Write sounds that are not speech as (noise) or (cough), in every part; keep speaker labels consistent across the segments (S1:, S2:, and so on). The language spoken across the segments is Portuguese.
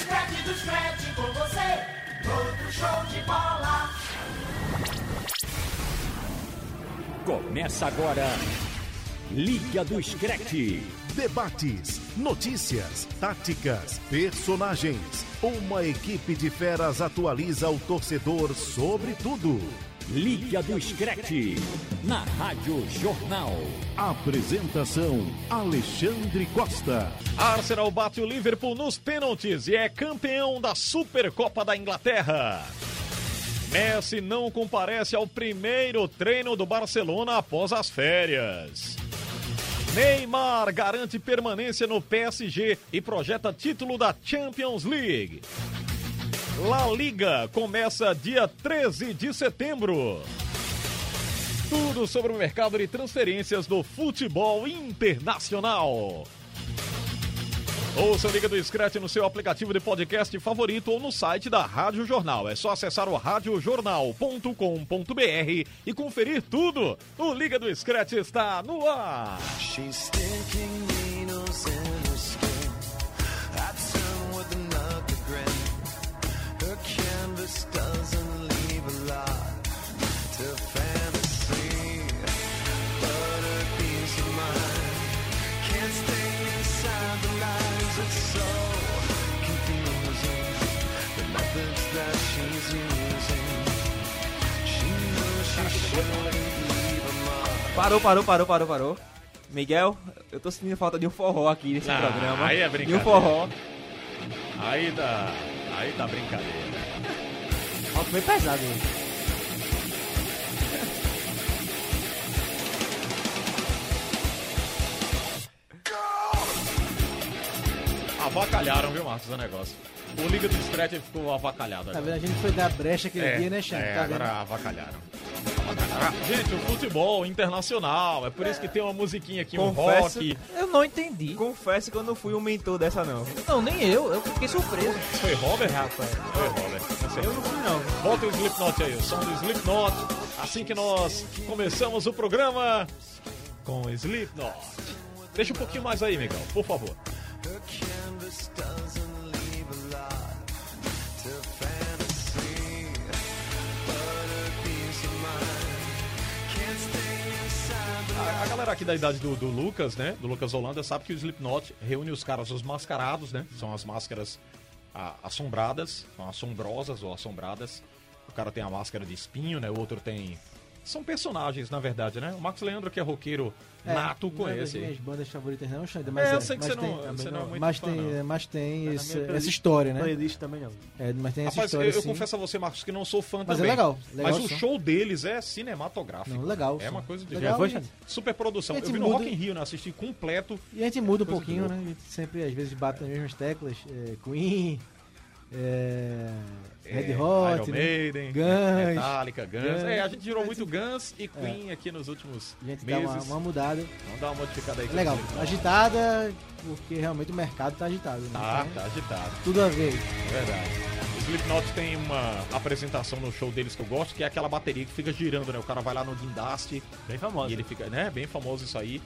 S1: Scratch do Scratch com você, outro show de bola.
S2: Começa agora. Liga do Screte.
S3: Debates, notícias, táticas, personagens. Uma equipe de feras atualiza o torcedor sobre tudo.
S2: Liga do Screte. Na Rádio Jornal.
S3: Apresentação: Alexandre Costa.
S4: Arsenal bate o Liverpool nos pênaltis e é campeão da Supercopa da Inglaterra. Messi não comparece ao primeiro treino do Barcelona após as férias. Neymar garante permanência no PSG e projeta título da Champions League. La Liga começa dia 13 de setembro. Tudo sobre o mercado de transferências do futebol internacional. Ouça o Liga do Scratch no seu aplicativo de podcast favorito ou no site da Rádio Jornal. É só acessar o radiojornal.com.br e conferir tudo. O Liga do Scratch está no ar.
S5: She's sticking needles in her skin. I turn with another grin. Her canvas doesn't leave a lot to fantasy, but her peace of mind can't stay inside the lines. It's so confusing. The methods that she's using. She knows she shouldn't leave a mark.
S6: Parou, parou, parou, parou, parou. Miguel, eu tô sentindo falta de um forró aqui nesse
S4: Ah,
S6: programa.
S4: aí é
S6: De um
S4: brincadeira.
S6: forró.
S4: Aí dá, aí dá
S7: (laughs)
S4: brincadeira.
S6: Algo bem pesado. hein?
S4: (laughs) Avacalharam, viu, Marcos, o negócio. O Liga do Scratch ficou avacalhado
S7: Tá
S4: agora.
S7: vendo? A gente foi dar brecha aquele
S4: É,
S7: dia, né, Xande?
S4: é,
S7: tá vendo?
S4: agora avacalharam. Avacalharam. Gente, o futebol internacional, é por isso que tem uma musiquinha aqui,
S6: Confesso-
S4: um rock.
S7: Eu não entendi.
S6: Confesso que eu não fui um mentor dessa, não.
S7: Não, nem eu. Eu fiquei surpreso.
S4: Foi Robert?
S6: É, Rapaz.
S4: Foi Robert. Você-
S6: Eu não fui, não.
S4: Bota o Slipknot aí, o som do Slipknot. Assim que nós começamos o programa com Slipknot. Deixa um pouquinho mais aí, Miguel, por favor.
S5: Her canvas doesn't leave a lot to fantasy, but her peace of mind can't stay inside the
S4: A, a galera aqui da idade do, do Lucas, né? Do Lucas Holanda, sabe que o Slipknot reúne os caras, os mascarados, né? São as máscaras ah, assombradas, são assombrosas ou assombradas. O cara tem a máscara de espinho, né? O outro tem. São personagens, na verdade, né? O Max Leandro, que é roqueiro
S7: É,
S4: nato,
S7: Não é das
S4: conhece.
S7: minhas bandas favoritas, não, Xande. Mas
S4: É,
S7: é,
S4: eu sei que
S7: mas
S4: você
S7: tem,
S4: não- você não é muito
S7: mas
S4: fã,
S7: tem,
S4: não.
S7: é, mas tem esse-
S8: playlist-
S7: essa história, né?
S8: Playlist também não.
S7: É, mas tem essa
S4: Rapaz, eu,
S7: história.
S4: eu
S7: sim.
S4: confesso a você, Marcos, que não sou fã
S7: Mas é
S4: também.
S7: legal, legal
S4: mas o
S7: sim.
S4: show deles é cinematográfico.
S7: Não, legal,
S4: É
S7: sim.
S4: uma coisa de
S7: Legal, Já foi, gente.
S4: Super produção. Eu
S7: Gente,
S4: vi no
S7: muda-
S4: Rock in Rio, né? Assisti completo.
S7: E a gente muda um
S4: Coisa
S7: pouquinho,
S4: de
S7: né? A gente sempre, às vezes, bate nas mesmas teclas. É, Queen, é, Red Hot,
S4: Iron
S7: né?
S4: Maiden,
S7: Guns,
S4: Metallica, Guns.
S7: Guns.
S4: É, a gente girou muito Guns e Queen aqui nos últimos
S7: A gente dá
S4: meses.
S7: uma, uma mudada. É
S4: Vamos dar uma modificada aí. que
S7: Legal.
S4: eu sei.
S7: Agitada, porque realmente o mercado tá agitado. Né?
S4: Tá,
S7: Então,
S4: tá agitado.
S7: Tudo a ver.
S4: Verdade. O Slipknot tem uma apresentação no show deles que eu gosto, que é aquela bateria que fica girando, né? O cara vai lá no guindaste
S8: Bem famosa.
S4: E ele fica, né? Bem famoso isso aí.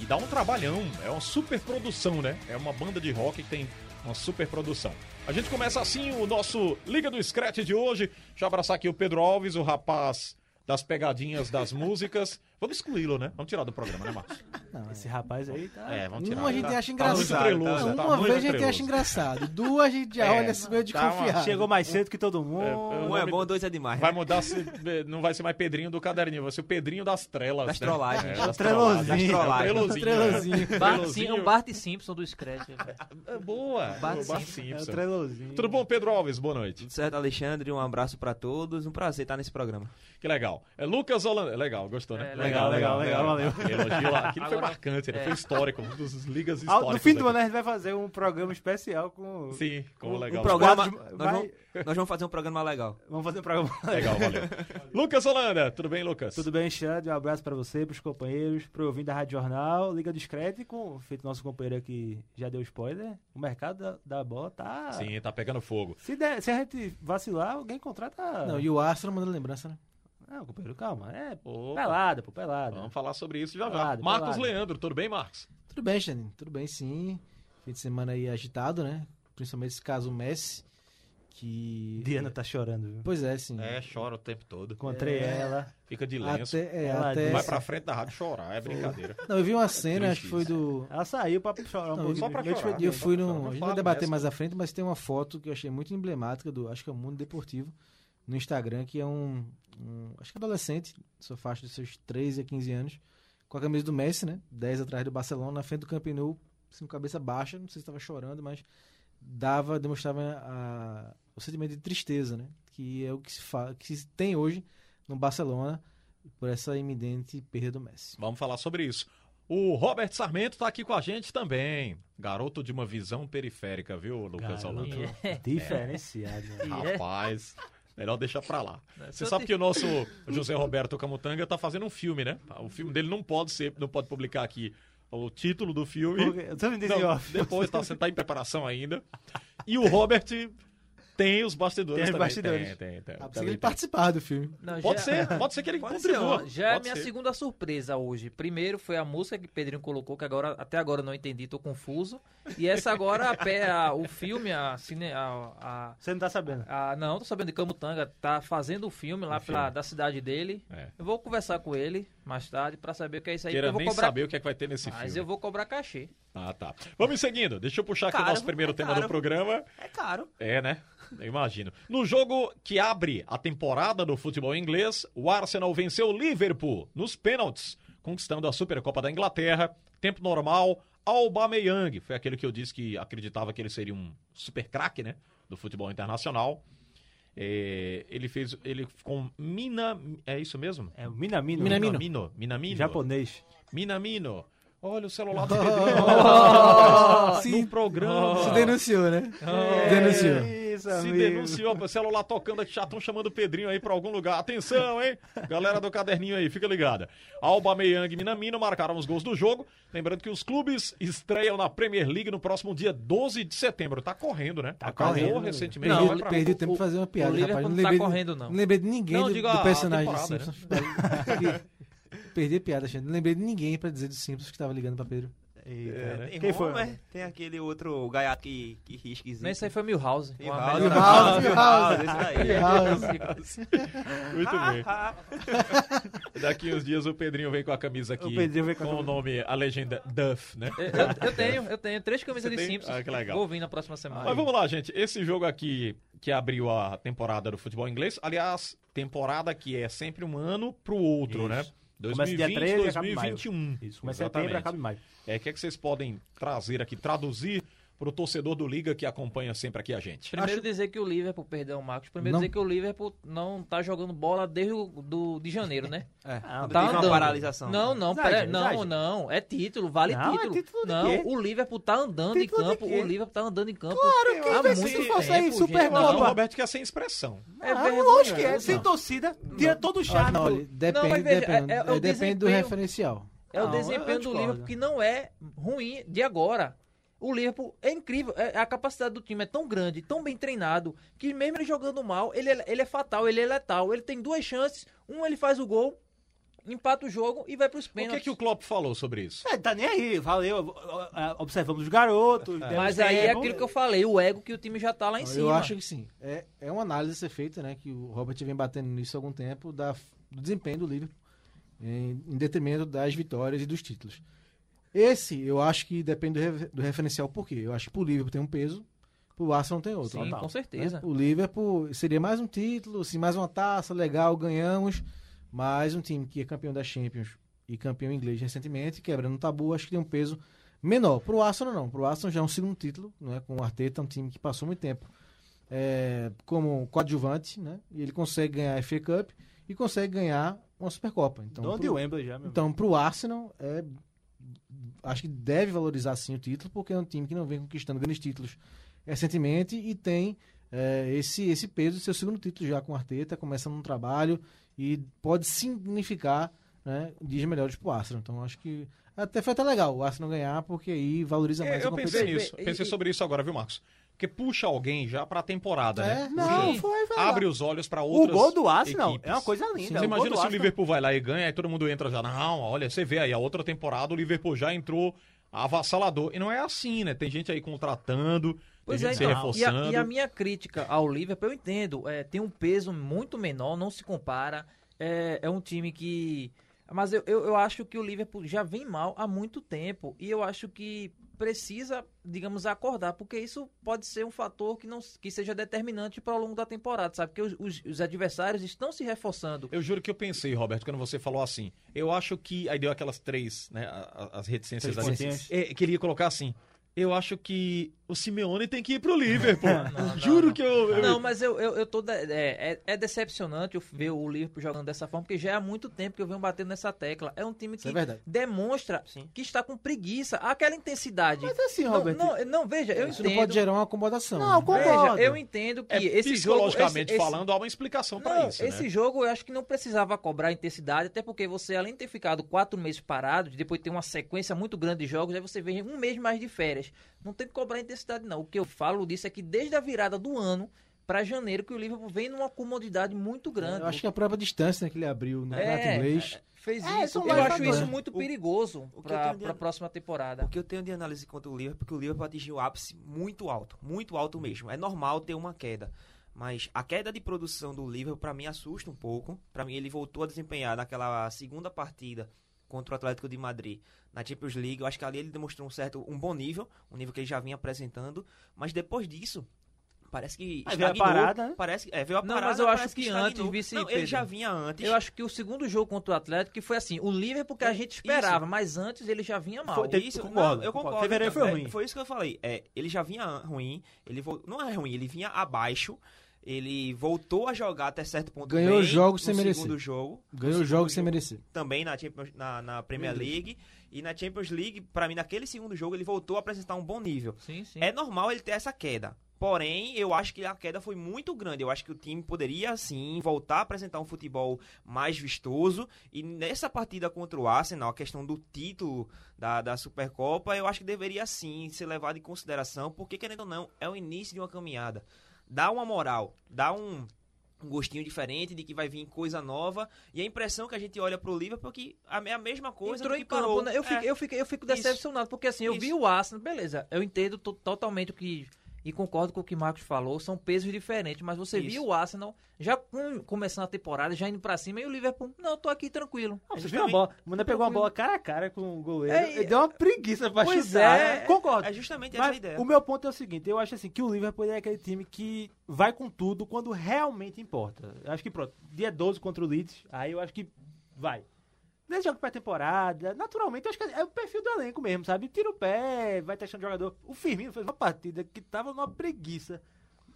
S4: E dá um trabalhão, é uma super produção, né? É uma banda de rock que tem uma super produção. A gente começa assim o nosso Liga do Scratch de hoje. Deixa eu abraçar aqui o Pedro Alves, o rapaz das pegadinhas das (laughs) músicas. Vamos excluí-lo, né? Vamos tirar do programa, né, Marcos?
S7: Não,
S8: Esse rapaz aí tá.
S4: É, vamos
S7: Uma a gente
S4: Tá-
S7: acha
S4: tá muito
S7: engraçado.
S4: treloso,
S7: Não,
S4: tá
S7: uma
S4: muito
S7: vez a gente
S4: treloso.
S7: acha engraçado. Duas a gente já
S4: É,
S7: olha assim meio
S4: tá uma-
S7: desconfiado.
S8: Chegou mais cedo que todo
S4: É,
S8: mundo.
S4: eu-
S6: Um é bom, dois é demais.
S4: Vai mudar, se, eh, não vai ser mais Pedrinho do caderninho, vai ser o Pedrinho das trelas.
S6: Das
S4: né?
S6: trollagens.
S4: É, das
S8: Um Trelozinho.
S4: trollagens.
S6: Trollagem.
S4: Trelozinho. né?
S9: Bart Sim, é
S4: Trelozinho.
S9: o Bart Simpson do Scratch.
S4: É, Boa.
S9: Bart
S4: O Bart
S9: Simpson.
S4: Simpson.
S8: É o trelozinho.
S4: Tudo bom, Pedro Alves? Boa noite.
S6: Tudo certo, Alexandre? Um abraço pra todos. Um prazer estar nesse programa.
S4: Que legal. É Lucas Holanda. Legal, gostou, né?
S9: É,
S8: legal, legal, valeu.
S4: Elogio lá. Aquilo foi
S9: Agora-
S4: marcante, né?
S9: é.
S4: Foi histórico. Um dos ligas
S8: Ah,
S4: históricos.
S8: No fim do
S4: aqui.
S8: ano a gente vai fazer um programa especial com.
S4: Sim, como
S8: Um- um
S4: legal.
S8: programa-
S6: Programa-
S8: Vai-
S6: nós, vamos, nós vamos fazer um programa legal.
S8: Vamos fazer um programa. (laughs)
S4: Legal, valeu. Lucas Holanda, tudo bem, Lucas?
S8: Tudo bem, Xande? Um abraço pra você, pros companheiros, pro ouvinte da Rádio Jornal, Liga Discreta e com feito nosso companheiro aqui já deu spoiler. O mercado da, da bola tá.
S4: Sim, tá pegando fogo.
S8: Se, der- se a gente vacilar, alguém contrata.
S7: Não, e o Astro mandando lembrança, né?
S8: Não, companheiro, calma. É
S4: Opa.
S8: pelada, pô, pelada.
S4: Vamos falar sobre isso já já.
S8: Pelado,
S4: Marcos
S8: pelado.
S4: Leandro, tudo bem, Marcos?
S7: Tudo bem, Xanin. Tudo bem, sim. Fim de semana aí agitado, né? principalmente esse caso Messi, que...
S8: Diana tá chorando, viu?
S7: Pois é, sim.
S4: É, chora o tempo todo. É.
S8: Encontrei ela.
S4: Fica de lenço.
S7: Até, é,
S8: Ela
S7: até
S4: Vai
S8: disse-
S4: pra frente da rádio chorar, é brincadeira.
S7: Não, eu vi uma cena, acho que foi
S4: Triste
S7: do...
S8: Ela saiu pra chorar um
S7: Não,
S8: pouquinho.
S4: só pra
S8: Eu te-
S4: chorar.
S7: E eu fui
S4: Não,
S7: num.
S4: não
S7: A gente
S4: fala
S7: vai debater
S4: dessa.
S7: mais à frente, mas tem uma foto que eu achei muito emblemática do. Acho que é o Mundo Deportivo, no Instagram, que é um. um- acho que adolescente, sua faixa de seus 13 a 15 anos, com a camisa do Messi, né? 10 atrás do Barcelona, na frente do Camp Nou, assim, com cabeça baixa, não sei se estava chorando, mas dava, demonstrava a- o sentimento de tristeza, né? Que é o que se, fa- que se tem hoje no Barcelona por essa iminente perda do Messi.
S4: Vamos falar sobre isso. O Robert Sarmento tá aqui com a gente também. Garoto de uma visão periférica, viu, Lucas Holanda?
S7: (laughs)
S8: Diferenciado. né?
S4: Rapaz, melhor deixar pra lá. Você
S9: eu
S4: sabe
S9: te-
S4: que o nosso José Roberto Camutanga tá fazendo um filme, né? O filme dele não pode ser, não pode publicar aqui o título do filme.
S8: Porque- Você me diz em
S4: Não,
S8: off.
S4: depois tá, você tá em preparação ainda. E o Robert tem os bastidores
S8: Tem os
S4: também.
S8: bastidores. Tá
S4: Tem, tem, tem.
S7: Ah, pensei
S4: Também
S7: que
S4: tá
S7: ele
S4: tem.
S7: participar do filme.
S9: Não,
S4: Pode
S9: já- (laughs)
S4: ser, pode ser que ele
S9: Pode ser,
S4: contribua.
S9: ó. Já é
S4: Pode
S9: minha
S4: ser.
S9: segunda surpresa hoje. Primeiro foi a música que Pedrinho colocou, que agora até agora eu não entendi, tô confuso. E essa agora, a, pé- a- o filme, a, cine, a,
S8: Você não tá sabendo.
S9: a- a- Não, tô sabendo que Camutanga tá fazendo o filme lá pela, da cidade dele.
S4: É.
S9: Eu vou conversar com ele mais tarde pra saber o que é isso aí.
S4: Queira
S9: porque eu
S4: nem
S9: vou cobrar...
S4: saber o que é que vai ter nesse
S9: Mas
S4: filme.
S9: eu vou cobrar cachê.
S4: Ah, tá. Vamos seguindo. Deixa eu puxar aqui o
S9: Caro,
S4: nosso primeiro
S9: é
S4: tema do
S9: caro.
S4: programa.
S9: É caro.
S4: É, né? Eu imagino. No jogo que abre a temporada do futebol inglês, o Arsenal venceu o Liverpool nos pênaltis, conquistando a Supercopa da Inglaterra. Tempo normal, Aubameyang, foi aquele que eu disse que acreditava que ele seria um super craque, né, do futebol internacional. É, ele fez, ele com Mina, é isso mesmo?
S8: É o Minamino.
S4: Minamino, Minamino.
S8: Japonês.
S4: Minamino. Olha o celular do Pedrinho.
S7: Sim,
S4: programa. É,
S7: Se denunciou, né?
S9: É.
S7: Denunciou.
S8: Isso,
S4: Se denunciou, pô, celular tocando aqui, já estão chamando o Pedrinho aí pra algum lugar. Atenção, hein? Galera do caderninho aí, fica ligada. Alba, Meyang e Minamino marcaram os gols do jogo. Lembrando que os clubes estreiam na Premier League no próximo dia 12 de setembro. Tá correndo, né? Tá
S8: correndo.
S4: recentemente.
S9: Não,
S4: vai
S7: Perdi,
S4: pra-
S7: perdi tempo
S9: o-
S7: de fazer uma piada,
S9: o Liverpool
S7: rapaz. Não
S9: não tá
S7: lembrei, de-
S9: correndo, não.
S7: não lembrei de ninguém
S4: Não,
S7: do,
S4: digo
S7: do
S4: a
S7: personagem dos
S9: né?
S7: (laughs)
S4: temporada,
S7: Simpsons. Porque- Perdi a piada, gente. Não lembrei de ninguém pra dizer dos Simpsons que tava ligando pra Pedro.
S4: É, né?
S6: Tem
S8: né? Quem foi?
S6: Homer, tem aquele outro gaiato que, que risquezinho.
S9: Mas isso aí foi Milhouse.
S6: E
S9: com a
S6: House,
S9: melhor-
S6: House, House, esse aí.
S4: Muito bem. Daqui uns dias o Pedrinho vem com a camisa aqui.
S8: O Pedrinho vem com a
S4: o nome, a legenda Duff, né?
S9: Eu, (laughs) eu- eu tenho, eu tenho três camisas
S4: Você
S9: de
S4: tem?
S9: Simpsons.
S4: Ah, que legal.
S9: Vou vir na próxima semana.
S4: Mas vamos lá, gente. Esse jogo aqui que abriu a temporada do futebol inglês, aliás, temporada que é sempre um ano pro outro,
S8: Isso.
S4: né?
S8: Começa
S4: 2020,
S8: dia 13 e acaba em maio.
S4: 2021.
S8: Isso, começa setembro, acaba em maio.
S4: É, o que, é que vocês podem trazer aqui, traduzir pro torcedor do Liga que acompanha sempre aqui a gente?
S9: Primeiro dizer que o Liverpool, perdão, Marcos. Primeiro
S7: Não.
S9: dizer que o Liverpool não tá jogando bola desde o, do, de janeiro, né?
S6: É,
S8: Ah,
S6: quando
S9: tá
S6: teve uma
S9: andando.
S6: paralisação.
S9: Não, não,
S8: Exagero,
S9: pera, não,
S8: exagero.
S9: não. É título, vale
S8: Não, é
S9: título.
S8: título de
S9: não,
S8: quê?
S9: o Liverpool tá andando
S8: Título
S9: em
S8: de
S9: campo.
S8: quê?
S9: O Liverpool tá andando em campo. Claro que há muito
S8: se
S9: tempo,
S8: fosse aí,
S9: gente,
S8: Super
S4: Não, o
S9: não.
S8: Bowl.
S4: Roberto quer sem expressão.
S9: É
S8: Ah,
S9: vergonha.
S8: lógico que é. Sem torcida,
S9: É
S8: tira todo o
S7: Ah,
S8: charme.
S7: não, olha, depende,
S9: mas veja,
S7: depende,
S9: é- é
S7: depende do
S9: o desempenho-
S7: referencial.
S9: É o
S8: Não, eu- eu
S9: desempenho do
S8: discordo.
S9: Liverpool que não é ruim de agora. O Liverpool é incrível, é- a capacidade do time é tão grande, tão bem treinado, que mesmo ele jogando mal, ele é, ele é fatal, ele é letal. Ele tem duas chances, um ele faz o gol, empata o jogo e vai pros
S4: O que, é
S9: pênaltis.
S4: que o Klopp falou sobre isso?
S8: É, tá nem aí, valeu. ah, ah, Observamos os garotos. demos
S9: Mas aí é
S8: tempo.
S9: aquilo que eu falei, o ego que o time já tá lá em cima.
S7: Eu acho que sim. É, é uma análise a ser feita, né? Que o Robert vem batendo nisso há algum tempo, da, do desempenho do Liverpool, em, em detrimento das vitórias e dos títulos. Esse, eu acho que depende do, re- do referencial, por quê? Eu acho que pro Liverpool tem um peso, pro Arsenal tem outro.
S9: Sim,
S7: né?
S9: com certeza.
S7: O Liverpool seria mais um título, assim, mais uma taça, legal, ganhamos. Mas um time que é campeão da Champions e campeão inglês recentemente, quebrando o tabu, acho que tem um peso menor. Pro Arsenal não, pro Arsenal já é um segundo título, não é? com o Arteta, um time que passou muito tempo é, como coadjuvante, né? E ele consegue ganhar a FA Cup e consegue ganhar uma Supercopa. Então,
S8: Dono
S7: pro-
S8: de Wembley já, meu irmão.
S7: então, pro Arsenal, é, acho que deve valorizar sim o título, porque é um time que não vem conquistando grandes títulos recentemente e tem é, esse, esse peso de seu segundo título já com o Arteta, começando um trabalho e pode significar né, dias melhores pro Arsenal. Então, acho que até foi até legal o Arsenal ganhar, porque aí valoriza
S4: É,
S7: mais a
S4: eu
S7: competição.
S4: pensei nisso,
S9: E-
S4: pensei
S9: e-
S4: sobre isso agora, viu, Marcos? Porque puxa alguém já pra temporada,
S7: É,
S4: né?
S8: Não,
S4: Puxa,
S8: foi, velho.
S4: abre os olhos pra
S8: O
S4: outras
S8: gol do Arsenal
S4: equipes.
S8: é uma coisa
S4: Sim,
S8: linda.
S4: Você
S8: O gol
S4: imagina
S8: do
S4: se o
S8: Arsenal-
S4: Liverpool vai lá e ganha, aí todo mundo entra já. Não, olha, você vê aí, a outra temporada o Liverpool já entrou avassalador. E não é assim, né? Tem gente aí contratando,
S9: Pois
S4: tem
S9: é,
S4: gente se
S9: então. E
S4: reforçando.
S9: a, e a minha crítica ao Liverpool, eu entendo, é, tem um peso muito menor, não se compara. É, é um time que. Mas eu, eu, eu acho que o Liverpool já vem mal há muito tempo. E eu acho que precisa, digamos, acordar, porque isso pode ser um fator que, não, que seja determinante para o longo da temporada, sabe? Porque os, os- os adversários estão se reforçando.
S4: Eu juro que eu pensei, Roberto, quando você falou assim. Eu acho que. Aí deu aquelas três, né? a- a- As reticências
S8: Três
S4: ali.
S8: pontinhas.
S4: É, que ele ia colocar assim. Eu acho que o Simeone tem que ir pro Liverpool.
S9: (laughs) não,
S4: juro
S9: não.
S4: que eu. eu-
S9: Não, mas eu, eu, eu tô. de- é, é, é decepcionante eu ver o Liverpool jogando dessa forma, porque já é há muito tempo que eu venho batendo nessa tecla. É um time
S7: Isso
S9: que
S7: é verdade.
S9: demonstra que está com preguiça, aquela intensidade.
S7: Mas assim,
S9: não,
S7: Roberto,
S9: não, não, veja, eu
S7: isso
S9: entendo.
S7: não pode gerar uma acomodação.
S8: Não,
S7: né?
S8: com-
S9: Veja,
S8: Concordo.
S9: eu entendo que
S4: é,
S9: esse jogo,
S4: psicologicamente
S9: esse- esse-
S4: falando, há uma explicação pra
S9: não,
S4: isso.
S9: esse
S4: né?
S9: jogo eu acho que não precisava cobrar intensidade, até porque você, além de ter ficado quatro meses parado, de depois ter uma sequência muito grande de jogos, aí você vem um mês mais de férias. Não tem que cobrar intensidade, não. O que eu falo disso é que desde a virada do ano pra janeiro, que o Liverpool vem numa comodidade muito grande.
S7: É, Eu acho que a própria distância né, que ele abriu no
S9: É,
S7: campeonato inglês.
S9: fez
S8: É,
S9: isso.
S8: são
S9: Eu
S8: vários
S9: acho
S8: fatores.
S9: isso muito
S6: O-
S9: perigoso
S6: o que eu
S9: pra,
S6: tô
S9: pra
S6: entendendo-
S9: próxima temporada.
S6: O que eu tenho de análise contra o Liverpool, porque o Liverpool atingiu o ápice muito alto, muito
S9: Hum.
S6: alto mesmo. É normal ter uma queda, mas a queda de produção do Liverpool pra mim assusta um pouco. Pra mim ele voltou a desempenhar naquela segunda partida contra o Atlético de Madrid na Champions League. Eu acho que ali ele demonstrou um certo, um bom nível, um nível que ele já vinha apresentando, mas depois disso Parece que
S8: Aí veio a
S6: estagnou,
S8: parada, né?
S6: Parece, é, veio a
S9: Não,
S6: parada,
S9: mas eu acho
S6: parece
S9: que
S6: estagnou.
S9: antes, vice
S6: Não, ele
S9: Pedro.
S6: já vinha antes.
S9: Eu acho que o segundo jogo contra o Atlético que foi assim, o Liverpool que a gente esperava, mas antes ele já vinha mal.
S8: Foi- teve-
S6: Isso,
S8: concordo,
S6: não, eu
S8: concordo.
S6: concordo.
S8: Fevereiro
S6: então,
S8: foi
S6: é,
S8: ruim.
S6: Foi isso que eu falei. É, ele já vinha an- ruim, ele vo- não é ruim, ele vinha abaixo, ele voltou a jogar até certo ponto
S7: Ganhou
S6: bem
S7: jogos sem
S6: no
S7: merecer.
S6: segundo jogo. no
S7: Ganhou
S6: segundo
S7: jogos sem
S6: jogo,
S7: merecer.
S6: Também na, Champions- na, na Premier League. E na Champions League, pra mim, naquele segundo jogo, ele voltou a apresentar um bom nível.
S9: Sim, sim.
S6: É normal ele ter essa queda. Porém, eu acho que a queda foi muito grande. Eu acho que o time poderia, sim, voltar a apresentar um futebol mais vistoso. E nessa partida contra o Arsenal, a questão do título da, da Supercopa, eu acho que deveria, sim, ser levado em consideração. Porque, querendo ou não, é o início de uma caminhada. Dá uma moral, dá um, um gostinho diferente de que vai vir coisa nova. E a impressão que a gente olha pro Liverpool é que a- é a mesma coisa
S9: Entrou
S6: do
S9: em
S6: que parou.
S9: campo, né? Eu
S6: É.
S9: fico, eu fico, eu fico
S6: Isso.
S9: decepcionado, porque assim, eu vi
S6: Isso.
S9: o Arsenal, beleza, eu entendo to- totalmente o que. E concordo com o que o Marcos falou, são pesos diferentes, mas você viu
S6: Isso.
S9: o Arsenal já com- começando a temporada, já indo pra cima, e o Liverpool, não, eu tô aqui tranquilo.
S8: Não, você viu a bola. O Mané pegou uma bola cara a cara com o goleiro.
S9: É,
S8: ele deu uma preguiça pra
S9: Pois
S8: chutar. né?
S9: é.
S8: Concordo.
S6: É justamente essa a
S8: Mas
S6: ideia.
S8: o meu ponto é o seguinte, eu acho assim que o Liverpool é aquele time que vai com tudo quando realmente importa. Eu acho que pronto, dia 12 contra o Leeds, aí eu acho que vai. Nesse jogo pré-temporada, naturalmente, eu acho que é o perfil do elenco mesmo, sabe? Tira o pé, vai testando o jogador. O Firmino fez uma partida que tava numa preguiça.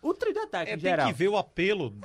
S8: O trio de ataque,
S4: É,
S8: em
S4: tem
S8: geral. É.
S4: que ver o apelo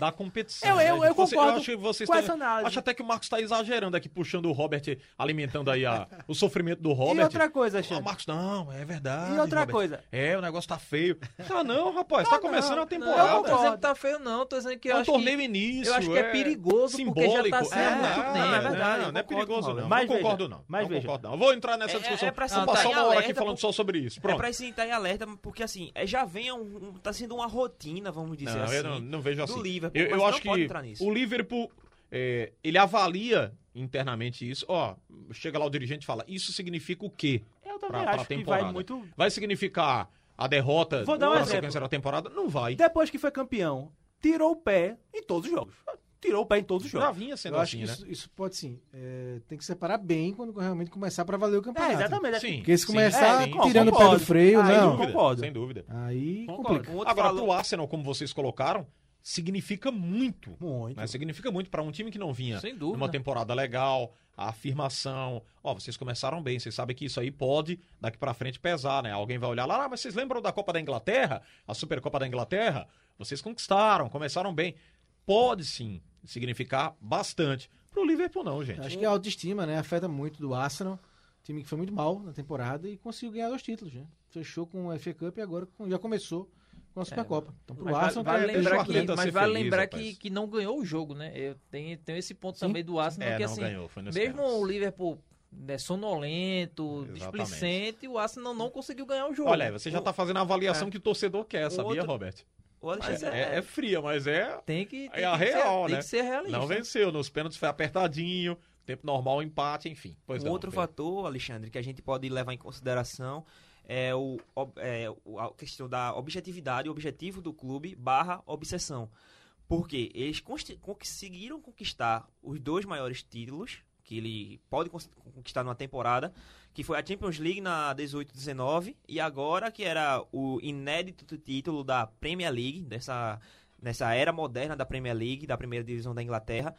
S4: da competição.
S8: Eu-
S4: né?
S8: eu- eu
S4: Você-
S8: concordo
S4: acho que vocês
S8: com
S4: estão-
S8: essa análise.
S4: Acho até que o Marcos está exagerando aqui, puxando o Robert, alimentando aí a- o sofrimento do Robert.
S8: E outra coisa,
S4: Ah,
S8: Xande.
S4: Marcos, não, é verdade.
S8: E outra
S4: Robert.
S8: coisa.
S4: É, o negócio tá feio. Tá não, rapaz, tá começando a temporada.
S9: Não, não tô
S8: concordo.
S9: dizendo que tá feio, não, tô dizendo que eu
S4: é um
S9: acho
S4: torneio
S9: que...
S4: início.
S9: eu acho que é perigoso, porque já tá sendo há muito
S4: não,
S9: tempo.
S4: Não,
S9: É
S6: verdade,
S4: não,
S6: eu
S4: não é
S6: concordo,
S4: perigoso, não.
S8: Mas
S4: não
S8: veja,
S4: concordo, não.
S8: mas
S4: não
S8: veja.
S4: concorso, não. Eu Vou entrar nessa
S6: É-
S4: discussão.
S6: é pra se
S4: Vou
S6: botar
S4: passar
S6: em
S4: uma hora aqui
S6: alerta,
S4: falando
S6: pô.
S4: só sobre isso. Pronto.
S6: É pra se estar em alerta, porque assim, é, já vem um, um- tá sendo uma rotina, vamos dizer
S4: não,
S6: assim.
S4: eu não, não vejo
S6: do
S4: assim.
S6: Liverpool,
S4: eu eu
S6: mas não
S4: acho que
S6: pode entrar nisso.
S4: o Liverpool, é, ele avalia internamente isso. Ó, chega lá o dirigente e fala, isso significa o quê?
S8: Eu também
S4: Pra, pra
S8: acho que
S4: temporada.
S8: vai muito
S4: Vai significar a derrota
S8: Vou dar um
S4: na
S8: exemplo.
S4: sequência da temporada? Não vai.
S8: Depois que foi campeão, tirou o pé em todos os jogos. Tirou o pé em todos os
S4: Já
S8: jogos.
S4: vinha sendo
S7: Eu acho
S4: assim,
S7: que
S4: né?
S7: isso, isso pode sim. é, tem que separar bem quando realmente começar pra valer o campeonato.
S8: É, exatamente.
S4: Sim.
S7: Porque se começar
S9: É,
S4: sim, sim,
S7: tirando o pé
S8: concordo.
S7: do freio,
S8: Aí
S4: Sem
S8: não
S7: não.
S4: dúvida,
S8: concordo.
S4: Sem dúvida.
S7: Aí
S4: Concordo.
S7: complica.
S6: Um outro
S4: Agora,
S6: falou-
S4: pro Arsenal, como vocês colocaram, significa muito.
S8: Muito.
S4: né? Significa muito para um time que não vinha
S9: Sem dúvida.
S4: numa temporada legal, a afirmação. Ó, vocês começaram bem, vocês sabem que isso aí pode daqui para frente pesar, né? Alguém vai olhar lá, ah, mas vocês lembram da Copa da Inglaterra? A Supercopa da Inglaterra? Vocês conquistaram, começaram bem. Pode sim significar bastante. Pro Liverpool não, gente.
S7: Acho que a autoestima, né? Afeta muito do Arsenal. Time que foi muito mal na temporada e conseguiu ganhar dois títulos, né? Fechou com o FA Cup e agora com- já começou com a Supercopa. Então pro
S9: É. Mas vale-
S7: Arsenal
S9: vale
S7: tá-
S4: deixa o
S9: lembrar, que,
S4: Arteta
S9: mas
S4: ser
S9: vale
S4: feliz,
S9: lembrar
S4: rapaz.
S9: que, que não ganhou o jogo, né? Eu tenho, tenho esse ponto
S7: Sim.
S9: também do Arsenal,
S4: É,
S9: que
S4: não
S9: assim,
S4: ganhou, foi nos
S9: mesmo
S4: pênaltis.
S9: o Liverpool né, sonolento,
S4: Exatamente. Hum.
S9: displicente, o Arsenal não conseguiu ganhar o jogo.
S4: Olha, você já tá fazendo a avaliação
S9: É.
S4: que o torcedor quer, sabia,
S6: outro-
S4: Roberto?
S6: O Alexandre-
S4: É, é fria, mas é
S9: Tem que, tem
S4: É a
S9: que ser-
S4: real,
S9: tem
S4: né?
S9: que ser realista.
S4: Não venceu, nos pênaltis foi apertadinho, Tempo normal, empate, enfim. Pois
S6: um
S4: não,
S6: outro
S4: Pedro.
S6: fator, Alexandre, que a gente pode levar em consideração é, o, ob- é o- a questão da objetividade, o objetivo do clube barra obsessão. Porque eles consti- conseguiram conquistar os dois maiores títulos que ele pode cons- conquistar numa temporada, que foi a Champions League na 18-19 e agora que era o inédito título da Premier League, dessa nessa era moderna da Premier League, da primeira divisão da Inglaterra.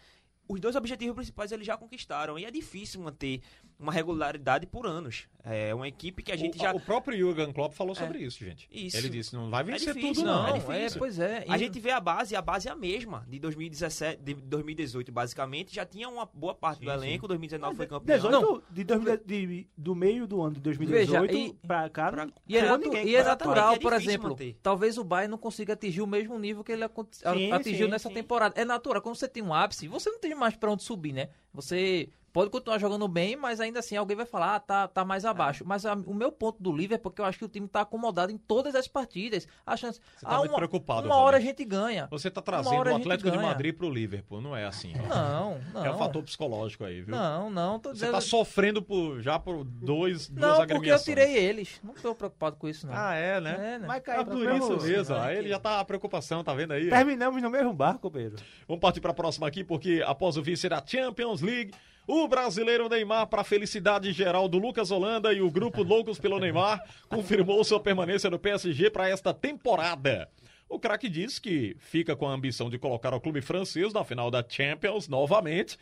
S6: Os dois objetivos principais eles já conquistaram e é difícil manter uma regularidade por anos. É uma equipe que a gente
S4: o,
S6: já
S4: o próprio Jürgen Klopp
S9: É.
S4: falou sobre isso, gente.
S6: Isso.
S4: Ele disse, não vai vencer
S6: difícil,
S4: tudo, não.
S6: não,
S4: É
S6: é
S4: difícil.
S9: pois é.
S6: A gente vê a base, a base é a mesma de 2017, de 2018 basicamente, já tinha uma boa parte do elenco,
S4: É,
S6: 2019 foi campeão.
S8: 18, de 2000 de- do meio do ano de 2018
S9: Veja, e-
S8: pra cá,
S6: pra-
S8: não
S9: E é,
S8: chegou
S9: natu-
S8: ninguém.
S9: e é
S8: Pra-
S9: natural,
S6: é
S9: por
S6: difícil
S9: exemplo,
S6: manter.
S9: talvez o Bayern não consiga atingir o mesmo nível que ele acon- a-
S8: Sim,
S9: atingiu
S8: sim,
S9: nessa
S8: sim.
S9: temporada. É natural, quando você tem um ápice, você não tem mais pra onde subir, né? Você pode continuar jogando bem, mas ainda assim alguém vai falar, ah, tá, tá
S4: É.
S9: mais abaixo. Mas a- o meu ponto do Liverpool é porque eu acho que o time tá acomodado em todas as partidas. A chance...
S4: Você tá
S9: ah,
S4: muito
S9: uma,
S4: preocupado,
S9: Uma hora a
S4: Valdez.
S9: gente ganha.
S4: Você tá
S9: Uma
S4: trazendo
S9: hora a
S4: o
S9: gente
S4: Atlético de
S9: ganha.
S4: Madrid pro Liverpool, não é assim. ó.
S9: Não, não.
S4: É um fator psicológico aí, viu?
S9: Não, não. Tô
S4: Você
S9: dizendo...
S4: tá sofrendo por, já por dois, duas
S9: Não, porque eu
S4: agremiações.
S9: tirei eles. Não tô preocupado com isso, não.
S4: Ah, é, né?
S9: É, né?
S8: Vai cair
S4: Ah,
S8: pra
S4: por isso
S8: promoção.
S4: mesmo. Aí ele já tá a preocupação, tá vendo aí?
S8: Terminamos no mesmo barco, Pedro.
S4: Vamos partir para a próxima aqui, porque após o vice da Champions League, o brasileiro Neymar, para felicidade geral do Lucas Holanda e o grupo Loucos pelo Neymar, (laughs) confirmou sua permanência no PSG para esta temporada. O craque diz que fica com a ambição de colocar o clube francês na final da Champions novamente.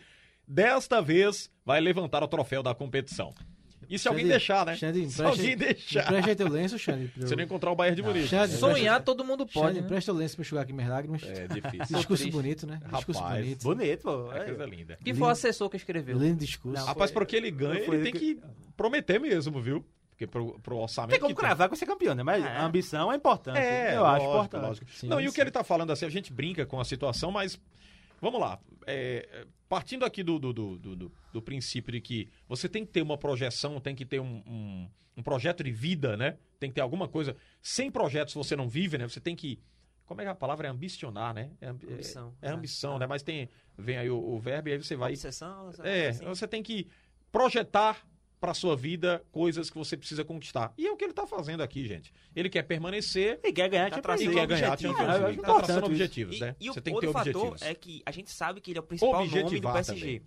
S4: Desta vez, vai levantar o troféu da competição. E se alguém
S7: Xande,
S4: deixar, né?
S7: Xande,
S4: se
S7: empresta-
S4: alguém deixar.
S7: Empresta teu lenço, Xande. pra eu-
S4: Você não encontrar o Bayern de Munique.
S7: Xande,
S9: Sonhar todo mundo
S7: Xande,
S9: pode, né? Tá
S7: empresta o lenço pra eu enxugar aqui minhas lágrimas.
S8: (laughs)
S4: É difícil.
S7: Discurso
S9: triste.
S7: bonito, né? Discurso
S4: Rapaz,
S7: bonito.
S8: Bonito, pô.
S4: É coisa linda.
S9: Que foi o assessor que escreveu?
S7: Lindo discurso.
S8: Não,
S4: Rapaz, para o que ele ganha,
S8: foi
S4: ele tem
S8: o
S4: que...
S8: que-
S4: prometer mesmo, viu? Porque pro, pro orçamento.
S8: Tem como
S4: que tem.
S8: cravar que vai ser campeão, né? Mas a ambição é importante.
S4: É,
S8: eu acho
S4: lógico,
S8: importante.
S4: lógico.
S7: Sim,
S4: Não, e o
S7: sim.
S4: que ele tá falando assim, a gente brinca com a situação, mas vamos lá. É, partindo aqui do, do, do, do- do- do princípio de que você tem que ter uma projeção, tem que ter um, um- um projeto de vida, né? Tem que ter alguma coisa. Sem projetos você não vive, né? Você tem que. Como é que a palavra é ambicionar, né? É, ambi- é-
S6: Ambição,
S4: É,
S6: né?
S4: ambição, né? Mas tem. Vem aí o, o verbo e aí você vai.
S6: Obsessão, essa-
S4: É,
S6: assim.
S4: você tem que projetar para sua vida coisas que você precisa conquistar. E é o que ele tá fazendo aqui, gente. Ele quer permanecer
S8: E quer ganhar,
S6: Tá
S8: Champions
S4: e
S6: trazendo
S8: League.
S4: quer ganhar a
S6: objetivos,
S4: Champions
S8: né?
S4: League.
S8: É
S4: Tá traçando
S8: importante isso.
S4: objetivos,
S6: E-
S4: né?
S6: E, o
S4: Você tem que ter
S6: outro fator
S4: objetivos.
S6: é que a gente sabe que ele é o principal nome do
S4: Objetivar
S6: PSG.
S4: também.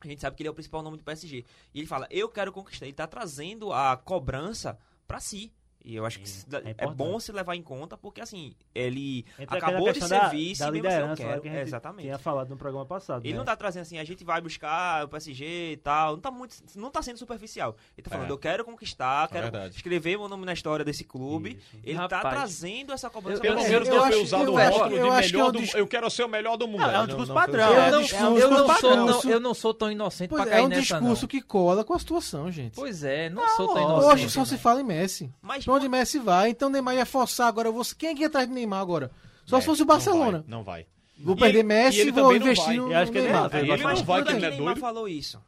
S6: A gente sabe que ele é o principal nome do PSG. E ele fala, eu quero conquistar. Ele tá trazendo a cobrança pra si. E eu acho que isso da- é,
S8: importante.
S6: bom se levar em conta, porque assim, ele
S8: Entra aquela
S6: acabou de
S8: questão
S6: ser
S8: da-
S6: vice,
S8: da
S6: mesmo assim, eu
S8: liderança lá
S6: quero.
S8: que a
S7: né?
S8: gente
S6: Exatamente.
S8: Tinha falado no programa passado.
S6: Ele
S8: né?
S6: não tá trazendo assim, a gente vai buscar o PSG e tal. Não tá muito. Não tá sendo superficial. Ele tá falando,
S4: É.
S6: eu quero conquistar, quero
S4: verdade.
S6: escrever meu nome na história desse clube. Ele tá
S9: Rapaz.
S6: trazendo essa cobrança
S9: Eu-
S4: Pelo
S6: pra
S7: É,
S4: menos
S7: eu
S4: não
S7: acho-
S4: foi
S7: eu
S4: usado o
S7: acho-
S4: rótulo de
S7: eu acho que é
S4: melhor
S7: um
S4: do mundo.
S7: discurso-
S4: Eu quero ser o melhor do mundo.
S8: Não, é um
S4: Não,
S8: discurso
S4: não foi
S8: padrão.
S4: usado.
S7: É
S9: Eu
S7: um
S9: não,
S7: discurso
S9: eu não sou,
S7: padrão.
S9: não, eu não sou tão inocente
S7: Pois
S9: pra
S7: é,
S9: cair
S7: é um
S9: nessa,
S7: discurso
S9: não.
S7: que cola com a situação, gente.
S9: Pois é, não sou tão inocente. né?
S7: Hoje só se fala em Messi.
S6: Mas
S7: Pra onde Messi vai? Então Neymar ia forçar agora. Eu vou... Quem é que ia atrás de Neymar agora? Só
S4: É,
S7: se fosse o
S4: não
S7: Barcelona.
S4: vai, Não vai.
S7: Vou
S4: E
S7: perder
S4: ele- e
S7: Messi
S4: ele
S7: vou
S4: também não
S7: investir
S4: vai.
S7: no
S8: Eu acho que ele
S7: Neymar.
S8: não vai.
S4: É, Ele
S8: Mas
S4: não vai,
S6: quando
S4: que ele é
S6: Neymar
S4: doido.
S6: falou isso.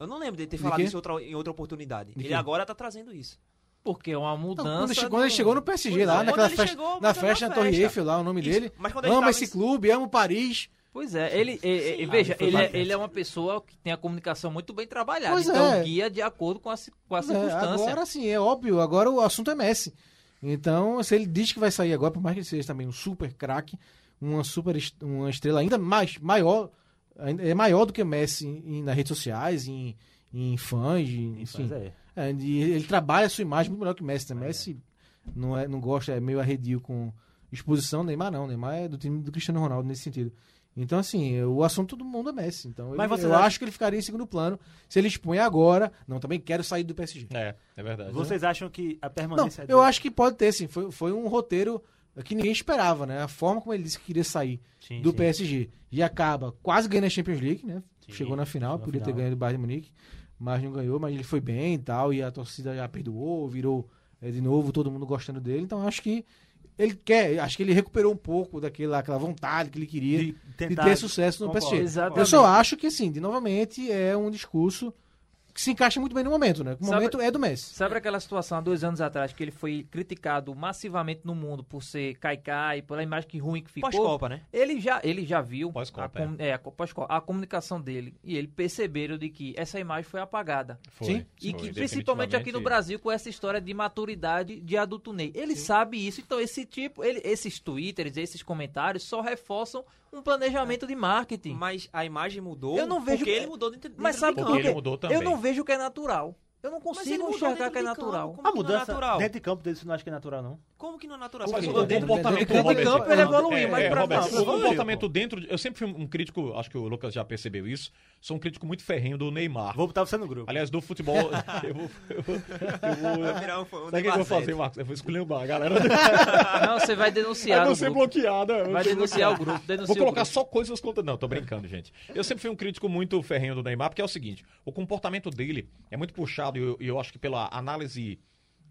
S6: Eu não lembro de ter
S7: De
S6: falado
S7: quê?
S6: isso outra- em outra oportunidade.
S7: De
S6: ele
S7: quê?
S6: agora tá trazendo isso.
S9: Porque é uma
S7: Não,
S9: mudança.
S7: quando, chegou,
S9: no-
S7: ele chegou no PSG
S6: Pois
S7: lá,
S6: é.
S7: naquela
S6: Quando ele
S7: festa,
S6: chegou,
S7: na
S6: foi uma
S7: festa na Torre
S6: festa.
S7: Eiffel lá, o nome
S6: Isso.
S7: dele.
S6: Mas quando ele
S7: Amo
S6: tava
S7: esse
S6: em-
S7: clube, amo Paris.
S9: Pois é, ele, é, é,
S6: Sim.
S9: veja,
S7: Ah, foi
S9: ele, é-
S7: bacana.
S9: ele é uma pessoa que tem a comunicação muito bem trabalhada.
S7: Pois
S9: então
S7: é.
S9: guia de acordo com a, ci- com a
S7: É,
S9: circunstância.
S7: agora sim, é óbvio, agora o assunto é Messi. Então, se ele diz que vai sair agora, por mais que ele seja também um super craque, uma super est- uma estrela ainda mais maior, ainda- é maior do que Messi em- nas redes sociais, em, em fãs, em, enfim.
S8: Mas é.
S7: É, e ele trabalha a sua imagem muito melhor que o Messi, né? Messi não, é, não gosta, é meio arredio com exposição, Neymar não. Neymar é do time do Cristiano Ronaldo nesse sentido. Então, assim, o assunto do mundo é Messi. Então,
S8: Mas
S7: ele-
S8: você
S7: eu
S8: acha-
S7: acho que ele ficaria em segundo plano se ele expõe agora. Não, também quero sair do PSG.
S4: É, é verdade.
S8: Vocês acham que a
S7: Não,
S8: permanência é
S7: eu acho que pode ter, sim. Foi, foi um roteiro que ninguém esperava, né? A forma como ele disse que queria sair
S8: Sim,
S7: do
S8: sim.
S7: PSG e acaba quase ganhando a Champions League, né?
S8: Sim,
S7: chegou na final,
S8: chegou na
S7: podia ter
S8: final.
S7: ganho do Bayern de Munique, mas não ganhou, mas ele foi bem e tal, e a torcida já perdoou, virou eh, de novo todo mundo gostando dele, então acho que ele quer, acho que ele recuperou um pouco daquela aquela vontade que ele queria
S8: De
S7: de,
S8: tentar-
S7: ter sucesso no
S8: Concordo,
S7: PSG.
S8: exatamente.
S7: Eu só acho que assim, de novamente é um discurso que que se encaixa muito bem no momento, né? O
S9: Sabe-
S7: momento é do Messi.
S9: Sabe aquela situação há dois anos atrás que ele foi criticado massivamente no mundo por ser caicai, pela imagem que ruim que ficou?
S6: Pós-Copa, né?
S9: Ele já, ele já viu
S4: Pós-Copa,
S9: a, com- é, a, co- pós-Copa, a comunicação dele e ele perceberam de que essa imagem foi apagada.
S4: Foi,
S7: Sim.
S9: E
S4: foi,
S9: que principalmente aqui no
S4: definitivamente.
S9: Brasil com essa história de maturidade de adulto Ney. Ele sabe isso, então esse tipo, ele- esses twitters, esses comentários só reforçam um planejamento de marketing.
S6: Mas a imagem mudou
S9: Eu não vejo
S6: porque
S9: que-
S6: ele mudou dentro, dentro
S9: Mas
S6: de
S9: sabe
S4: Porque
S6: campo.
S9: por quê?
S4: ele mudou também.
S9: Eu não vejo o que é natural. Eu não
S6: Mas ele
S9: consigo
S6: mudou
S9: enxergar
S6: dentro
S9: que é
S6: de
S9: natural.
S6: campo,
S8: A
S6: Como que não é
S8: mudança
S6: natural?
S8: dentro de campo dele, isso não acho que é natural, não.
S6: Como que não é natural?
S4: Mas
S6: Você
S4: o
S6: mudou
S7: dentro-
S4: comportamento
S7: dentro de
S4: Robert,
S7: campo ele
S4: é,
S9: evoluiu, mas
S4: é,
S9: pra-
S4: Robert,
S9: não,
S4: o
S9: evoluiu,
S4: comportamento dentro. de- Eu sempre fui um crítico, acho que o Lucas já percebeu isso. Sou um crítico muito ferrenho do Neymar.
S8: Vou botar você no grupo.
S4: Aliás, do futebol. eu vou. Eu vou, eu vou
S6: Vai virar um fã- um
S4: sabe o que eu vou
S6: Neymar
S4: fazer,
S6: Zete.
S4: Marcos? Eu vou escolher a (laughs) galera.
S9: Não, você vai
S4: Eu
S9: denunciar
S4: vou
S9: o
S4: ser
S9: grupo.
S4: bloqueada. eu
S9: Vai
S4: ser
S9: denunciar o
S4: bloqueado.
S9: grupo. Denuncia
S4: Vou colocar
S9: o grupo.
S4: só coisas contra. Não, tô brincando, gente. Eu sempre fui um crítico muito ferrenho do Neymar, porque é o seguinte: o comportamento dele é muito puxado, e eu, e eu acho que pela análise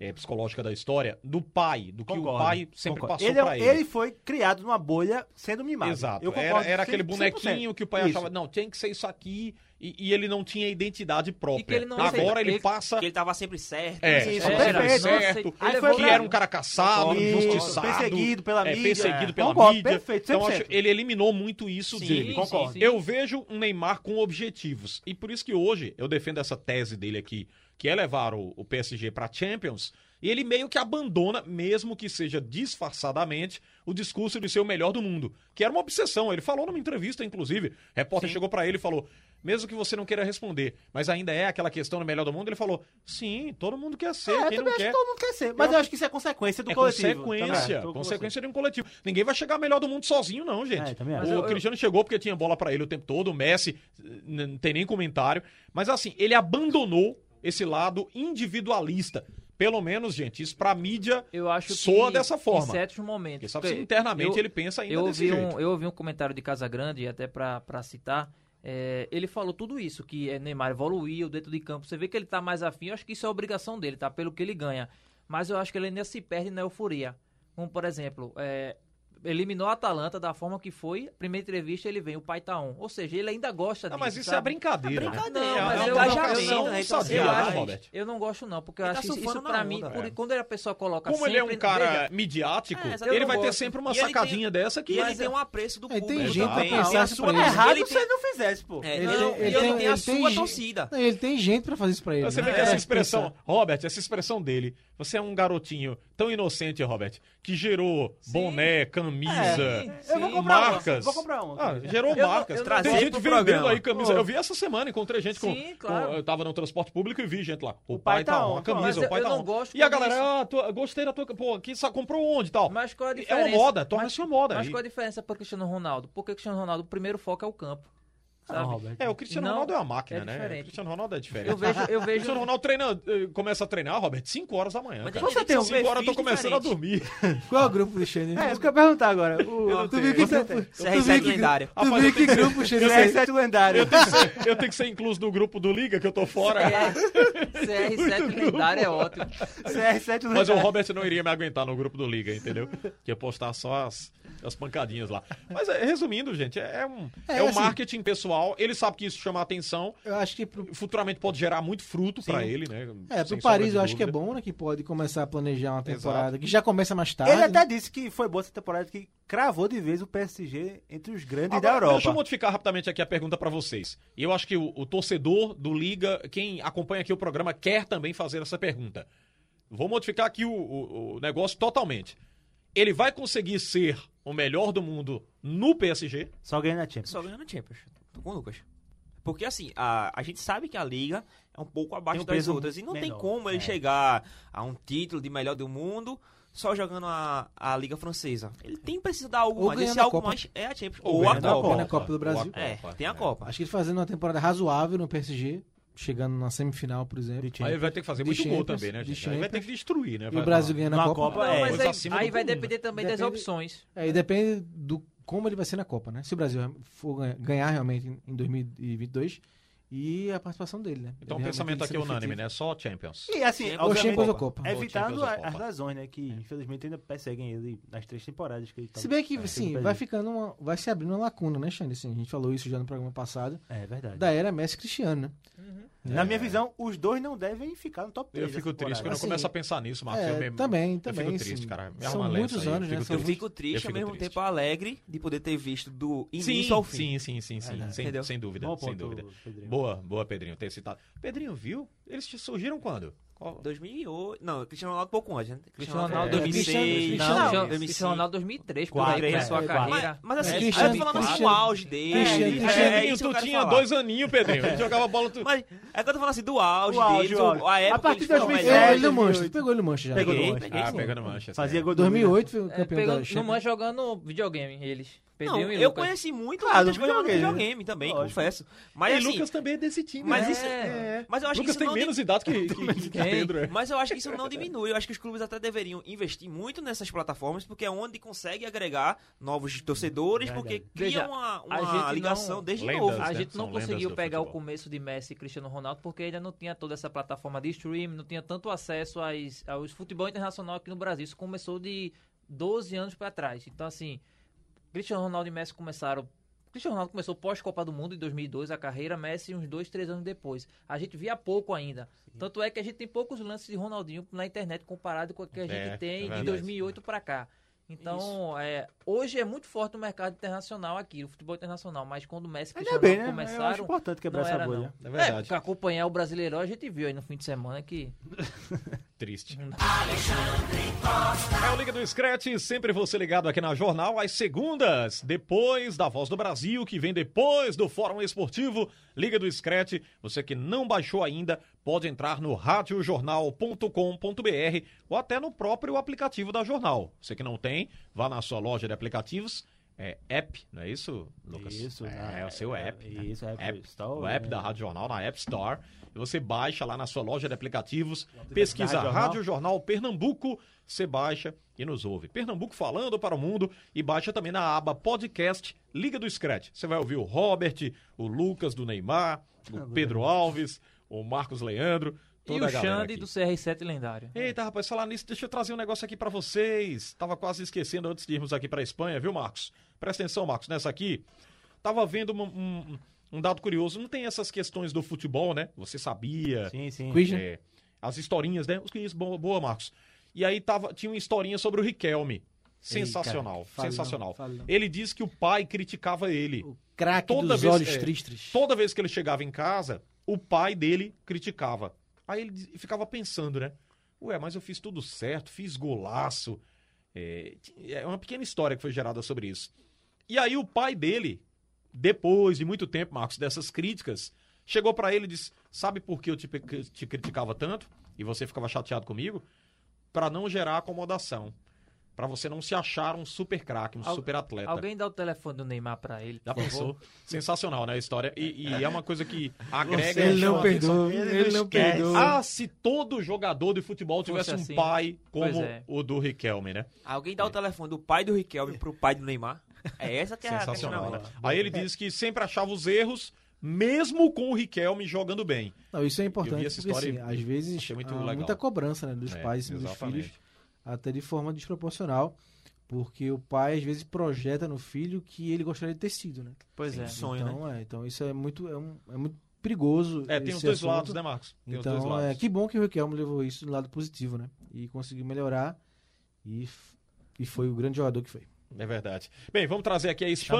S4: eh, psicológica da história, do pai, do que o
S8: Concordo,
S4: pai sempre
S8: concordo.
S4: passou
S8: ele, é-
S4: pra ele.
S8: ele foi criado numa bolha sendo mimado.
S4: Exato.
S8: Eu
S4: era
S8: concordo
S4: era aquele
S8: 100%.
S4: bonequinho que o pai
S8: Isso.
S4: achava, não, tem que ser isso aqui, e, e ele não tinha identidade própria.
S9: E que ele não
S4: Agora
S9: aceita- É.
S4: ele
S9: ele-
S4: passa.
S6: Que ele tava sempre certo.
S4: É,
S6: né?
S8: Isso,
S4: é,
S8: perfeito.
S4: era
S8: Não
S4: certo,
S8: Aí
S4: que
S8: foi pra-
S4: era um cara caçado,
S8: Isso,
S4: injustiçado,
S8: perseguido pela
S4: é,
S8: mídia.
S4: perseguido
S8: É.
S4: pela
S8: Concordo,
S4: mídia.
S8: perfeito,
S4: então,
S8: 100%.
S4: acho- ele eliminou muito isso
S6: Sim,
S4: dele.
S8: concordo.
S9: sim, sim.
S4: Eu vejo um Neymar com objetivos. E por isso que hoje eu defendo essa tese dele aqui, que é levar o, o PSG pra Champions. E ele meio que abandona, mesmo que seja disfarçadamente, o discurso de ser o melhor do mundo. Que era uma obsessão. Ele falou numa entrevista, inclusive. Repórter chegou pra ele e falou: mesmo que você não queira responder, mas ainda é aquela questão do melhor do mundo, ele falou: sim, todo mundo quer ser.
S8: É, eu
S4: quem
S8: também
S4: não
S8: acho
S4: quer
S8: que todo mundo quer ser. Mas eu acho que isso é consequência do
S4: é
S8: coletivo.
S4: consequência.
S8: Também, tô com
S4: consequência de um coletivo. Ninguém vai chegar melhor do mundo sozinho, não, gente.
S8: É, também
S4: o
S8: acho. Eu- eu-
S4: Cristiano chegou porque tinha bola pra ele o tempo todo, o Messi, eh, n- não tem nem comentário. Mas assim, ele abandonou esse lado individualista. Pelo menos, gente, isso pra mídia
S9: Eu acho
S4: soa
S9: que
S4: dessa
S9: em
S4: forma.
S9: certos momentos.
S4: Porque sabe se
S9: porque
S4: internamente
S9: eu-
S4: ele pensa ainda
S9: eu
S4: desse
S9: ouvi,
S4: jeito.
S9: um, eu ouvi um comentário de Casagrande, até pra pra citar. é, ele falou tudo isso, que é, Neymar evoluiu dentro de campo. Você vê que ele tá mais afim, eu acho que isso é obrigação dele, tá? Pelo que ele ganha. Mas eu acho que ele ainda se perde na euforia. Como, por exemplo, é, eliminou a Atalanta da forma que foi. Primeira entrevista ele vem, o pai tá on. Ou seja, ele ainda gosta
S4: Não,
S9: disso.
S4: mas isso é
S9: sabe?
S4: brincadeira. né?
S6: brincadeira,
S4: É,
S9: mas
S4: é um
S9: eu-
S4: engajamento,
S9: eu-
S4: né?
S9: eu-
S4: Sabia,
S9: eu
S4: né,
S9: acho-
S4: Robert?
S9: Eu não gosto, não, porque eu
S6: Ele tá
S9: acho que isso
S6: surfando na
S9: pra mim,
S6: onda,
S9: por-
S6: é.
S9: quando a pessoa coloca
S4: Como ele é um
S9: sempre-
S4: cara midiático,
S6: É, exatamente.
S4: ele vai
S9: Eu
S4: ter
S9: gosto.
S4: sempre uma
S6: E ele tem-
S4: sacadinha dessa que
S6: E ele
S4: vai-
S6: tem um apreço do
S7: É,
S6: público.
S7: tem gente
S6: também.
S7: que
S6: Ele
S7: pensar
S6: a
S7: isso
S6: sua
S7: pra ele.
S8: É errado
S6: Ele
S8: se
S6: tem-
S8: ele não fizesse, pô.
S6: É,
S7: Ele
S6: não,
S7: tem- ele
S6: e ele
S7: tem-
S6: tem a
S7: ele tem
S6: sua
S7: ge-
S6: torcida.
S7: Não, ele tem gente pra fazer isso pra ele.
S4: Você
S7: né?
S9: é
S4: vê que essa expressão, Robert, essa expressão dele, você é um garotinho tão inocente, Robert, que gerou boné, camisa,
S9: É, Sim,
S8: Eu vou
S9: sim.
S8: comprar uma.
S4: marcas.
S8: Vou comprar uma.
S4: Ah, gerou
S9: não-
S4: marcas.
S9: eu não-
S4: Tem
S6: Trazer
S4: gente
S6: pro
S4: vendendo
S6: programa.
S4: aí camisa. Eu vi essa semana, encontrei gente com,
S9: Sim, claro.
S4: com- Eu tava no transporte público e vi gente lá. O,
S8: O
S4: pai,
S8: pai
S4: tá
S8: tá
S4: on,
S8: on,
S4: a camisa,
S9: mas
S4: o pai
S9: eu
S4: tá
S9: não
S4: on.
S9: gosto
S4: E a
S9: quando
S4: galera,
S9: isso-
S4: ah, tua- gostei da tua. Pô, aqui só comprou onde e tal?
S9: Mas qual a
S4: é
S9: diferença?
S4: uma moda, torna-se uma moda.
S9: Mas
S4: E-
S9: qual a diferença para Cristiano Ronaldo? Porque Cristiano Ronaldo, o primeiro foco é o campo. Sabe?
S4: É, o Cristiano
S9: Não,
S4: Ronaldo é uma máquina,
S9: é
S4: né?
S9: diferente.
S4: O Cristiano Ronaldo é diferente.
S9: Eu vejo, eu
S4: O
S9: vejo.
S4: Cristiano Ronaldo treina, eh, começa a treinar, Robert, 5 horas da manhã.
S6: Mas
S4: Cara.
S6: ele tem um
S4: 5 horas eu tô
S6: perfil
S4: começando a
S6: diferente.
S4: dormir.
S7: Qual é o grupo do Xande?
S8: É, isso que eu ia perguntar agora. O,
S4: não
S7: Tu viu que tu- tu
S6: CR7
S7: viu que-
S6: lendário.
S7: Tu
S4: Rapaz, eu
S7: viu
S8: (laughs)
S7: que grupo o Xande
S8: o
S4: assim?
S7: tem?
S8: R7 lendário.
S4: Eu tenho, que ser, eu tenho que ser incluso no grupo do Liga, que eu tô
S9: é,
S4: fora.
S9: CR7 lendário é ótimo.
S8: CR7 lendário.
S4: Mas o Robert não iria me aguentar no grupo do Liga, entendeu? Que ia postar só as, as pancadinhas lá. Mas é, resumindo, gente, é um, é,
S7: É,
S4: um
S7: assim-
S4: marketing pessoal. Ele sabe que isso chama atenção.
S7: Eu acho que pro,
S4: Futuramente pode gerar muito fruto pra ele, né?
S7: é,
S4: Sem
S7: pro
S4: sombra
S7: Paris eu
S4: de
S7: acho que é
S4: dúvida.
S7: bom, né? Que pode começar a planejar uma
S4: Exato.
S7: temporada que já começa mais tarde.
S8: Ele até
S7: né?
S8: disse que foi boa essa temporada que cravou de vez o PSG entre os grandes
S4: Agora,
S8: da Europa.
S4: Deixa eu modificar rapidamente aqui a pergunta pra vocês. E eu acho que o, o torcedor do Liga, quem acompanha aqui o programa, quer também fazer essa pergunta. Vou modificar aqui o, o- o negócio totalmente. Ele vai conseguir ser o melhor do mundo no PSG?
S8: Só ganhando a Champions.
S6: Só ganhando Champions. Tô com o Lucas. Porque assim, a, a gente sabe que a liga é um pouco abaixo
S8: Tem um
S6: das
S8: peso
S6: outras. E não tem
S8: menor,
S6: como ele
S8: é.
S6: chegar a um título de melhor do mundo só jogando a, a Liga Francesa. Ele
S8: É.
S6: tem precisa dar algo
S7: Ou
S6: mais. Esse
S7: ganhando a
S6: algo
S7: Copa.
S6: mais é a Champions. Ou, a
S4: ganhando
S7: a Copa.
S6: Copa.
S7: Né? Copa do
S4: Ou a
S7: Brasil.
S6: É,
S4: Copa,
S6: tem a
S4: né?
S6: Copa.
S7: Acho que ele fazendo uma temporada razoável no PSG, chegando na semifinal, por exemplo.
S4: Aí ele vai ter que fazer
S7: De
S4: muito gol
S7: Champions,
S4: também, né,
S7: de
S4: gente? Aí vai ter que destruir, né?
S7: E
S4: Vai-
S7: o Brasil ganhando a
S8: Na
S7: Copa.
S8: Copa,
S9: Não,
S8: é.
S9: mas
S4: Coisa
S9: aí,
S4: acima do
S9: aí vai
S4: comum, né?
S9: depender também das
S7: Depende-
S9: opções.
S7: É, e depende do como ele vai ser na Copa, né? Se o Brasil for ganha- ganhar realmente em- em 2022 e a participação dele, né?
S4: Então o
S7: Ele
S4: pensamento
S7: realmente
S4: aqui é
S7: sendo
S4: unânime,
S7: efetivo.
S4: né? é Só Champions.
S8: E assim,
S6: Champions
S7: Ou
S8: obviamente,
S7: Champions ou Copa.
S9: É
S4: Ou Champions
S8: evitando
S4: ou
S8: a-
S4: Copa.
S8: as lesões, né? Que infelizmente ainda perseguem ele nas três temporadas que ele tá.
S7: Se bem que,
S8: tá
S7: sim,
S8: pelo
S7: vai
S8: PSG.
S7: ficando uma, vai se abrindo uma lacuna, né, Xande? Assim, a gente falou isso já no programa passado,
S8: É verdade.
S7: da era Messi e Cristiano, né?
S8: Na minha visão, os dois não devem ficar no top 3.
S4: Eu fico triste, que eu não
S7: Assim,
S4: começo a pensar nisso, Marcos.
S7: é,
S4: eu mesmo-
S7: também,
S4: Eu
S7: também,
S4: fico
S7: sim.
S4: triste, cara. Me
S7: São
S4: arruma lenço
S7: muitos
S4: aí,
S7: anos,
S4: eu
S7: né?
S4: fico
S7: São
S6: Eu
S4: triste.
S6: fico triste,
S4: fico
S6: ao mesmo
S4: triste.
S6: tempo alegre de poder ter visto do início
S4: Sim,
S6: ao
S4: sim,
S6: fim.
S4: sim, sim, sim. sem,
S6: Entendeu?
S4: sem dúvida,
S8: Bom
S4: sem
S8: ponto,
S4: dúvida.
S8: Pedrinho.
S4: Boa, boa, Pedrinho, ter citado. Pedrinho, viu? Eles te surgiram quando? Qual-
S6: 2008. Não, Cristiano Ronaldo pouco antes, né?
S9: Cristiano Ronaldo
S6: é,
S9: 2006.
S6: Cristiano-
S9: Não,
S6: Cristiano-
S9: Cristiano- Cristiano Ronaldo é, 2003, por
S8: Quatro,
S9: aí, na
S8: né?
S9: sua
S8: Quatro.
S9: carreira.
S6: Mas assim,
S7: É,
S6: aí eu
S7: Cristiano-
S6: tô falando assim,
S7: Cristiano-
S6: do auge dele.
S7: Cristiano-
S6: é,
S7: Cristiano-
S6: é isso que eu
S4: tu
S6: quero
S4: tinha
S6: falar.
S4: dois aninhos, Pedrinho.
S6: (laughs)
S4: Tu jogava bola, tu...
S6: Mas é que eu tô falando assim, do auge,
S8: O auge,
S6: deles,
S8: o auge.
S6: o- a época
S8: A partir
S6: que
S8: de
S6: eles foram
S8: 2007,
S6: melhores.
S4: é,
S7: Pegou ele no mancha, tu pegou ele no mancha já.
S8: Pegou
S6: Peguei,
S8: no Manchester.
S6: peguei
S4: ah,
S6: sim.
S4: pegando mancha.
S8: Fazia
S4: assim.
S8: gol do
S7: 2008 foi o
S9: É,
S7: campeão da
S9: pegando, no
S7: Champions.
S9: Man jogando videogame, eles. um
S6: Não,
S9: Pedrinho e
S6: eu
S9: Lucas.
S6: conheci muito
S8: Claro,
S6: muitas coisas no
S8: videogame, né?
S6: videogame também,
S8: Lógico.
S6: confesso.
S4: E
S6: Mas assim,
S4: Lucas também é desse time,
S6: mas
S4: né?
S6: isso-
S4: É.
S6: mas eu acho que
S4: Lucas
S6: isso
S4: tem
S6: não
S4: menos idade
S6: (laughs)
S4: que, que, que
S9: Tem.
S4: Pedro. é.
S6: Mas eu acho que isso não diminui. Eu acho que os clubes até deveriam investir muito nessas plataformas, porque é onde consegue agregar novos torcedores, porque
S9: Veja,
S6: cria uma, uma
S9: a gente não-
S6: ligação desde
S4: Lendas.
S6: novo.
S9: A
S4: né?
S9: gente
S4: São
S9: não
S4: lendas
S9: conseguiu
S4: do
S9: pegar o
S4: futebol.
S9: começo de Messi e Cristiano Ronaldo porque ainda não tinha toda essa plataforma de stream, não tinha tanto acesso às, aos futebol internacional aqui no Brasil. Isso começou de 12 anos pra trás. Então, assim, Cristiano Ronaldo e Messi começaram. Cristiano Ronaldo começou pós-Copa do Mundo em 2002, a carreira Messi uns dois, três anos depois. A gente via pouco ainda. Tanto é que a gente tem poucos lances de Ronaldinho na internet comparado com o que a gente
S4: É, é
S9: tem de
S4: verdade.
S9: 2008 pra cá. Então, é, hoje é muito forte o mercado internacional aqui, o futebol internacional, mas quando o Messi e
S8: Ainda
S9: Cristiano
S8: bem, né?
S9: Ronaldo
S8: Eu acho
S9: começaram,
S8: importante quebrar
S9: não
S8: essa
S9: era
S8: bolha.
S9: não.
S4: É verdade.
S9: porque acompanhar o Brasileirão a gente viu aí no fim de semana que
S4: Triste. É o Liga do Scratch, sempre você ligado aqui na Jornal, às segundas, depois da Voz do Brasil, que vem depois do Fórum Esportivo. Liga do Scratch, você que não baixou ainda, pode entrar no radiojornal.com.br ou até no próprio aplicativo da Jornal. Você que não tem, vá na sua loja de aplicativos, é app, não é isso, Lucas?
S8: Isso,
S4: é,
S8: na-
S4: é o seu app. né?
S8: Isso, App Store,
S4: O app
S8: né?
S4: da Rádio Jornal, na App Store. E você baixa lá na sua loja de aplicativos, pesquisa Rádio Jornal. Pernambuco, você baixa e nos ouve. Pernambuco falando para o mundo e baixa também na aba podcast Liga do Scratch. Você vai ouvir o Robert, o Lucas do Neymar, o Pedro Alves, o Marcos Leandro,
S9: e
S4: toda
S9: o
S4: a galera
S9: Xande
S4: aqui.
S9: do CR7 lendário.
S4: Eita, rapaz, falar nisso, deixa eu trazer um negócio aqui pra vocês. Tava quase esquecendo antes de irmos aqui pra Espanha, viu, Marcos? Presta atenção, Marcos, nessa aqui. Tava vendo um, um- um dado curioso. Não tem essas questões do futebol, né? Você sabia?
S8: Sim, sim.
S7: Quiz, né?
S4: É, as historinhas, né? Os quiz, boa, boa, Marcos. E aí tava, tinha uma historinha sobre o Riquelme. Sensacional,
S7: fale não,
S4: sensacional.
S7: fale não.
S4: Ele disse que o pai criticava ele.
S7: O craque
S4: Toda
S7: dos
S4: vez-
S7: olhos
S4: é.
S7: tristes.
S4: Toda vez que ele chegava em casa, o pai dele criticava. Aí ele diz- ficava pensando, né? Ué, mas eu fiz tudo certo, fiz golaço. É, ti- é uma pequena história que foi gerada sobre isso. E aí o pai dele, depois de muito tempo, Marcos, dessas críticas, chegou pra ele e disse: Sabe por que eu te, pe- te criticava tanto e você ficava chateado comigo? Pra não gerar acomodação. Pra você não se achar um super craque, um
S9: Al-
S4: super atleta.
S9: Alguém dá o telefone do Neymar pra ele.
S4: Já
S9: por
S4: pensou? Sensacional, né? A história. E, e é uma coisa que agrega.
S7: Ele
S4: e
S7: não
S4: chama
S7: perdoa,
S8: Ele não
S7: ele não
S8: esquece.
S7: perdoa.
S4: Ah, se todo jogador de futebol tivesse
S9: Fosse
S4: um
S9: assim.
S4: pai como
S9: Pois é.
S4: o do Riquelme, né?
S6: Alguém dá o telefone do pai do Riquelme pro pai do Neymar? É essa que é a
S4: Sensacional,
S6: questão.
S4: né? Aí ele diz que sempre achava os erros, mesmo com o Riquelme jogando bem.
S7: Não, isso é importante,
S4: essa
S7: porque
S4: história
S7: assim,
S4: e
S7: às vezes
S4: achei muito
S7: há
S4: legal.
S7: muita cobrança né, dos
S4: É,
S7: pais em cima dos
S4: exatamente.
S7: filhos, até de forma desproporcional, porque o pai às vezes projeta no filho o que ele gostaria de ter sido, né?
S9: Pois é.
S6: Sonho, né?
S7: então, é, então isso é muito, é um- é muito perigoso.
S4: É, tem os
S7: esse
S4: dois
S7: assunto.
S4: lados, né, Marcos? Tem os dois
S7: Então, é,
S4: lados.
S7: que bom que o Riquelme levou isso do lado positivo, né? E conseguiu melhorar e, f- e foi o grande jogador que foi.
S4: É verdade. Bem, vamos trazer aqui a
S9: Mas,
S4: Espanha.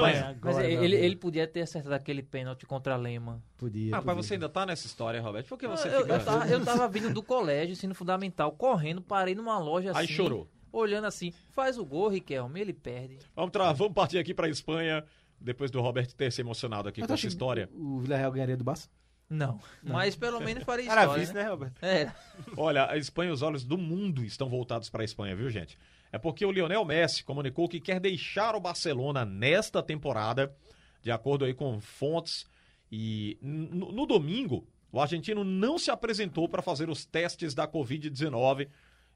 S8: Agora,
S9: mas
S8: meu
S9: ele,
S8: amigo.
S9: ele podia ter acertado aquele pênalti contra a Lema.
S7: Podia.
S4: Ah, mas
S7: podia.
S4: você ainda tá nessa história, Roberto. Por que você
S9: eu,
S4: fica. assim?
S9: eu tava, eu tava vindo do colégio, ensino fundamental, correndo, parei numa loja assim.
S4: Aí chorou.
S9: Olhando assim, faz o gol, Riquelme, ele perde.
S4: Vamos, tra... vamos partir aqui pra Espanha, depois do Roberto ter se emocionado aqui
S7: Mas tá assim,
S4: com
S7: tu acha
S4: essa história.
S7: que O Villarreal ganharia do Barça?
S9: Não. Mas pelo menos faria
S8: Era
S9: história.
S8: vice, né, Roberto?
S9: né? É.
S4: Olha, a Espanha, os olhos do mundo estão voltados para a Espanha, viu, gente? É porque o Lionel Messi comunicou que quer deixar o Barcelona nesta temporada, de acordo aí com fontes. E no, no domingo, o argentino não se apresentou para fazer os testes da Covid-19.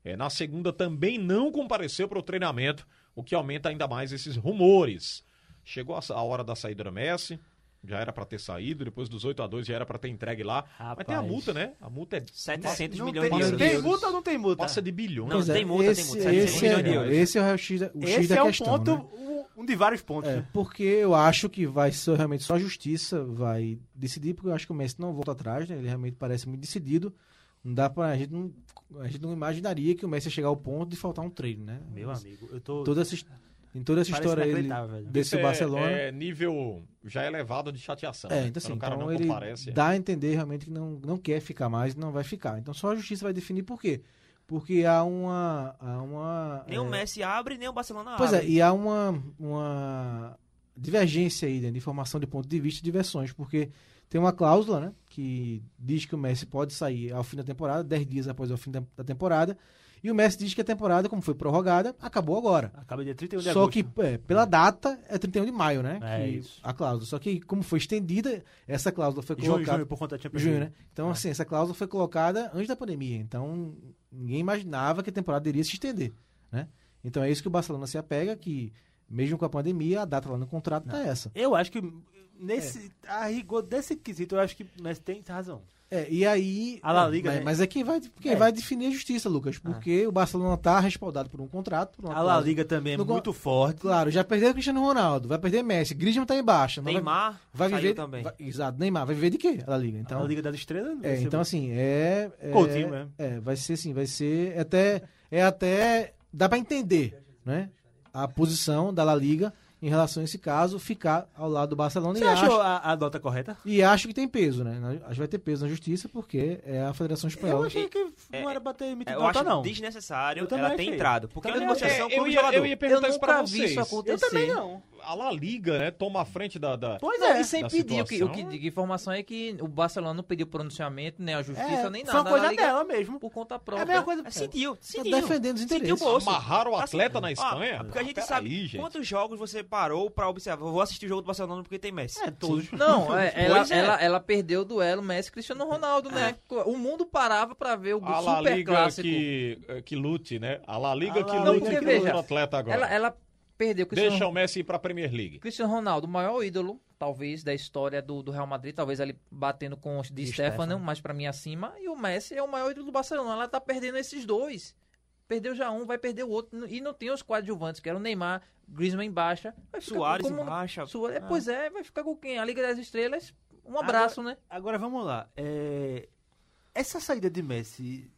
S4: É, na segunda, também não compareceu para o treinamento, o que aumenta ainda mais esses rumores. Chegou a, sa- a hora da saída do Messi, já era para ter saído, depois dos 8 a 2 já era para ter entregue lá. Mas tem a
S8: Rapaz.
S4: multa, né? A multa é
S6: 700
S8: Não
S6: milhões
S8: tem,
S6: de
S4: mas
S6: euros.
S8: tem multa ou não tem multa?
S4: Passa de bilhões.
S9: é.
S6: Não,
S4: né?
S6: tem multa, tem
S7: esse,
S6: multa, 700
S7: Esse,
S6: milhões de
S7: é,
S6: euros.
S7: esse é o X da, o X
S8: Esse
S7: da
S8: é o
S7: questão,
S8: ponto
S7: né?
S8: o- Um de vários pontos,
S7: É,
S8: né?
S7: porque eu acho que vai ser realmente só a justiça vai decidir, porque eu acho que o Messi não volta atrás, né? Ele realmente parece muito decidido. Não dá pra. A gente não, a gente não imaginaria que o Messi ia chegar ao ponto de faltar um treino, né?
S8: Meu amigo, eu tô.
S7: Toda essa, his- em toda essa
S8: Parece
S7: história ele
S8: inacreditável, velho.
S7: desse
S4: é,
S7: o Barcelona. É,
S4: É nível já elevado de chateação.
S9: É,
S4: né?
S7: então assim,
S4: Quando o cara
S7: então
S4: não
S7: ele
S4: comparece. é.
S7: dá a entender realmente que não, não quer ficar mais, não vai ficar. Então só a justiça vai definir por quê. Porque há uma. Há uma
S6: Nem
S7: é,
S6: o Messi abre, nem o Barcelona
S7: Pois é,
S6: abre.
S7: e há uma, uma divergência aí, né, de formação de ponto de vista e de versões, porque tem uma cláusula, né, que diz que o Messi pode sair ao fim da temporada, 10 dias após o fim da da temporada, e o Messi diz que a temporada, como foi prorrogada, acabou agora.
S8: Acaba dia 31 de
S7: Só
S8: agosto.
S7: que, é, pela data, é 31 de maio, né?
S8: É
S7: que
S8: isso.
S7: A cláusula. Só que, como foi estendida, essa cláusula foi
S8: Junho,
S7: colocada.
S8: junho, É. por conta da Champions
S7: Junho, né?
S8: League.
S7: Então, assim, essa cláusula foi colocada antes da pandemia. Então, ninguém imaginava que a temporada iria se estender, né? Então, é isso que o Barcelona se apega, que mesmo com a pandemia, a data lá no contrato tá essa.
S8: Eu acho que nesse. A rigor desse quesito, eu acho que o Messi tem razão.
S7: É, e aí...
S8: A La Liga,
S7: mas,
S8: né?
S7: mas é quem vai, quem
S8: É. Ah.
S7: vai definir a justiça, Lucas, porque o Barcelona tá respaldado por um contrato. Por uma
S8: A La
S7: cláusula.
S8: Liga também é
S7: No go-
S8: muito forte.
S7: Claro, já perdeu o Cristiano Ronaldo, vai perder Messi, Griezmann tá em baixa. não vai-
S6: Neymar
S7: vai,
S6: saiu
S7: viver
S6: também.
S7: vai- exato, Neymar, vai viver de quê? A La Liga.
S8: Então,
S7: Então,
S8: a Liga das Estrelas.
S7: É, então assim, é. é
S8: um Coutinho, né?
S7: É, vai ser assim, vai ser até. É até. Dá pra entender, né? A posição da La Liga em relação a esse caso, ficar ao lado do Barcelona
S8: Você
S7: e acho,
S8: achou a, a nota correta?
S7: e acho que tem peso, né? Acho que vai ter peso na justiça porque é a Federação Espanhola.
S8: Eu achei que não
S6: é,
S8: era bater emitir
S6: Eu
S8: nota,
S6: acho
S8: não.
S6: desnecessário
S8: Eu também
S6: ela ter
S8: achei.
S6: entrado. Porque
S8: Também
S6: é uma negociação
S4: É, eu,
S6: como
S4: ia,
S6: jogador.
S4: eu ia perguntar
S9: eu
S4: isso pra
S9: nunca vi
S4: vocês.
S9: isso acontecer.
S8: não.
S4: A La Liga, né, toma a frente da. da-
S8: Pois
S9: Não,
S8: é.
S9: e sem
S4: da
S9: pedir, o que, o que
S4: situação.
S9: diga informação é que o Barcelona não pediu pronunciamento, nem a justiça,
S8: É,
S9: nem
S8: Foi
S9: nada.
S8: uma coisa
S9: na Liga,
S8: dela mesmo.
S9: Por conta
S8: É Tá
S9: própria.
S8: a mesma coisa.
S6: É, Sentiu, sentiu.
S7: defendendo os interesses.
S6: Sentiu o bolso. Assim,
S4: Amarrar o atleta na
S6: Ó,
S4: Espanha?
S6: porque a gente
S4: Peraí,
S6: sabe
S4: gente.
S6: quantos jogos você parou pra observar. Vou assistir o jogo do Barcelona porque tem Messi.
S8: É, todos.
S9: Não, é, ela,
S6: Pois é.
S9: Ela, ela perdeu o duelo Messi e Cristiano Ronaldo, né? O mundo parava pra ver o
S4: A La
S9: super
S4: Liga
S9: clássico.
S4: que, que lute, né? A La Liga
S8: A La
S4: que
S8: Liga
S4: lute
S9: que
S4: contra
S9: veja,
S4: o atleta agora.
S9: Ela, é ela perdeu o Cristiano
S4: Deixa o Messi ir pra Premier League.
S9: Cristiano Ronaldo, o maior ídolo, talvez, da história do, do Real Madrid, talvez ali batendo com o Di Stefano, mas pra mim acima, e o Messi é o maior ídolo do Barcelona. Ela tá perdendo esses dois. Perdeu já um, vai perder o outro. E não tem os coadjuvantes, que era o Neymar, Griezmann em baixa. vai ficar com-
S6: Suárez
S9: como-
S6: em baixa. Ah.
S9: Suárez- é, Pois é, vai ficar com quem? A Liga das Estrelas, um abraço, né?
S8: Agora vamos lá. É, Essa saída de Messi.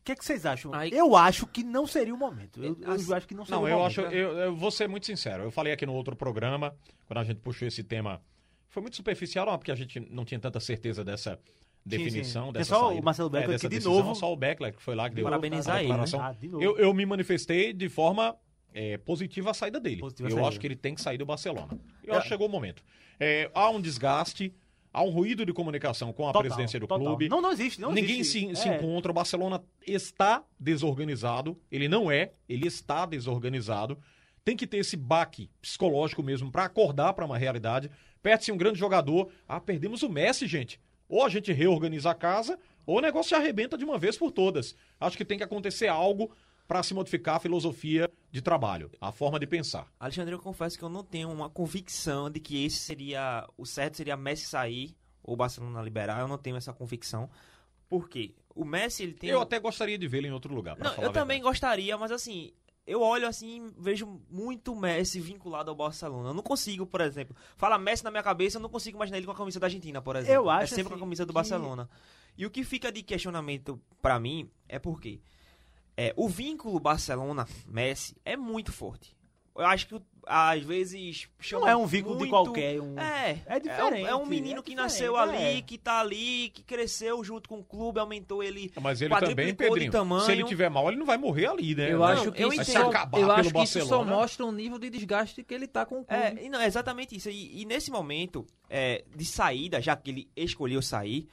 S8: O que, é que vocês acham?
S9: Aí-
S8: Eu acho que não seria o momento. Eu, eu
S6: Assim-
S8: acho que não seria
S4: Não,
S8: o
S4: eu
S8: momento.
S4: acho, eu, eu vou ser muito sincero. Eu falei aqui no outro programa, quando a gente puxou esse tema, foi muito superficial, não, porque a gente não tinha tanta certeza dessa definição.
S8: sim.
S4: Dessa
S8: É só o
S4: saída.
S8: Marcelo Beckler
S4: dessa
S8: que, de
S4: decisão,
S8: novo-
S4: Só o Beckler que foi lá que deu
S6: Parabenizar
S4: a
S6: ele, né?
S4: declaração.
S8: Ah, de novo.
S4: eu, eu me manifestei de forma é, positiva à saída dele.
S8: Positiva à
S4: eu
S8: saída.
S4: acho que ele tem que sair do Barcelona. Eu acho que chegou o momento. É, há um desgaste, há um ruído de comunicação com a
S8: Total,
S4: presidência do
S8: total.
S4: clube.
S8: Não, não existe. Não
S4: Ninguém
S8: existe.
S4: se, se
S8: É.
S4: encontra. O Barcelona está desorganizado. Ele não é, ele está desorganizado. Tem que ter esse baque psicológico mesmo para acordar para uma realidade. Perde-se um grande jogador. Ah, perdemos o Messi, gente. Ou a gente reorganiza a casa, ou o negócio se arrebenta de uma vez por todas. Acho que tem que acontecer algo para se modificar a filosofia de trabalho, a forma de pensar.
S6: Alexandre, eu confesso que eu não tenho uma convicção de que esse seria. O certo seria Messi sair ou o Barcelona liberar. Eu não tenho essa convicção. Por quê? O Messi, ele tem.
S8: um
S4: Eu até gostaria de vê-lo em outro lugar. pra
S6: Não,
S4: falar
S6: eu
S4: a
S6: também
S4: verdade.
S6: gostaria, mas assim, eu olho assim, vejo muito Messi vinculado ao Barcelona. Eu não consigo, por exemplo, fala Messi na minha cabeça, eu não consigo imaginar ele com a camisa da Argentina, por exemplo.
S8: Eu
S6: é
S8: acho,
S6: sempre com a
S8: assim,
S6: camisa do
S8: que-
S6: Barcelona. E o que fica de questionamento pra mim é porque é, o vínculo Barcelona-Messi é muito forte. Eu acho que às vezes chama
S8: Não é um vínculo de
S6: muito-
S8: qualquer um.
S6: é,
S8: É diferente,
S6: É um, é um menino
S8: é
S6: que
S8: diferente,
S6: nasceu ali,
S8: é.
S6: que tá ali, que cresceu junto com o clube, aumentou ele.
S4: Mas ele
S6: quadruplicou
S4: também,
S6: de
S4: Pedrinho. Se ele
S6: tamanho.
S4: tiver mal, ele não vai morrer ali, né?
S9: Eu
S4: Não,
S9: acho que,
S6: eu
S9: isso,
S4: Mas se
S6: entendo.
S9: só,
S4: acabar
S9: eu
S4: pelo
S9: acho que isso
S4: Barcelona,
S9: só mostra o nível de desgaste que ele tá com o clube.
S7: Hum.
S6: É, e não, é exatamente isso. E, e nesse momento é, de saída, já que ele escolheu sair,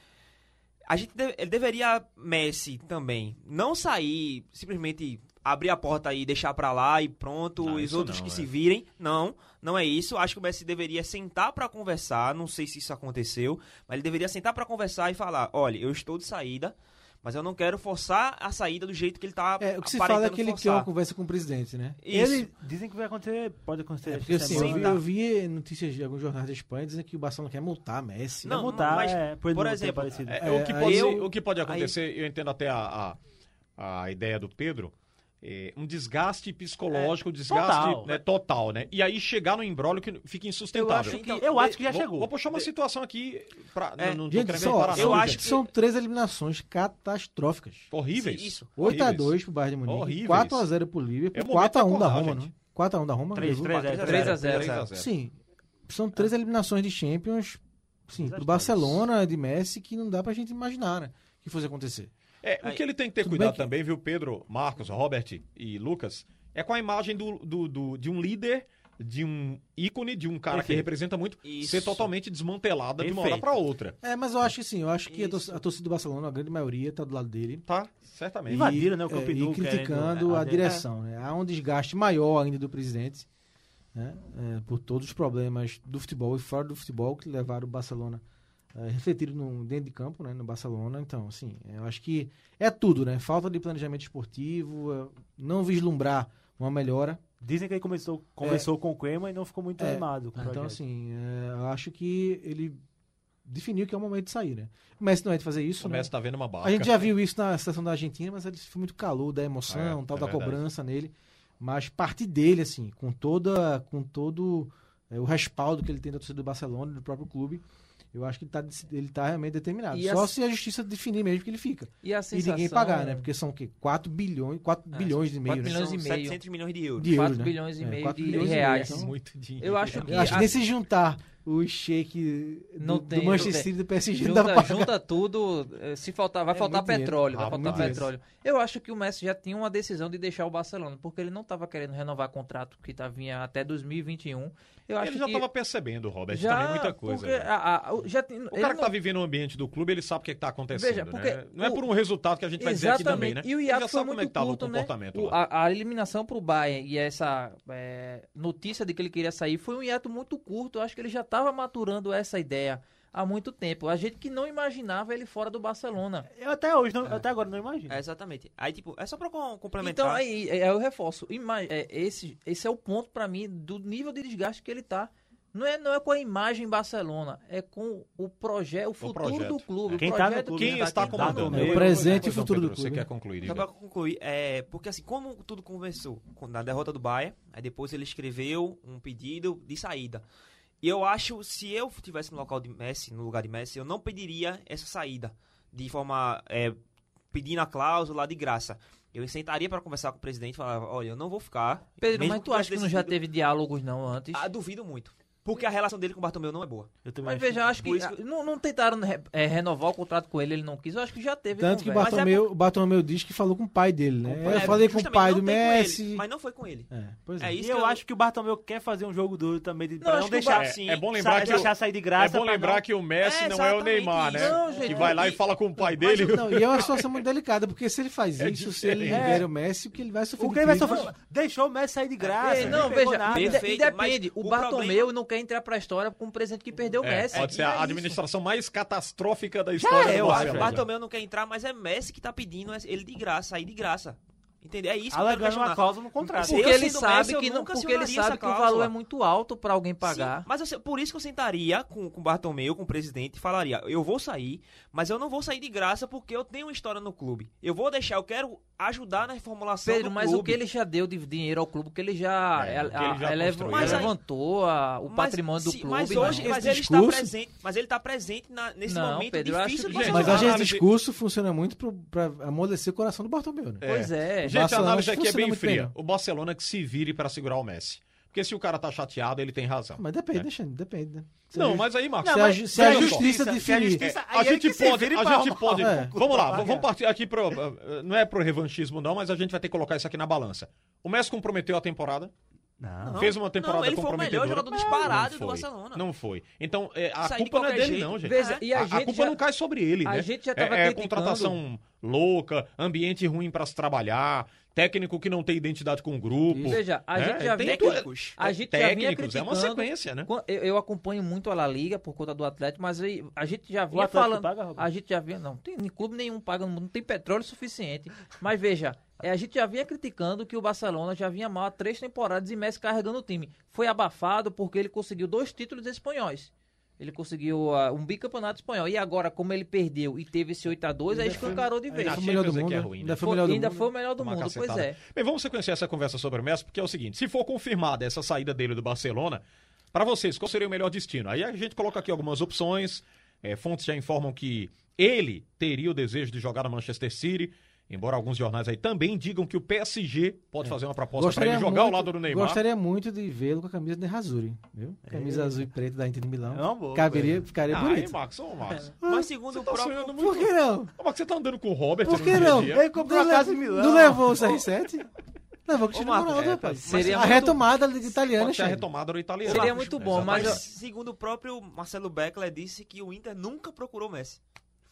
S6: a gente de- ele deveria, Messi também, não sair, simplesmente abrir a porta e deixar pra lá e pronto,
S4: Não,
S6: os
S4: isso
S6: outros
S4: não,
S6: que
S4: é.
S6: se virem. Não, não é isso. Acho que o Messi deveria sentar pra conversar, não sei se isso aconteceu, mas ele deveria sentar pra conversar e falar: olha, eu estou de saída. Mas eu não quero forçar a saída do jeito que ele tá
S7: É, o que se fala é
S6: aparentando
S7: que ele quer
S6: forçar.
S7: uma conversa com o presidente, né?
S8: Ele, dizem que vai acontecer, pode acontecer.
S7: É
S8: essa
S7: porque assim, eu
S8: semana.
S7: vi, eu vi notícias de alguns jornais da Espanha dizendo que o Barcelona quer multar Messi.
S6: Não,
S8: Vai montar,
S6: mas,
S8: é,
S6: por
S8: ele não ter
S6: exemplo,
S8: aparecido.
S4: É, o, que
S7: É,
S4: pode,
S7: aí-
S4: o que pode acontecer, eu entendo até a, a, a ideia do Pedro, eh, um desgaste psicológico, um desgaste
S8: total.
S4: total. Né, total, né? E aí chegar no embrólio que fica insustentável.
S6: acho que-
S8: Eu acho que já
S4: vou,
S8: chegou.
S4: Vou puxar uma situação aqui pra,
S6: É,
S4: não, não tô
S7: Gente, um
S4: querendo
S7: são,
S4: comparar,
S7: são-
S4: não,
S6: acho
S4: Vitor.
S7: são três eliminações catastróficas.
S4: horríveis.
S6: Sim, isso.
S7: 8x2 pro Bayern de Munique,
S4: Horríveis.
S7: 4x0 pro Liverpool,
S4: É o momento da
S7: 4x1 da
S4: coragem,
S7: Roma,
S4: gente.
S7: né? 4x1 da Roma,
S8: Três,
S7: levou-
S8: três, é,
S6: Batista,
S8: três a
S9: 3 a 0
S4: 3 a
S9: sabe?
S4: 0.
S7: Sim, são três eliminações de Champions, sim, pro Barcelona, de Messi, que não dá pra gente imaginar, né? Que fosse acontecer.
S4: É, o
S6: Aí,
S4: que ele tem que ter
S7: tudo
S4: cuidado
S7: bem que-
S4: também, viu, Pedro, Marcos, Robert e Lucas, é com a imagem do, do- do- de um líder, de um ícone, de um cara que
S8: Perfeito.
S4: representa muito,
S6: Isso.
S4: ser totalmente desmantelada de uma hora
S8: Perfeito.
S4: pra outra.
S7: É, mas eu acho que sim, eu acho que a tor-
S6: Isso.
S7: a torcida do Barcelona, a grande maioria, tá do lado dele.
S4: Tá? Certamente.
S8: Invadiu. Invadiram, né, o
S7: é,
S8: Camp
S7: E
S8: Nou,
S7: criticando
S8: querendo, é,
S7: a
S8: a de-
S7: direção, né? Há um desgaste maior ainda do presidente, né? é, por todos os problemas do futebol e fora do futebol que levaram o Barcelona é, refletido no, dentro de campo, né? No Barcelona. Então, assim, eu acho que é tudo, né? Falta de planejamento esportivo, é, não vislumbrar uma melhora.
S8: Dizem que ele começou, começou com o Crema e não ficou muito
S7: É,
S8: animado com o
S7: Então,
S8: projeto.
S7: assim, é, eu acho que ele definiu que é o momento de sair, né? O Messi não é de fazer isso,
S4: O
S7: né?
S4: Messi tá vendo uma barca.
S7: A gente já viu isso na seleção da Argentina, mas ele foi muito calor da emoção,
S4: É,
S7: tal,
S4: é
S7: da
S4: verdade.
S7: cobrança nele. Mas parte dele, assim, com toda, com todo é, o respaldo que ele tem da torcida do Barcelona, do próprio clube, eu acho que ele tá, dec- ele tá realmente determinado.
S9: E
S7: Só
S9: a-
S7: se a justiça definir mesmo que ele fica.
S9: E a
S7: E
S9: sensação...
S7: ninguém pagar, né? Porque são o quê? 4 bilhões, 4
S9: É,
S7: bilhões de meio,
S9: 4
S7: né?
S9: bilhões
S6: São
S9: e meio.
S6: 700 milhões de euros.
S7: De
S9: 4
S7: euro, né?
S9: bilhões e
S7: É,
S9: meio
S7: 4
S9: de
S7: bilhões e meio,
S9: reais.
S7: então-
S4: Muito dinheiro.
S9: Eu acho que...
S7: Eu acho que
S9: a-
S7: nem se juntar o shake do,
S9: Não tem,
S7: do
S9: não
S7: Manchester
S9: tem.
S7: City do PSG dá pra
S9: Junta, junta tudo, eh, se faltar, vai
S7: É
S9: faltar
S7: muito dinheiro.
S9: petróleo,
S4: Ah,
S9: vai faltar
S4: muito dinheiro.
S9: petróleo. Eu acho que o Messi já tinha uma decisão de deixar o Barcelona, porque ele não estava querendo renovar contrato que tá, vinha até 2021. Eu acho
S4: Ele já
S9: que
S4: tava percebendo, Robert,
S9: já,
S4: também muita coisa.
S9: porque
S4: né?
S9: a- a- o- já tem-
S4: O
S9: ele
S4: cara que
S9: não-
S4: tá vivendo o ambiente do clube, ele sabe o que, que tá acontecendo.
S9: Veja, porque
S4: né? Não é
S9: o-
S4: por um resultado que a gente vai dizer aqui também, né?
S9: E o
S4: Ele
S9: hiato
S4: já
S9: foi
S4: sabe como
S9: muito
S4: é que tava
S9: curto,
S4: o
S9: né?
S4: comportamento
S9: O-
S4: lá.
S9: a, a eliminação pro Bayern e essa é, notícia de que ele queria sair foi um hiato muito curto. Eu acho que ele já estava maturando essa ideia há muito tempo. A gente que não imaginava ele fora do Barcelona.
S8: Eu até hoje, não- até agora não imagino.
S6: É, exatamente. Aí, tipo, é só pra com- complementar.
S9: Então, aí, é, eu reforço. Ima- é, esse, esse é o ponto pra mim do nível de desgaste que ele tá. Não é, não é com a imagem Barcelona, é com o projeto, o futuro do
S4: projeto.
S9: clube.
S8: Quem
S9: o
S8: tá no
S9: projeto
S8: clube,
S9: que
S4: Quem
S8: né?
S9: tá,
S4: está
S9: quem tá no
S4: comandando?
S7: né?
S4: Eu-
S7: O presente e
S4: Não,
S7: o futuro
S4: Pedro,
S7: do
S4: Você
S7: clube,
S4: quer
S7: né?
S4: concluir,
S6: Só
S4: diga.
S6: pra concluir, é, porque assim, como tudo começou com- na derrota do Bahia, aí depois ele escreveu um pedido de saída. E eu acho, se eu estivesse no local de Messi, no lugar de Messi, eu não pediria essa saída de forma é, pedindo a cláusula de graça. Eu sentaria para conversar com o presidente e falava, olha, eu não vou ficar.
S9: Pedro,
S6: mesmo
S9: mas tu
S6: tivesse
S9: acha que não já
S6: decidido.
S9: teve diálogos não antes?
S6: Ah, duvido muito. Porque a relação dele com o Bartomeu não é boa.
S8: Eu também
S9: Mas
S8: acho que-
S9: veja, eu acho
S6: Por
S9: que
S6: isso que-
S9: ah, não, não tentaram re- eh, renovar o contrato com ele, ele não quis. Eu acho que já teve.
S7: Tanto que o
S9: conversa.
S7: Bartomeu, o Bartomeu diz que falou com o pai dele, né?
S6: É,
S7: eu falei com o
S6: justamente
S7: pai
S6: não
S7: do
S6: tem com ele,
S7: Messi.
S6: mas não foi com ele.
S7: É, pois
S6: É
S7: é.
S6: isso
S8: E eu, acho que o Bartomeu quer fazer um jogo duro também, de, pra não
S9: acho que o
S8: deixar,
S9: Bar-
S6: Sim,
S4: É bom
S8: sa-
S4: lembrar que
S8: deixar
S4: o-
S8: sair de
S4: É
S8: graça.
S4: bom
S8: pra
S4: lembrar
S8: não-
S4: que o Messi
S6: É,
S4: não é o
S6: exatamente
S4: Neymar, né?
S6: isso.
S9: Não, gente,
S4: que vai lá e
S6: e-
S4: fala com o pai
S7: Mas,
S4: dele.
S7: não, e é uma situação muito delicada, porque se ele faz
S4: É
S7: isso, se ele
S4: diferente.
S7: libera o Messi, o que ele vai sofrer?
S8: O
S7: de
S8: que ele vai
S7: críticas?
S8: sofrer? Deixou o Messi sair de graça.
S9: Ei, não,
S8: pegou
S9: veja,
S8: nada.
S9: e de-
S6: Perfeito,
S9: e é depende.
S6: mas
S9: O
S6: o
S9: Bartomeu
S6: problema- é
S9: não quer entrar pra história com o presente que perdeu o
S4: É,
S9: Messi.
S4: pode ser
S9: E é
S4: a
S9: isso.
S4: administração mais catastrófica da história
S6: É,
S4: do
S6: eu acho que o
S4: Barcelona.
S6: Bartomeu não quer entrar, mas é Messi que tá pedindo ele de graça, sair de graça. Entendeu? É isso que eu quero
S8: Alegando uma
S6: questionar.
S8: cláusula no contrato.
S6: Sim,
S9: Porque
S6: eu
S9: ele
S6: sendo
S9: sabe
S6: Messi, eu
S9: que não,
S6: nunca
S9: porque ele
S6: acionaria
S9: sabe
S6: essa
S9: que o valor
S6: cláusula.
S9: é muito alto pra alguém pagar.
S6: Sim, mas eu sei- por isso que eu sentaria com, com o Bartomeu, com o presidente, e falaria: eu vou sair, mas eu não vou sair de graça porque eu tenho uma história no clube. Eu vou deixar, eu quero ajudar na reformulação
S9: Pedro,
S6: do
S9: mas
S6: clube.
S9: o que ele já deu de dinheiro ao clube, o que ele já,
S4: É,
S9: a-
S4: o que ele já
S9: a- elev-
S4: construiu,
S9: mas
S6: né?
S9: levantou a- o
S6: Mas
S9: patrimônio
S6: se-
S9: do clube. né?
S6: Mas
S9: não.
S6: hoje,
S4: É.
S6: mas ele está
S7: discurso-
S6: presente, mas ele tá presente na- nesse
S9: Não,
S6: momento
S9: Pedro, eu acho
S6: difícil
S9: que-
S6: do
S4: Gente,
S7: Mas
S4: a
S7: acho que
S6: Barcelona.
S7: esse
S4: análise-
S7: discurso funciona muito pro- pra amolecer o coração do Bartomeu, né?
S9: Pois é.
S4: Gente, a
S7: Barcelona
S4: análise aqui é
S7: funciona
S4: bem
S7: muito
S4: fria.
S7: bem, né?
S4: O Barcelona que se vire para segurar o Messi. Porque se o cara tá chateado, ele tem razão.
S7: Mas depende,
S4: É.
S7: deixa, depende, né? Se
S4: Não,
S7: a ju-
S4: mas aí, Marcos.
S7: se a, ju- se a
S4: veja só.
S7: justiça definir.
S4: É, a gente pode, a gente pode.
S7: É.
S4: Vamos lá, vamos partir aqui pro. eh, Não é pro revanchismo, não, mas a gente vai ter que colocar isso aqui na balança. O Messi comprometeu a temporada,
S8: Não.
S4: fez uma temporada
S6: não, ele foi o
S4: comprometedora.
S6: melhor jogador
S4: Não,
S6: disparado
S4: não
S6: do
S4: foi.
S6: Barcelona.
S4: Não foi. Então, eh, a
S6: Sair de
S4: culpa não é
S6: qualquer
S4: dele,
S6: jeito.
S4: não, gente.
S9: Veja, e a,
S4: a, a
S9: gente
S4: culpa
S9: já-
S4: não cai sobre ele,
S9: a
S4: né?
S9: gente já tava
S4: é, é
S9: criticando-
S4: contratação louca, ambiente ruim pra se trabalhar, técnico que não tem identidade com o grupo.
S9: Veja, a
S4: né?
S9: gente já
S4: Tem
S9: vinha
S4: tudo.
S9: técnicos.
S4: É,
S9: A gente já vinha
S4: técnicos, é uma
S9: criticando.
S4: sequência, né?
S9: Quan- Eu, eu acompanho muito a La Liga por conta do Atlético, mas aí a gente já vinha
S8: Atlético
S9: falando.
S8: paga, Roberto?
S9: a gente já vinha. Não, tem nem clube nenhum paga, não tem petróleo suficiente. Mas veja, é, a gente já vinha criticando que o Barcelona já vinha mal há três temporadas e Messi carregando o time. Foi abafado porque ele conseguiu dois títulos espanhóis. Ele conseguiu ah, um bicampeonato espanhol. E agora, como ele perdeu e teve esse 8x2, aí escancarou de vez.
S7: Ainda foi
S4: Champions
S7: o melhor
S4: é
S7: do
S4: que
S7: mundo.
S4: é ruim, né?
S7: Ainda foi o
S9: Foi-
S7: melhor do
S9: ainda
S7: mundo.
S9: foi o melhor do
S4: Uma
S9: mundo, pois
S4: cacetada.
S9: é.
S4: Bem, vamos sequenciar essa conversa sobre o Messi, porque é o seguinte, se for confirmada essa saída dele do Barcelona, para vocês, qual seria o melhor destino? Aí a gente coloca aqui algumas opções, eh, fontes já informam que ele teria o desejo de jogar no Manchester City, embora alguns jornais aí também digam que o PSG pode fazer uma proposta para ele jogar ao lado do Neymar.
S7: É. Gostaria muito de vê-lo com a camisa de Razuri, viu? Camisa azul e preta da Inter de Milão.
S8: É uma boa,
S7: Caberia, ficaria
S4: Ah, hein,
S7: bonito.
S4: Max, ô
S9: É.
S4: Max.
S6: Mas segundo
S4: Você
S6: o
S4: tá
S6: próprio.
S4: sonhando muito.
S7: Por que não?
S4: Ô, Max, você tá andando com o Robert
S7: Por
S4: no
S7: que
S4: dia a
S7: não? É,
S4: dia?
S8: Ele comprou
S7: Não
S8: uma casa
S7: le-
S8: em Milão.
S7: Não levou o CR7? Levou o Cristiano
S6: Marco,
S7: Ronaldo,
S6: é,
S7: rapaz.
S6: tá-
S9: seria
S7: a
S9: muito-
S7: retomada de italiana,
S4: Pode ser a
S7: chefe.
S4: retomada do italiano.
S9: Seria muito bom,
S4: Exatamente.
S6: Mas
S9: Mas eu-
S6: segundo o próprio Marcelo Beckler disse que o Inter nunca procurou Messi.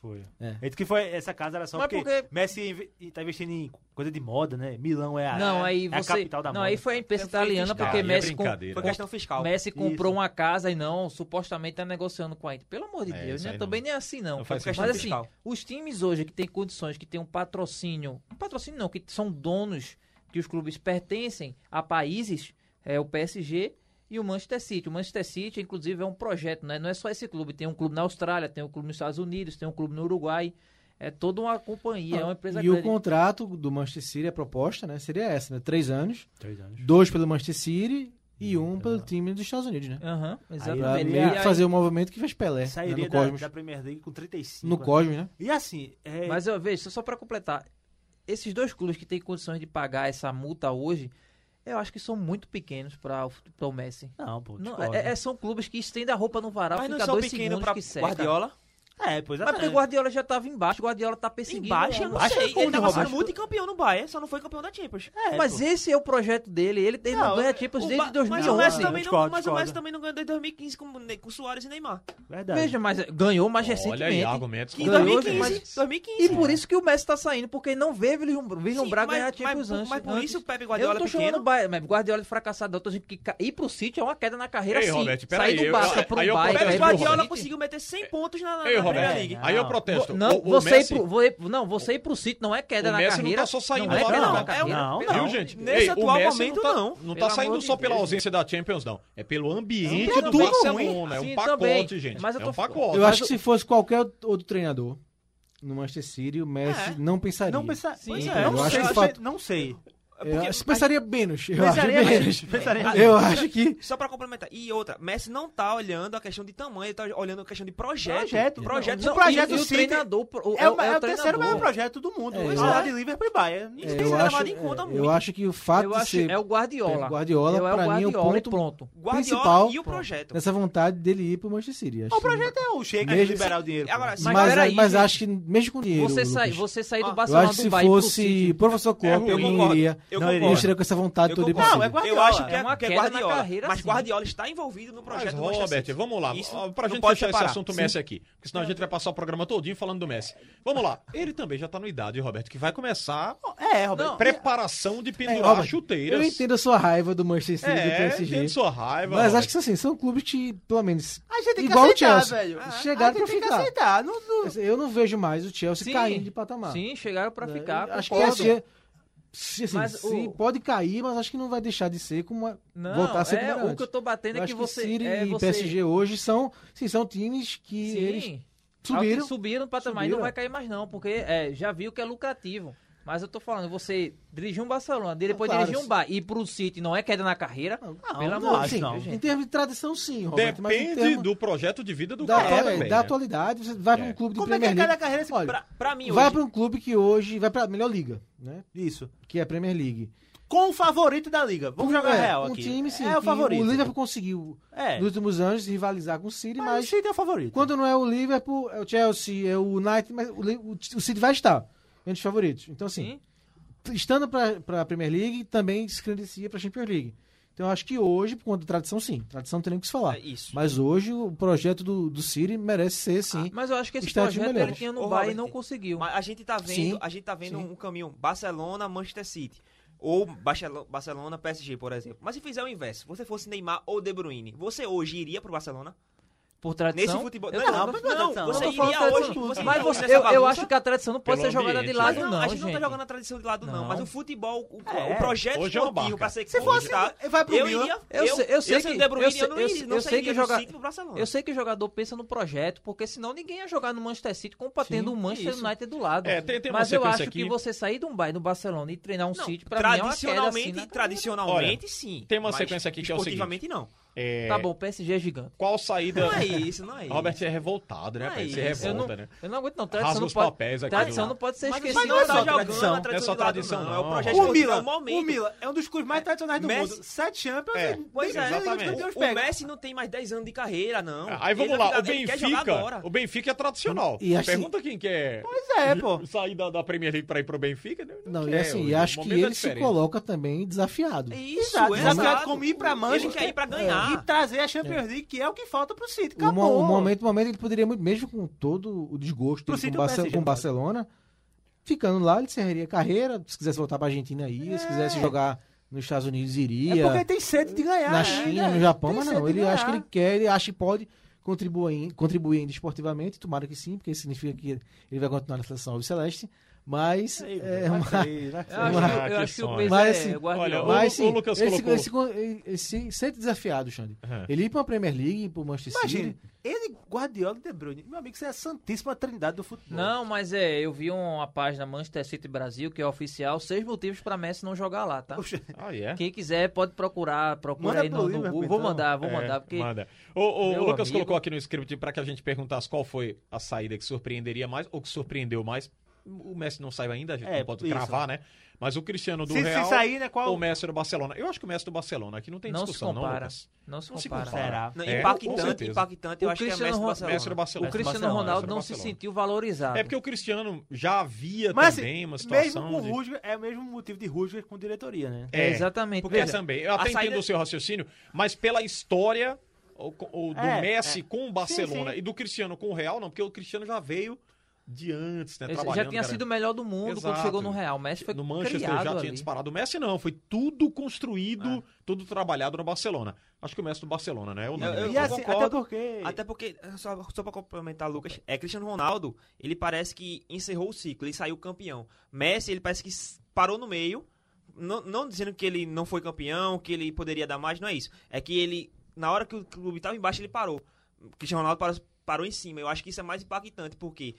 S8: Foi.
S7: É.
S8: Ele disse que foi essa casa era só
S9: Mas
S8: porque,
S9: porque-
S8: Messi inve- e tá investindo em coisa de moda, né? Milão é a,
S9: Não, aí
S8: é a
S9: você.
S8: capital da
S9: não,
S8: moda. Tá,
S9: aí foi a imprensa
S6: Eu fui
S9: italiana,
S6: fiscal.
S9: porque
S4: Aí é
S9: Messi, com-
S4: brincadeira.
S6: Foi questão fiscal.
S9: Messi comprou
S8: Isso.
S9: uma casa e não, supostamente tá negociando com a Inter. Pelo amor de
S4: É,
S9: Deus,
S4: isso
S9: né?
S4: aí
S9: Também
S4: não.
S9: nem é assim, não.
S4: Não faz
S9: Mas
S4: sentido.
S9: assim,
S6: Fiscal.
S9: os times hoje que têm condições, que têm um patrocínio, patrocínio não, que são donos, que os clubes pertencem a países, é o PSG e o Manchester City. O Manchester City, inclusive, é um projeto, né? Não é só esse clube. Tem um clube na Austrália, tem um clube nos Estados Unidos, tem um clube no Uruguai. É toda uma companhia, é uma empresa
S7: Ah, e o
S9: grande.
S7: contrato do Manchester City, a proposta, né? Seria essa, né? Três anos.
S8: Três anos.
S7: Dois pelo Manchester City e um pelo time dos Estados Unidos, né?
S9: Aham,
S7: Pra
S9: exatamente.
S7: meio
S9: E
S7: que
S9: aí-
S7: fazer o movimento que fez Pelé. né?
S8: Sairia
S7: No
S8: da,
S7: Cosmos.
S8: da Premier League com 35.
S7: No
S8: né?
S7: Cosmos, né?
S8: E assim, é,
S9: Mas eu vejo, só- só pra completar, esses dois clubes que têm condições de pagar essa multa hoje, eu acho que são muito pequenos para o futebol Messi.
S8: não, pô,
S9: Não,
S8: discordo.
S9: é, é- são clubes que estendem a roupa no varal,
S6: né? Mas não
S9: fica
S6: são
S9: dois
S6: pequeno
S9: segundos
S6: pra
S9: que seca.
S6: Guardiola? né?
S8: É, pois é.
S9: Mas porque o Guardiola já tava embaixo, o Guardiola tá perseguindo.
S6: Embaixo, eu não
S9: é
S8: Acho que
S6: sei.
S8: foi
S6: Ele é um
S8: de
S6: tava sendo
S8: Roberto.
S6: multicampeão no Bayern, só não foi campeão da Champions.
S8: É,
S9: um Mas
S8: pô.
S9: esse é o projeto dele, ele, ele não,
S8: Não,
S9: ganha
S8: o-
S9: Champions
S6: O
S9: desde
S6: Ba- Mas o
S9: 2011.
S6: Messi também não,
S8: Discordo,
S6: mas o Messi
S8: discordo.
S6: também não ganhou desde 2015 com, com Soares e Neymar.
S8: Verdade.
S9: Veja, mas ganhou mais
S4: Olha aí,
S9: recentemente.
S4: argumentos.
S6: Que em
S4: com-
S9: Ganhou,
S6: 2015,
S9: mas-
S6: 2015.
S9: e por isso que o Messi tá saindo, porque não vê vislumbr- vislumbrar
S6: Sim, mas-
S9: ganhar
S6: mas
S9: Champions
S6: por-
S9: antes.
S6: mas por
S9: antes.
S6: isso o Pepe Guardiola
S9: Eu não tô
S6: é pequeno.
S9: chamando o Bayern, mas Guardiola é fracassado. Eu tô dizendo que ca- ir pro City é uma queda na carreira,
S4: Ei,
S9: sim.
S4: Roberto, peraí,
S9: Sair
S4: eu-
S9: do Barça
S4: eu-
S9: pro
S4: aí eu protesto.
S9: Bayern... vai
S6: Mas
S4: Pepe
S9: pro
S6: Guardiola
S9: City.
S6: conseguiu meter 100 pontos na, na
S4: Ei,
S6: Premier
S4: Roberto,
S6: League.
S4: aí eu
S8: Não.
S4: protesto.
S9: Não,
S4: O- o
S9: você
S4: Messi-
S9: ir pro, vo- não, você ir pro City não é queda
S4: O
S9: na
S4: Messi não
S9: carreira.
S4: tá só saindo
S9: não é
S4: lá,
S9: queda
S4: não.
S9: na
S4: É,
S9: carreira.
S6: não,
S9: pelo
S4: Viu,
S9: amor de
S4: gente?
S9: Deus.
S6: Nesse
S4: Ei,
S6: atual
S4: o Messi não tá,
S6: momento, não.
S4: não tá
S9: Pelo
S4: saindo
S9: amor de
S4: só pela
S9: Deus.
S4: ausência da Champions, não. É pelo ambiente
S9: Não,
S4: do
S9: tudo
S4: Barcelona. É
S9: ruim.
S4: um
S9: Sim,
S4: pacote,
S9: também.
S4: gente.
S9: Mas eu
S4: é
S9: tô-
S4: um pacote.
S7: Eu
S9: Mas
S7: acho que
S9: o-
S7: se fosse qualquer outro treinador no Manchester City, o Messi
S6: É.
S7: não pensaria.
S8: Não pensa...
S7: Sim,
S8: pois
S7: eu
S8: é, não sei,
S7: acho que
S8: eu
S7: de fato-
S8: achei- não sei.
S7: Eu acho- pensaria menos. Eu acho
S8: Pensaria
S7: menos.
S8: menos. Pensaria menos.
S7: Eu acho que.
S6: Só pra complementar. E outra, Messi não tá olhando a questão de tamanho, ele tá olhando a questão de projeto.
S8: Projeto.
S6: projeto.
S8: Não,
S9: Não,
S8: o projeto
S9: e, e o
S8: City
S9: treinador o-
S8: É o, é o
S9: treinador.
S8: terceiro maior projeto do mundo.
S7: É,
S8: É,
S7: eu
S8: lá
S7: acho-
S8: de Liverpool e Bayern. Não sei se
S7: eu,
S8: era
S7: acho,
S8: levado em conta
S7: é,
S8: muito.
S7: eu acho que o fato
S9: Eu
S7: de
S9: acho,
S7: ser
S9: é o Guardiola.
S7: Pep Guardiola,
S9: Eu é o
S7: pra mim, é o
S9: Guardiola e
S7: ponto
S9: pronto.
S6: Guardiola
S7: principal
S6: e o projeto.
S7: dessa vontade dele ir pro Manchester City. acho.
S8: O projeto é o Sheik
S7: Mesmo-
S8: liberar o dinheiro. pô.
S6: Agora, se
S7: Mas,
S9: Mas
S7: mas,
S9: peraí, gente.
S7: acho que mesmo com dinheiro.
S9: Você,
S7: Lucas,
S9: sai, você sair do
S7: eu
S9: Barcelona
S7: acho que
S9: do
S7: se
S9: Bayern pro
S7: fosse
S9: City.
S7: professor Klopp,
S6: É, eu
S7: ele não
S6: concordo.
S7: iria.
S6: Eu
S8: Não, ele-
S7: Ele
S6: concordo.
S7: estaria com essa vontade
S6: Eu
S7: toda ir pro
S6: concordo.
S8: Não, é
S7: City.
S8: Guardiola.
S6: Eu acho que
S9: É uma
S6: é, que é
S9: queda na
S6: Guardiola.
S9: carreira,
S6: mas
S9: sim.
S6: Guardiola está envolvido no
S4: Mas,
S6: projeto do Manchester
S4: Robert,
S6: City.
S4: vamos lá.
S6: Isso
S4: Ah, pra
S6: não
S4: gente
S6: pode
S4: fechar
S6: separar.
S4: esse assunto Messi aqui. Porque senão a gente vai passar o programa todinho falando do Messi. Vamos lá. Ele também já tá na idade, Roberto, que vai começar
S8: É, Roberto.
S4: a preparação de
S7: É,
S4: pendurar
S7: Robert,
S4: chuteiras.
S7: eu entendo a sua raiva do Manchester City e do
S4: É,
S7: PSG.
S4: entendo sua raiva.
S7: Mas acho
S4: Robert.
S7: que assim, são clubes que, pelo menos,
S8: A gente tem que
S7: igual
S8: aceitar,
S7: o Chelsea,
S9: Ah,
S8: velho.
S7: chegaram
S8: a gente
S7: pra
S8: tem que
S7: ficar. Assim,
S8: aceitar. Não, não-
S7: Eu não vejo mais o Chelsea
S9: Sim.
S7: caindo de patamar. Né,
S9: Sim, chegaram pra ficar.
S7: acho que
S9: concordo.
S7: PSG, se, assim,
S9: Mas
S7: se
S9: o-
S7: pode cair, mas acho que não vai deixar de ser como é-
S9: Não,
S7: voltar a ser
S9: é,
S7: como era
S9: o
S7: antes.
S9: que eu tô batendo é
S7: acho
S9: que você...
S7: City
S9: é,
S7: e
S9: você-
S7: PSG hoje são, sim, são times que
S9: Sim.
S7: eles
S9: Subiram.
S7: subiram.
S9: Subiram pra tamanho.
S7: Subiram.
S9: Não vai cair mais, não, porque é, já viu que é lucrativo. Mas eu tô falando, você dirigir um Barcelona, depois
S7: Claro,
S9: dirigir um
S7: sim.
S9: bar e ir pro City não é queda na carreira? Pelo
S7: Não,
S9: amor de
S8: acho
S7: sim,
S8: não.
S9: Deus,
S7: Em
S9: gente.
S7: termos de tradição, sim, Roberto. mas em
S4: Depende
S7: termos
S4: do projeto de vida do
S7: da,
S4: cara.
S7: atual-
S4: também,
S7: da
S4: né?
S7: atualidade, você vai
S4: É.
S7: para um clube de
S8: Como é que é
S7: Premier
S8: cada
S7: League.
S8: carreira? se-
S7: Olha,
S6: Pra, pra mim,
S7: vai
S6: hoje,
S7: para um clube que hoje vai para a melhor liga, né?
S8: Isso.
S7: Que é a Premier League.
S8: Com o favorito da liga. Vamos jogar
S7: é,
S8: real
S7: um
S8: aqui.
S7: time sim,
S8: é o
S7: que
S8: favorito.
S7: O Liverpool conseguiu
S8: É.
S7: nos últimos anos rivalizar com o City,
S8: Mas,
S7: mas
S8: o City é o favorito.
S7: Quando não é o Liverpool, é o Chelsea, é o United, mas o, Li- o- o City vai estar entre os favoritos. Então, assim, t- estando para a Premier League, também se credencia para a Champions League. Então, eu acho que hoje, por conta da tradição, sim. Tradição não tem nem o que se falar.
S6: É isso.
S7: Mas hoje, o projeto do, do City merece ser,
S8: Ah,
S7: sim.
S9: Ah, Mas eu acho que esse
S7: Está de
S9: projeto ele
S7: melhores.
S9: tinha
S6: Ô,
S9: no Bayern e
S6: Robert,
S9: não conseguiu.
S6: mas a gente tá vendo,
S7: Sim,
S6: a gente tá vendo
S7: sim.
S6: um caminho Barcelona, Manchester City. Ou Barcelo- Barcelona, PSG, por exemplo. Mas se fizer o inverso, você fosse Neymar ou De Bruyne, você hoje iria pro Barcelona?
S9: por tradição.
S6: Nesse futebol-
S9: Eu
S6: não,
S9: tava-
S6: não, mas-
S8: não, eu
S6: Você
S8: tô
S6: iria
S8: falando
S6: hoje.
S8: tudo.
S6: você
S9: Mas
S6: iria hoje
S9: você,
S6: nessa
S9: eu, eu
S6: bagunça?
S9: acho que a tradição não pode
S4: Pelo
S9: ser jogada de
S4: ambiente,
S9: lado,
S4: né?
S9: não,
S6: a gente, não tá
S9: gente.
S6: jogando a tradição de lado, não.
S9: Não.
S6: Mas o futebol, o,
S8: É.
S6: o projeto
S4: Hoje é uma
S6: esportivo
S4: barca.
S6: pra ser
S7: Se fosse, é,
S6: conquistado,
S7: vai pro
S6: eu
S7: Milan.
S6: iria.
S9: Eu sei- eu sei
S6: se
S9: que-
S6: De Bruyne,
S9: eu sei-
S6: não
S9: eu
S6: iria,
S9: sei-
S6: não
S9: eu sei
S6: sairia
S9: que
S6: do
S9: joga-
S6: City pro Barcelona.
S9: Eu sei que o jogador pensa no projeto, porque senão ninguém ia jogar no Manchester City com tendo o Manchester
S8: isso.
S9: United do lado.
S4: É, tem- tem uma
S9: Mas eu
S4: sequência
S9: acho
S4: aqui.
S9: que você sair de um bairro do Barcelona e treinar um
S6: Não,
S9: City, pra mim é uma queda
S6: tradicionalmente,
S9: assim, né?
S6: tradicionalmente sim.
S4: tem uma
S6: mas
S4: sequência aqui que é o seguinte.
S6: esportivamente, não.
S4: É,
S9: Tá bom, o PSG é gigante.
S4: Qual saída.
S6: Não é isso, não é isso.
S4: Robert é revoltado, né?
S6: Não é
S4: rapaz? se
S6: isso,
S9: Ah, Eu não,
S4: revolta, né?
S9: eu não aguento não, tradição
S4: Rasga
S9: não
S4: os
S9: pode,
S4: papéis aqui
S9: tradição
S4: do-
S9: não pode ser
S6: Mas
S9: esquecida.
S6: você não
S9: não.
S6: tá jogando
S8: tradição.
S4: Não
S6: a
S4: é só
S6: tradição de lado,
S4: tradição,
S6: não. É
S4: não.
S6: o projeto
S8: O
S6: esportivo, é
S8: Milan,
S6: o momento.
S8: o Milan é um dos clubes mais tradicionais do
S6: Messi-
S8: mundo. Sete Champions
S4: É.
S8: e
S6: Pois é,
S4: Exatamente.
S8: Deus
S6: O, o
S8: pega.
S6: Messi não tem mais 10 anos de carreira, não.
S4: Ah, Aí vamos
S6: Ele
S4: lá,
S6: vai-
S4: o
S6: ele quer jogar
S4: Benfica.
S6: agora.
S4: O Benfica é tradicional.
S7: E assim-
S4: Pergunta quem quer
S8: Pois é, pô.
S4: sair da, da Premier League pra ir pro Benfica, né?
S7: Não, e
S4: quer,
S7: assim,
S4: o-
S7: e
S4: o
S7: acho que
S4: momento é
S7: ele se
S4: diferente.
S7: coloca também desafiado.
S6: Isso,
S8: Exato,
S6: exato.
S8: exato, como ir pra Manchester. É.
S6: Ele quer ir pra ganhar.
S8: E trazer a Champions League, que é o que falta pro City.
S7: O, Um mo-
S8: Acabou.
S7: o momento, o momento ele poderia muito, mesmo com todo o desgosto
S8: Pro
S7: dele
S8: City
S7: com,
S8: ou
S7: o
S8: PSG,
S7: Barce- com o
S8: claro.
S7: Barcelona, ficando lá, ele encerraria a carreira. Se quisesse voltar pra Argentina, ia. Se quisesse jogar nos Estados Unidos,
S8: É porque
S7: iria.
S8: tem sede de ganhar.
S7: na
S8: né?
S7: China, no Japão,
S8: Tem
S7: mas
S8: sede
S7: não.
S8: de
S7: Ele
S8: ganhar.
S7: acha que ele quer, ele acha que pode contribuir, contribuir ainda esportivamente. Tomara que sim, porque isso significa que ele vai continuar na seleção Alves Celeste. Mas
S8: Vai
S7: é uma.
S8: sair, vai sair.
S9: Eu acho,
S4: Ah,
S9: eu
S4: que
S9: acho que o
S4: sonho.
S9: PSG
S7: Mas,
S9: é
S7: assim,
S9: Guardiola.
S4: olha,
S7: Mas
S4: o
S7: sim,
S4: Lucas
S7: ele, se-
S4: colocou- É.
S7: ele se con- ele- ele se sente desafiado, Xande.
S4: Aham.
S7: Ele ir pra Premier League, pro Manchester
S8: Imagina,
S7: City.
S8: ele, Guardiola e De Bruyne. Meu amigo, isso é a santíssima trindade do futebol.
S9: Não, mas é, eu vi uma página Manchester City Brasil, que é oficial, seis motivos pra Messi não jogar lá, tá?
S8: Poxa,
S4: Ah, é?
S9: Quem quiser pode procurar, procura
S8: Manda
S9: aí
S8: pro
S9: no, no
S8: Liverpool,
S9: Google. Vou
S8: então.
S9: mandar, vou
S4: É,
S9: mandar, porque
S4: manda. O, o- o
S9: Meu
S4: Lucas
S9: amigo.
S4: colocou aqui no script pra que a gente perguntasse qual foi a saída que surpreenderia mais ou que surpreendeu mais. O Messi não saiu ainda, a gente
S8: É,
S4: não pode
S8: isso.
S4: cravar, né? Mas o Cristiano do
S8: se,
S4: Real
S8: se sair, né? Qual
S4: ou o Messi do Barcelona. Eu acho que o Messi do Barcelona aqui não tem
S9: não se
S4: discussão, não,
S9: compara.
S4: Lucas.
S9: Não se
S4: Não se
S9: compara.
S4: compara.
S8: será?
S6: Não,
S4: É, com
S6: impactante,
S4: certeza.
S6: impactante. Eu
S9: O
S6: acho que é
S9: Cristiano
S6: Messi do
S9: Ron-
S6: Barcelona.
S4: Messi do Barcelona.
S9: O Cristiano
S4: Barcelona,
S9: Ronaldo
S4: Messi do
S9: não se
S4: Barcelona.
S9: sentiu valorizado.
S4: É porque o Cristiano já havia
S8: Mas,
S4: também
S8: assim,
S4: uma
S8: mesmo
S4: situação
S8: com
S4: de...
S8: o Rudiger, é o mesmo motivo de Rudiger com diretoria, né?
S9: É, exatamente.
S4: Porque
S9: Veja,
S4: também, eu
S6: a
S4: até entendo
S6: saída-
S4: o seu raciocínio, mas pela história o- o do
S8: É,
S4: Messi
S8: é.
S4: com o Barcelona
S8: sim.
S4: e do Cristiano com o Real, não, porque o Cristiano já veio de antes, né?
S9: ele já
S4: trabalhando,
S9: tinha
S4: cara.
S9: sido o melhor do mundo
S4: Exato.
S9: quando chegou no Real. O Messi foi
S4: no Manchester
S9: criado
S4: já tinha
S9: ali.
S4: disparado. O Messi não, foi tudo construído, tudo trabalhado no Barcelona. Acho que o Messi do Barcelona, né? É o nome.
S6: Eu-
S8: É. e assim,
S6: concordo.
S8: até porque...
S6: Até porque, só, só pra complementar, Lucas, é Cristiano Ronaldo, ele parece que encerrou o ciclo, ele saiu campeão. Messi, ele parece que s- parou no meio, não, não dizendo que ele não foi campeão, que ele poderia dar mais, não é isso. É que ele, na hora que o clube estava embaixo, ele parou. Cristiano Ronaldo parou, parou em cima. Eu acho que isso é mais impactante, porque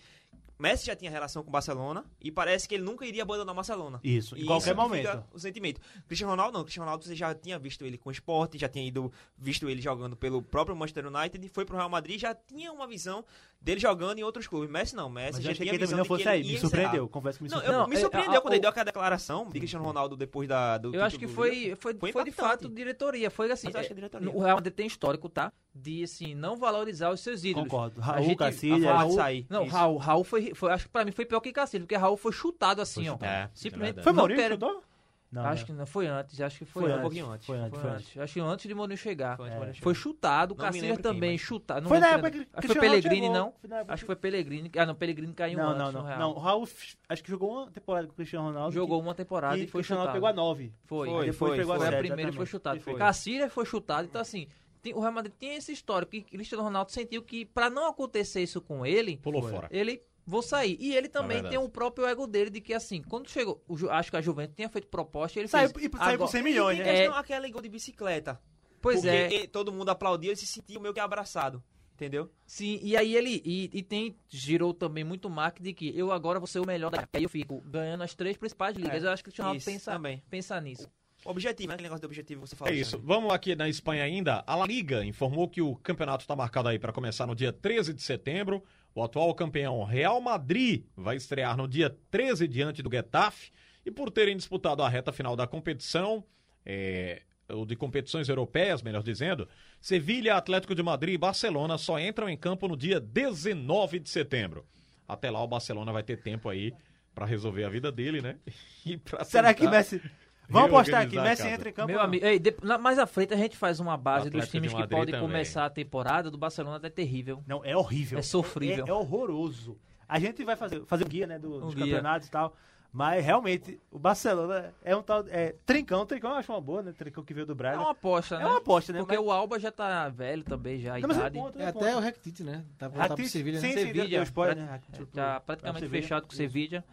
S6: Messi já tinha relação com o Barcelona e parece que ele nunca iria abandonar o Barcelona.
S8: Isso, em
S6: E
S8: qualquer
S6: isso que fica
S8: momento.
S6: O sentimento. Cristiano Ronaldo não. Cristiano Ronaldo você já tinha visto ele com o esporte, já tinha ido visto ele jogando pelo próprio Manchester United, foi pro Real Madrid, já tinha uma visão dele jogando em outros clubes. Messi não, Messi
S8: Mas eu
S6: já
S8: achei
S6: tinha
S8: que
S6: a
S8: ele também
S6: visão
S8: não
S6: de
S8: fosse
S6: que ele
S8: sair.
S6: ia
S8: Me
S6: encerrar.
S8: surpreendeu, confesso que me
S6: Não,
S8: surpreendeu.
S6: eu,
S9: Não,
S6: me
S9: é,
S6: surpreendeu
S9: a-
S6: quando
S9: o-
S6: ele deu aquela declaração de Cristiano Ronaldo depois da, do
S9: Eu acho que
S6: título
S9: foi, foi,
S6: Tipo, Foi
S9: foi, de
S6: impactante.
S9: fato diretoria. Foi assim.
S6: Mas eu acho que é
S9: é,
S6: diretoria.
S9: O Real Madrid tem histórico, tá? De assim, não valorizar os seus ídolos.
S8: Concordo.
S9: A
S8: Raul,
S9: gente-
S8: Cacilhas.
S9: a Raul-
S6: sair.
S9: Não,
S6: Isso.
S9: Raul, Raul foi, foi. Acho que pra mim foi pior que Cacilhas, porque Raul foi chutado assim, ó.
S4: chutado. É,
S9: Simplesmente.
S4: é
S8: Foi
S9: não
S8: Maurício
S9: quero-
S8: que chutou? Não,
S9: Acho
S8: né?
S9: que não foi antes, acho que foi,
S8: Foi
S9: antes.
S8: antes,
S6: um pouquinho antes.
S8: Foi antes,
S9: Foi antes. Acho que antes de Mourinho chegar. É.
S6: Foi antes de Mourinho
S9: Foi
S6: chegar.
S9: chutado, o
S6: Não me
S9: Casillas
S6: lembro quem,
S9: também
S6: mas-
S9: chutado. não
S8: Foi na
S9: lembro
S8: época
S9: quem era.
S8: que
S9: Acho que foi
S8: Cristiano Ronaldo
S9: Pellegrini,
S8: chegou.
S9: não?
S8: Foi na época
S9: Acho
S8: que-
S9: que foi Pellegrini. Ah, não, Pellegrini caiu
S8: Não,
S9: antes
S8: não,
S9: no
S8: não.
S9: Real.
S8: Não, o Raul f- acho que jogou uma temporada com o Cristiano Ronaldo.
S9: Jogou
S8: que-
S9: uma temporada e,
S8: que o
S9: foi
S8: Cristiano
S9: chutado.
S8: Ronaldo pegou a 9.
S9: Foi.
S6: Foi,
S8: depois pegou
S9: Foi
S8: a
S9: a
S8: sete,
S9: primeira que foi
S8: exatamente.
S9: chutado.
S8: Perfeito.
S9: Cacilha foi chutado. Então, assim, tem- o Real Madrid tinha esse histórico. que Cristiano Ronaldo sentiu que, pra não acontecer isso com ele,
S4: Pulou fora.
S9: ele. Vou sair. E ele também
S4: verdade.
S9: tem o próprio ego dele de que, assim, quando chegou. o Ju- acho que a Juventus tinha feito proposta e ele
S8: Saiu,
S9: fez.
S8: e saiu por
S9: agora-
S8: 100
S6: E
S8: milhões,
S6: tem
S8: né?
S6: questão aquela gol de bicicleta.
S9: É. Pois
S6: É, porque
S9: é.
S6: ele- todo mundo aplaudiu e se sentiu meio que abraçado. Entendeu?
S9: Sim, e aí ele. E, e tem. Girou também muito o marketing de que eu agora vou ser o melhor daqui. Aí eu fico ganhando as três principais ligas.
S6: É,
S9: eu acho que o Cristiano Ronaldo
S6: isso
S9: pensa,
S6: também.
S9: pensa nisso.
S6: Objetivo, né? Aquele negócio de objetivo que você falou.
S4: É isso.
S6: Alexandre.
S4: Vamos aqui na Espanha ainda. A La Liga informou que o campeonato está marcado aí para começar no dia 13 de setembro. O atual campeão Real Madrid vai estrear no dia 13 diante do Getafe. E por terem disputado a reta final da competição, é, ou de competições europeias, melhor dizendo, Sevilha, Atlético de Madrid e Barcelona só entram em campo no dia 19 de setembro. Até lá o Barcelona vai ter tempo aí para resolver a vida dele, né? (laughs) E pra
S8: Será que
S4: tentar-
S8: Messi... Vamos postar aqui,
S4: reorganizar a
S8: Messi
S4: casa.
S8: entra em campo.
S9: Meu
S8: ou não?
S9: amigo, ei, de- na- mais à frente a gente faz uma base
S4: Atlético
S9: dos times
S4: de
S9: que
S4: Madrid
S9: podem
S4: também.
S9: começar a temporada. Do Barcelona é terrível.
S8: Não, é horrível.
S9: É sofrível.
S8: É, é horroroso. A gente vai fazer, fazer um guia, né, do,
S9: Um
S8: dos
S9: guia.
S8: campeonatos e tal. Mas realmente, o Barcelona é um tal. É, trincão, trincão eu acho uma boa, né? Trincão que veio do
S9: É
S8: Braga.
S9: uma aposta,
S8: É
S9: né?
S8: uma aposta, né?
S9: Porque
S8: Mas-
S9: o Alba já tá velho também, já, a
S8: Não, mas
S9: idade.
S8: ponto,
S7: É até o Rectite, né? Tá pra voltar pro
S8: Rakitic,
S7: Sevilha,
S8: sim,
S7: né?
S8: sim, deu- deu spoiler,
S9: prat-
S8: né? Rakitic
S9: tá
S8: pro-
S9: praticamente
S8: pra Sevilha.
S9: fechado com o Sevilla.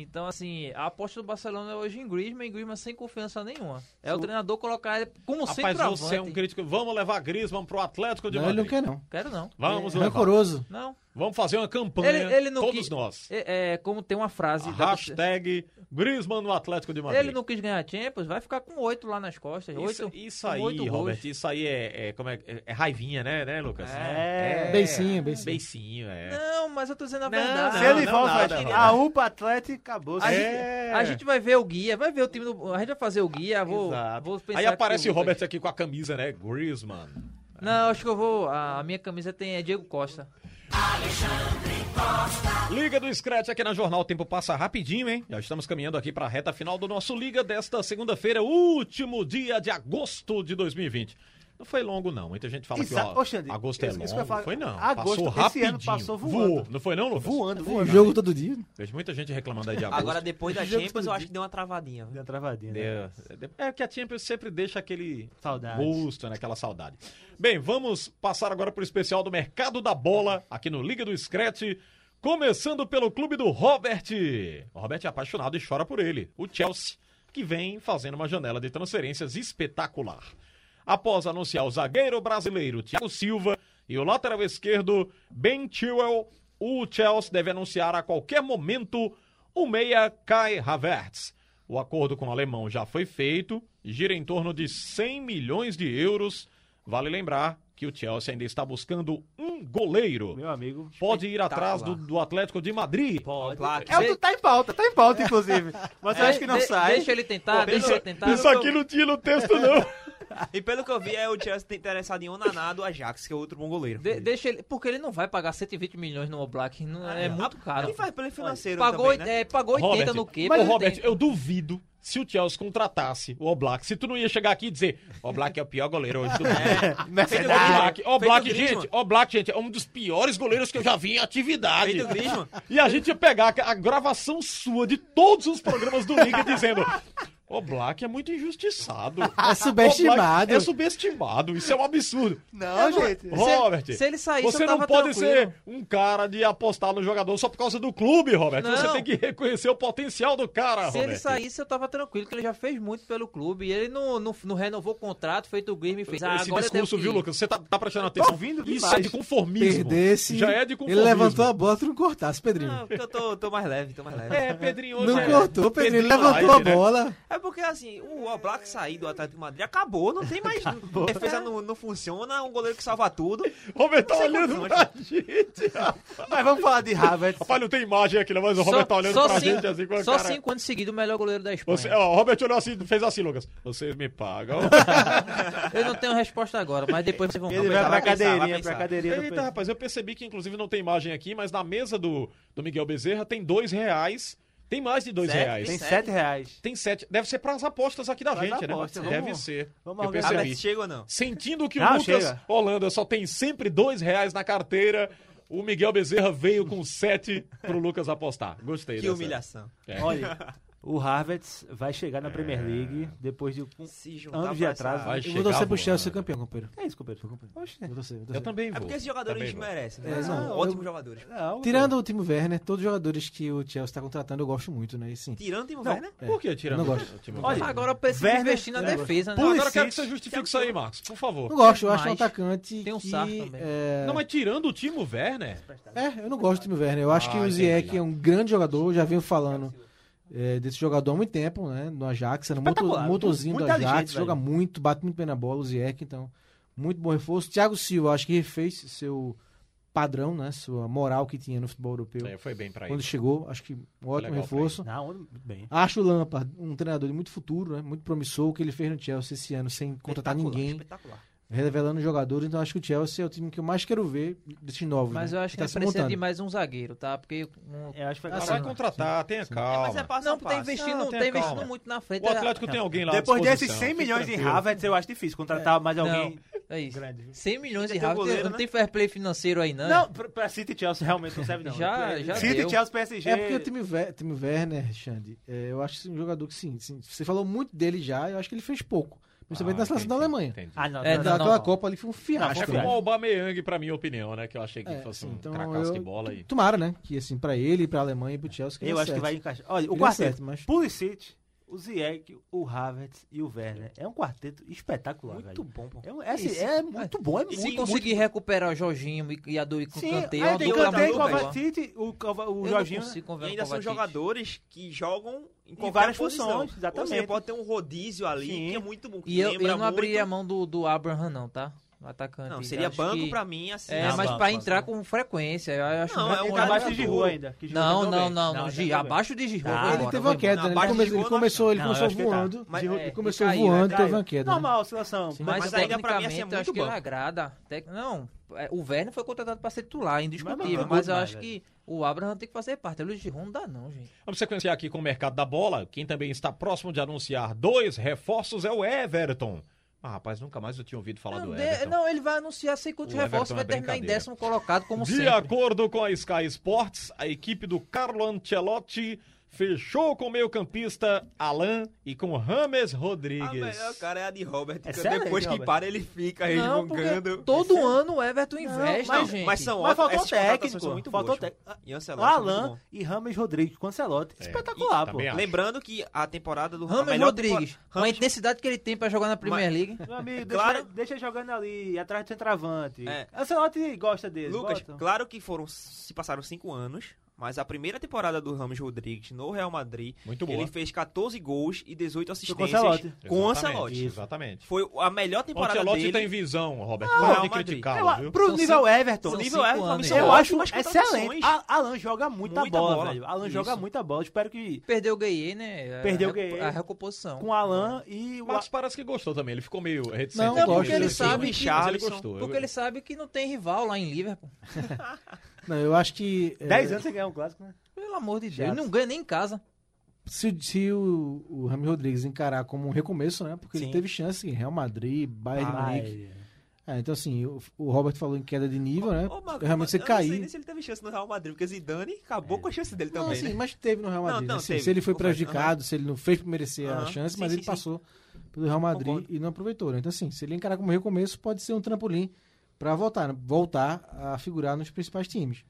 S9: Então, assim, a aposta do Barcelona hoje em Griezmann, e Griezmann sem confiança nenhuma. É o treinador colocar ele como
S4: Rapaz,
S9: centroavante.
S4: você é um crítico. Vamos levar Griezmann pro Atlético de
S7: Não, ele não
S4: Madrid.
S7: quer, não.
S9: Quero não.
S4: Vamos
S7: É
S4: levar.
S7: rancoroso.
S9: Não.
S4: Vamos fazer uma campanha,
S9: Ele- ele não
S4: todos
S9: quis-
S4: nós.
S9: É, é, como tem uma frase... da-
S4: Hashtag Griezmann no Atlético de Madrid.
S9: Ele não quis ganhar Champions, vai ficar com oito lá nas costas.
S4: Isso,
S9: oito,
S4: isso
S9: com
S4: aí,
S9: oito gols.
S4: Robert, isso aí é, é- como é, é- é raivinha, né, né, Lucas?
S8: É.
S7: Beicinho, beicinho.
S4: Beicinho, é.
S9: Não, mas eu tô dizendo
S4: Não,
S9: a verdade.
S8: Se ele
S4: não,
S8: volta,
S4: nada,
S8: Fred,
S4: não.
S8: a UPA Atlético acabou.
S9: A,
S4: É.
S9: gente, a gente vai ver o guia, vai ver o time do. A gente vai fazer o guia, vou,
S4: Exato.
S9: vou pensar.
S4: aí
S9: que
S4: aparece
S9: eu
S4: o
S9: vou-
S4: Robert aqui com a camisa, né? Griezmann.
S9: Não, acho que eu vou. A, a minha camisa tem é Diego Costa.
S4: Liga do Scratch aqui na Jornal. O tempo passa rapidinho, hein? Já estamos caminhando aqui para a reta final do nosso Liga desta segunda-feira, último dia de agosto de 2020. Não foi longo, não. Muita gente fala
S8: Isso,
S4: que ó,
S8: ô, Xande,
S4: agosto é
S8: isso-
S4: longo.
S8: isso que eu ia falar.
S4: Não foi, não.
S8: Agosto,
S4: passou
S8: esse
S4: rapidinho.
S8: ano passou voando.
S4: Voou. Não foi, não, Lucas?
S8: voando,
S7: O
S8: voando.
S7: jogo todo dia.
S4: Vejo muita gente reclamando
S8: (laughs)
S4: aí de agosto.
S6: Agora, depois da Champions, eu acho que deu uma travadinha. viu?
S8: Deu uma travadinha. né?
S4: É, é que a Champions sempre deixa aquele
S8: Saudades.
S4: gosto, né? aquela saudade. Bem, vamos passar agora para o especial do Mercado da Bola, aqui no Liga do Scratch. Começando pelo clube do Robert. O Robert é apaixonado e chora por ele. O Chelsea, que vem fazendo uma janela de transferências espetacular. Após anunciar o zagueiro brasileiro Thiago Silva e o lateral esquerdo Ben Chilwell, o Chelsea deve anunciar a qualquer momento o meia Kai Havertz. O acordo com o alemão já foi feito, gira em torno de 100 milhões de euros. Vale lembrar que o Chelsea ainda está buscando um goleiro.
S8: Meu amigo.
S4: Pode ir atrás do, do Atlético de Madrid.
S6: Claro,
S8: É o que tá em pauta, tá em pauta, inclusive. Mas eu acho que não
S9: De-
S8: sai.
S9: Deixa ele tentar, deixa ele tentar.
S4: não tinha no texto,
S8: (laughs)
S4: não.
S6: E pelo que eu vi, é o Chelsea tá interessado em Onaná do Ajax, que é outro bom goleiro.
S9: De- deixa ele, porque ele não vai pagar 120 milhões no Oblak, não, é,
S4: Ah,
S9: muito caro.
S6: Ele faz pelo financeiro
S9: Pagou,
S6: também, né?
S9: é, pagou 80
S4: Robert,
S9: no quê?
S4: Mas,
S9: Pagou
S4: Robert,
S9: 80.
S4: eu duvido se o Chelsea contratasse o Oblak, se tu não ia chegar aqui e dizer o Oblak é o pior goleiro hoje do mundo. (laughs)
S6: É. Feito o
S4: Oblak, Oblak,
S6: Griezmann. Feito o Griezmann.
S4: gente, Oblak, gente, é um dos piores goleiros que eu já vi em atividade. (laughs)
S6: Feito o Griezmann.
S4: E a gente ia pegar a gravação sua de todos os programas do Liga dizendo. O Black é muito injustiçado.
S7: É subestimado.
S4: O Black É subestimado. Isso é um absurdo.
S8: Não, gente.
S9: Se-
S4: Robert,
S9: se ele saísse,
S4: você
S9: eu
S4: não
S9: tava
S4: pode
S9: tranquilo.
S4: ser um cara de apostar no jogador só por causa do clube, Robert.
S9: Não.
S4: Você tem que reconhecer o potencial do cara,
S9: Se
S4: Robert.
S9: ele saísse, eu tava tranquilo, que ele já fez muito pelo clube. E ele não, não, não renovou o contrato, feito o Griezmann e fez. Ah,
S4: Esse
S9: agora eu tenho
S4: discurso,
S9: que
S4: viu,
S9: ir.
S4: Lucas? Você tá, tá prestando atenção.
S8: ouvindo
S4: Isso
S8: demais.
S4: é de conformismo.
S7: Perdesse.
S4: Já é de
S7: Ele
S4: conformismo.
S7: levantou a bola, tu não cortasse, Pedrinho.
S6: Não, é porque eu tô, tô mais leve, tô mais leve.
S4: É, Pedrinho hoje
S7: Não
S4: é-
S7: cortou, Pedrinho. Ele
S4: Pedrinho
S7: levantou a
S4: live, né?
S7: bola.
S6: É porque assim, o Oblak sair do Atlético de Madrid acabou, não tem mais. (laughs) Defesa não, não funciona, um goleiro que salva tudo.
S4: Robert tá
S6: Você
S4: olhando
S6: confunde.
S4: pra gente.
S8: Mas vamos falar de Havertz.
S4: Rapaz, não tem imagem aqui, né? mas o Robert tá olhando pra gente assim com a
S9: só
S4: cara.
S9: cinco anos seguidos, o melhor goleiro da Espanha.
S4: Você, ó, o Robert olhou assim, fez assim, Lucas. Vocês me pagam.
S9: Eu não tenho resposta agora, mas depois vocês vão
S8: Ele
S9: ver.
S8: vai pra
S6: vai pensar, vai
S8: cadeirinha,
S6: pensar.
S8: pra cadeirinha.
S7: tá
S8: do
S4: Eita, rapaz, eu percebi que inclusive não tem imagem aqui, mas na mesa do, do Miguel Bezerra tem dois reais. Tem mais de dois
S6: Sério?
S4: reais.
S8: Tem
S4: Tem...
S6: Tem
S8: 7 reais.
S4: sete. Deve ser pras apostas aqui da
S8: Pras
S4: gente,
S8: apostas,
S4: né?
S8: vamos-
S4: Deve ser.
S8: vamos
S4: eu
S8: organizar.
S4: percebi.
S6: Havertz chega ou não?
S4: Sentindo que
S8: Não,
S4: o Lucas
S8: chega.
S4: Holanda só tem sempre dois reais na carteira, o Miguel Bezerra veio com sete pro Lucas apostar. Gostei
S6: Que
S4: dessa.
S6: humilhação.
S4: É.
S6: (laughs)
S8: Olha, o Havertz vai chegar na Premier League depois de um-
S6: Se juntar
S8: anos de
S6: pra
S8: atraso.
S6: essa-
S4: Vai
S7: Eu
S4: chegar né?
S7: vou torcer pro
S4: voando.
S7: Chelsea ser campeão, companheiro.
S8: É isso, companheiro. Oxe.
S7: Eu torcer, eu
S4: Eu
S7: torcer.
S4: também
S6: É
S4: vou.
S6: porque esses jogadores
S4: Também
S6: eles
S4: vou.
S6: merecem.
S7: É,
S6: Né?
S7: não,
S6: São ótimos jogadores.
S8: Não,
S7: Tirando o Timo Werner, todos os jogadores que o Chelsea tá contratando, eu gosto muito, né? E sim.
S6: Tirando o Timo Werner.
S4: Por que tirando
S7: Não
S4: o
S7: gosto.
S4: time?
S8: Olha,
S9: Agora eu preciso
S8: Werner-
S9: investir na defesa, né?
S4: Não, agora eu
S8: Pulisic.
S4: quero que é você justifique isso aí, Marcos, por favor.
S7: Não gosto, eu acho um
S9: Mas
S7: atacante.
S9: tem um
S7: que,
S9: Sarr também.
S7: É...
S4: Não, mas tirando o time, o Werner.
S7: é, eu não gosto do Timo Werner. Eu acho
S4: Ah,
S7: que o
S4: entendi.
S7: Ziyech é um grande jogador, eu já venho falando é, desse jogador há muito tempo, né? No Ajax, era muito,
S8: Espetacular,
S7: motorzinho
S8: muito
S7: do Ajax,
S8: inteligente,
S7: joga
S8: velho.
S7: muito, bate muito bem na bola, o Ziyech, então, muito bom reforço. Thiago Silva, eu acho que refez seu padrão, né? Sua moral que tinha no futebol europeu.
S4: É, foi bem pra
S7: Quando
S4: ele.
S7: chegou, acho que um ótimo
S4: legal pra
S7: reforço.
S6: né?
S8: Não, muito bem.
S7: Acho o Lampard um treinador de muito futuro, né? muito promissor. O que ele fez no Chelsea esse ano, sem contratar
S6: Espetacular,
S7: ninguém,
S6: Espetacular.
S7: revelando jogadores. Então acho que o Chelsea é o time que eu mais quero ver desses novos.
S9: Mas
S7: né?
S9: eu acho que
S7: tá
S9: ele
S7: se
S9: precisa
S7: montando.
S9: de mais um zagueiro, tá? Porque. um-
S8: Eu acho que
S4: Ah,
S8: vai
S4: vai
S7: sim.
S4: contratar, tenha
S6: É, mas é
S4: calma.
S6: passo
S9: Não,
S6: a
S9: tá
S6: passo.
S9: investindo,
S4: Não,
S9: tá
S4: tenha
S9: investindo
S4: calma.
S9: muito na frente.
S4: O Atlético tem alguém lá à
S8: Depois desses
S4: disposição.
S8: 100 milhões em
S4: tranquilo.
S8: Havertz, eu acho difícil contratar mais alguém.
S9: É isso.
S8: Grande, viu?
S9: 100 milhões de
S6: Ainda tem
S9: reais.
S6: goleiro,
S9: Não
S6: né?
S9: tem fair play financeiro aí, não. é?
S8: Não, pra, pra City e Chelsea realmente não serve, não.
S9: Já- já
S8: City,
S9: deu.
S8: Chelsea, PSG.
S7: É porque o time, Wer- time Werner, Xande, é, eu acho que é um jogador que sim, sim, Você falou muito dele já, eu acho que ele fez pouco. Principalmente na seleção da Alemanha.
S8: Ah, não,
S9: É,
S8: não,
S9: não,
S8: não,
S7: Aquela
S8: não.
S7: Copa ali foi um fiasco.
S8: Foi
S4: É
S7: cara.
S4: como o Aubameyang, pra minha opinião, né? Que eu achei que
S7: É,
S4: fosse
S7: assim,
S4: um
S7: então
S4: cracaço
S7: eu-
S4: de bola aí.
S7: Tomara, né? Que assim, pra ele, pra Alemanha e pro Chelsea.
S8: Eu acho
S7: dê
S8: que
S7: certo.
S8: vai encaixar. Olha, o
S7: Ele
S8: quarteto.
S7: acerta, mas-
S8: Pulisic, o Ziyech, o Havertz e o Werner. É um quarteto espetacular,
S6: Muito
S8: velho.
S6: bom, pô.
S8: É um- É, assim, é muito bom, é
S9: Se
S8: muito,
S9: conseguir recuperar o Jorginho e, e a do
S8: Sim,
S9: Kanté,
S8: aí tem
S9: dupla
S8: Kanté,
S9: muito boa.
S8: Kovacic, o, Kova- o
S9: Eu não
S8: Jorginho. né?
S9: consigo
S6: E
S9: conver-
S6: ainda são
S9: Kovacic.
S6: jogadores que jogam em, qualquer
S8: várias
S6: posição.
S8: funções,
S6: Ou
S8: exatamente.
S6: seja, pode ter um rodízio ali
S8: Sim.
S6: que é muito bom. que
S9: E eu, eu
S6: lembra
S9: não abriria a
S6: muito.
S9: mão do, do Abraham, não, tá? O Atacante.
S6: Não, seria
S9: Acho
S6: banco
S9: que-
S6: pra mim, assim.
S9: É,
S8: Não,
S9: mas
S8: banco,
S9: pra
S8: banco,
S9: entrar
S8: banco.
S9: com frequência, eu acho
S6: Não,
S9: muito
S6: é um
S9: complicado.
S8: Tá abaixo de
S6: jogador.
S8: Giroud ainda. que Giroud
S9: Não,
S8: jogou
S9: não,
S8: bem.
S9: não, não.
S8: jogou
S9: Gi-
S8: bem.
S9: abaixo de Giroud.
S8: Tá,
S9: vai
S7: ele
S9: embora,
S7: teve
S9: vai
S7: uma queda, né?
S9: embora.
S7: Ele,
S6: Abaixo
S7: come-
S6: de
S7: ele
S6: gol,
S7: começou, ele
S8: não,
S7: começou
S8: acho que tá.
S7: voando,
S6: Mas,
S7: ele
S9: é,
S7: começou
S9: caiu, né?
S7: voando, teve
S8: Caiu.
S7: uma queda. né?
S8: Normal, oscilação.
S9: Mas,
S6: Mas ainda pra mim, assim, é
S9: tecnicamente, eu acho
S6: muito
S9: que ele
S6: banco.
S9: agrada. Tec- Não, é, o Werner foi contratado pra ser titular,
S8: Mas marcou
S9: indiscutível. Mas,
S8: gol
S9: eu
S8: demais,
S9: acho que o Abraham tem que fazer parte. O Luiz Giron não dá, não, gente.
S4: Vamos sequenciar aqui com o mercado da bola. Quem também está próximo de anunciar dois reforços é o Everton. Ah, rapaz, nunca mais eu tinha ouvido falar
S9: Não,
S4: do
S9: de-
S4: Everton.
S9: não, ele vai anunciar sem quantos
S4: O Everton
S9: reforços,
S4: é
S9: vai terminar em
S4: brincadeira.
S9: décimo colocado, como
S4: De
S9: sempre.
S4: acordo com a Sky Sports, a equipe do Carlo Ancelotti fechou com o meio-campista Alain e com Rames
S6: A
S4: Rodrigues.
S6: melhor cara é a de Robert.
S8: É
S6: que
S8: sério,
S6: depois que
S8: Robert?
S6: para, ele fica
S9: Não,
S6: resmungando.
S9: porque todo ano o Everton investe,
S8: mas-
S9: É, gente.
S6: Mas são
S8: Mas
S6: ótimas-
S8: faltou
S6: essas contratações
S8: técnico,
S6: são muito
S8: faltou
S6: boas, pô.
S8: técnico.
S6: E Ancelotti é muito bom.
S8: Alan e Rames Rodrigues com Ancelotti. Espetacular, pô.
S4: É, também acho.
S6: Lembrando que a temporada do a
S9: Rames
S6: melhor
S9: Rodrigues,
S6: temporada-
S9: com a intensidade que ele tem pra jogar na Premier League.
S8: Meu amigo, deixa,
S6: Claro.
S8: deixa jogando ali, atrás do centroavante.
S6: É.
S8: Ancelotti gosta dele.
S6: Lucas,
S8: bota.
S6: claro que foram se passaram cinco anos, mas a primeira temporada do Ramos Rodrigues no Real Madrid,
S4: Muito boa.
S6: ele fez 14 gols e 18
S8: com
S6: assistências
S8: Ancelotti.
S6: com
S4: Exatamente,
S6: o Ancelotti.
S4: Exatamente.
S6: Foi a melhor
S4: O
S6: temporada
S4: Ancelotti
S6: dele.
S4: tem visão, Roberto.
S6: Não, é
S4: Não
S6: Real
S4: pode
S6: Madrid.
S4: criticá-lo,
S8: Eu,
S4: viu?
S8: pro
S9: São
S8: nível
S9: cinco-
S8: Everton,
S6: São
S8: nível
S6: então, nível
S9: cinco
S6: Everton,
S9: anos,
S6: mas
S9: hein?
S6: são
S8: Eu acho
S6: ótimas
S8: excelente. Ah,
S6: contratações.
S8: A- Alan joga muita,
S6: Muita
S8: bola,
S6: bola.
S8: velho. Alan
S6: Isso.
S8: joga muita bola. Espero que
S9: Perdeu o Gueye, né? A
S8: Perdeu o
S9: recu-
S8: Gueye.
S9: A recomposição.
S8: com Alan e o
S4: Marcos parece que gostou também. Ele ficou meio reticente.
S7: Não,
S4: com
S7: porque
S4: isso,
S7: ele
S4: assim,
S9: sabe
S4: mas
S9: que-
S4: ele
S6: Richarlison,
S4: gostou.
S9: Porque ele sabe que não tem rival lá em Liverpool.
S7: Não, eu acho que. é,
S8: 10 anos você ganhar um clássico, né?
S9: Pelo amor de Deus,
S7: Chato.
S9: ele não ganha nem em casa.
S7: Se, se o, o Rami Rodrigues encarar como um recomeço, né? Porque
S6: Sim.
S7: ele teve chance em Real Madrid, Bayern de Munique. É, então, assim, o, o Robert falou em queda de nível, né?
S6: Ô, Marco,
S7: Realmente você
S6: eu não sei
S7: cair.
S6: nem se ele teve chance no Real Madrid, porque Zidane
S8: É.
S6: acabou com a chance dele
S7: Não,
S6: também,
S7: assim,
S6: né?
S7: mas teve no Real Madrid.
S6: não,
S7: né? Assim,
S6: teve.
S7: se ele foi
S6: Concordo.
S7: prejudicado, se ele não fez pra merecer a
S6: Aham.
S7: chance,
S6: Sim,
S7: mas
S6: sim,
S7: ele
S6: sim.
S7: passou pelo Real Madrid
S6: Concordo.
S7: e não aproveitou, né? Então, assim, se ele encarar como recomeço, pode ser um trampolim pra voltar, né? voltar a figurar nos principais times.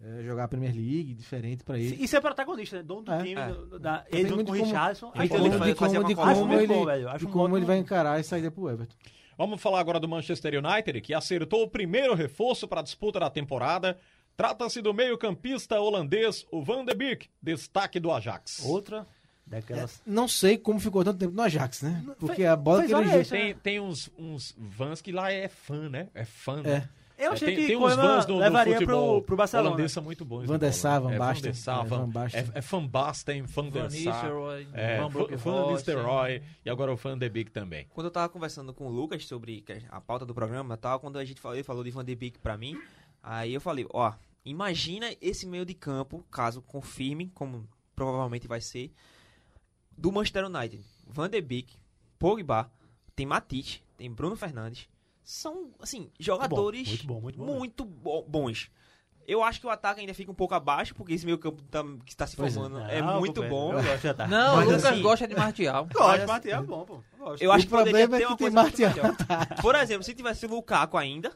S7: É, jogar a Premier League, diferente pra ele.
S8: Isso é protagonista, né? Dono do
S7: É.
S8: time,
S6: É.
S8: do- da,
S7: Tem
S8: ele junto
S7: muito
S8: com o
S7: como-
S8: Richardson.
S7: De
S6: Ele
S8: Acho
S7: como,
S8: que
S6: vai
S7: de
S6: fazer
S7: como,
S6: uma
S7: de
S6: coluna.
S7: como
S8: Acho muito
S7: ele,
S8: bom, velho. Acho
S7: de
S8: um
S7: como ele
S8: ótimo-
S7: vai encarar e saída pro Everton.
S4: Vamos falar agora do Manchester United, que acertou o primeiro reforço para a disputa da temporada. Trata-se do meio-campista holandês, o Van de Beek, destaque do Ajax.
S8: Outra
S9: É.
S8: daquelas...
S7: Não sei como ficou tanto tempo no Ajax, né? Porque a bola
S8: fez
S7: que ele
S8: hora
S7: jogou-
S8: extra, né?
S4: Tem, tem uns, uns vans que lá é fã, né? É fã,
S7: É.
S4: né?
S8: Eu
S4: É,
S8: achei
S4: tem,
S8: que
S4: tem uns
S8: Koeman
S4: vans no, no
S8: levaria
S4: futebol
S8: pro, pro Barcelona.
S4: holandês são muito bons.
S7: Van
S4: no
S7: der
S4: bola.
S7: Sar, Van
S4: É, Van
S7: Basten.
S4: der Sar,
S7: É,
S4: Van,
S7: Van Basten.
S4: é- é Van Basten, Van der Sar, é, Van, Van Nistelrooy e agora o Van de Beek também.
S6: Quando eu tava conversando com o Lucas sobre que- a pauta do programa e tal, quando a gente falou, ele falou de Van de Beek pra mim, aí eu falei, ó, imagina esse meio de campo, caso confirme, como provavelmente vai ser, do Manchester United. Van de Beek, Pogba, tem Matite, tem Bruno Fernandes, são, assim, jogadores
S8: Tá muito bom, muito bom
S6: muito bo- bons. Eu acho que o ataque ainda fica um pouco abaixo, porque esse meio campo tá- que está se formando é,
S8: Não,
S6: muito
S8: Roberto,
S6: bom.
S8: Eu gosto, já tá.
S9: Não,
S6: Mas
S9: o Lucas
S6: assim-
S9: gosta de Martial.
S8: Gosto, Martial é bom, pô. Gosto.
S6: Eu acho que poderia
S7: problema é
S6: ter
S7: que
S6: uma
S7: tem
S6: coisa muito
S7: Martial.
S6: melhor. Por exemplo, se tivesse o Lukaku ainda,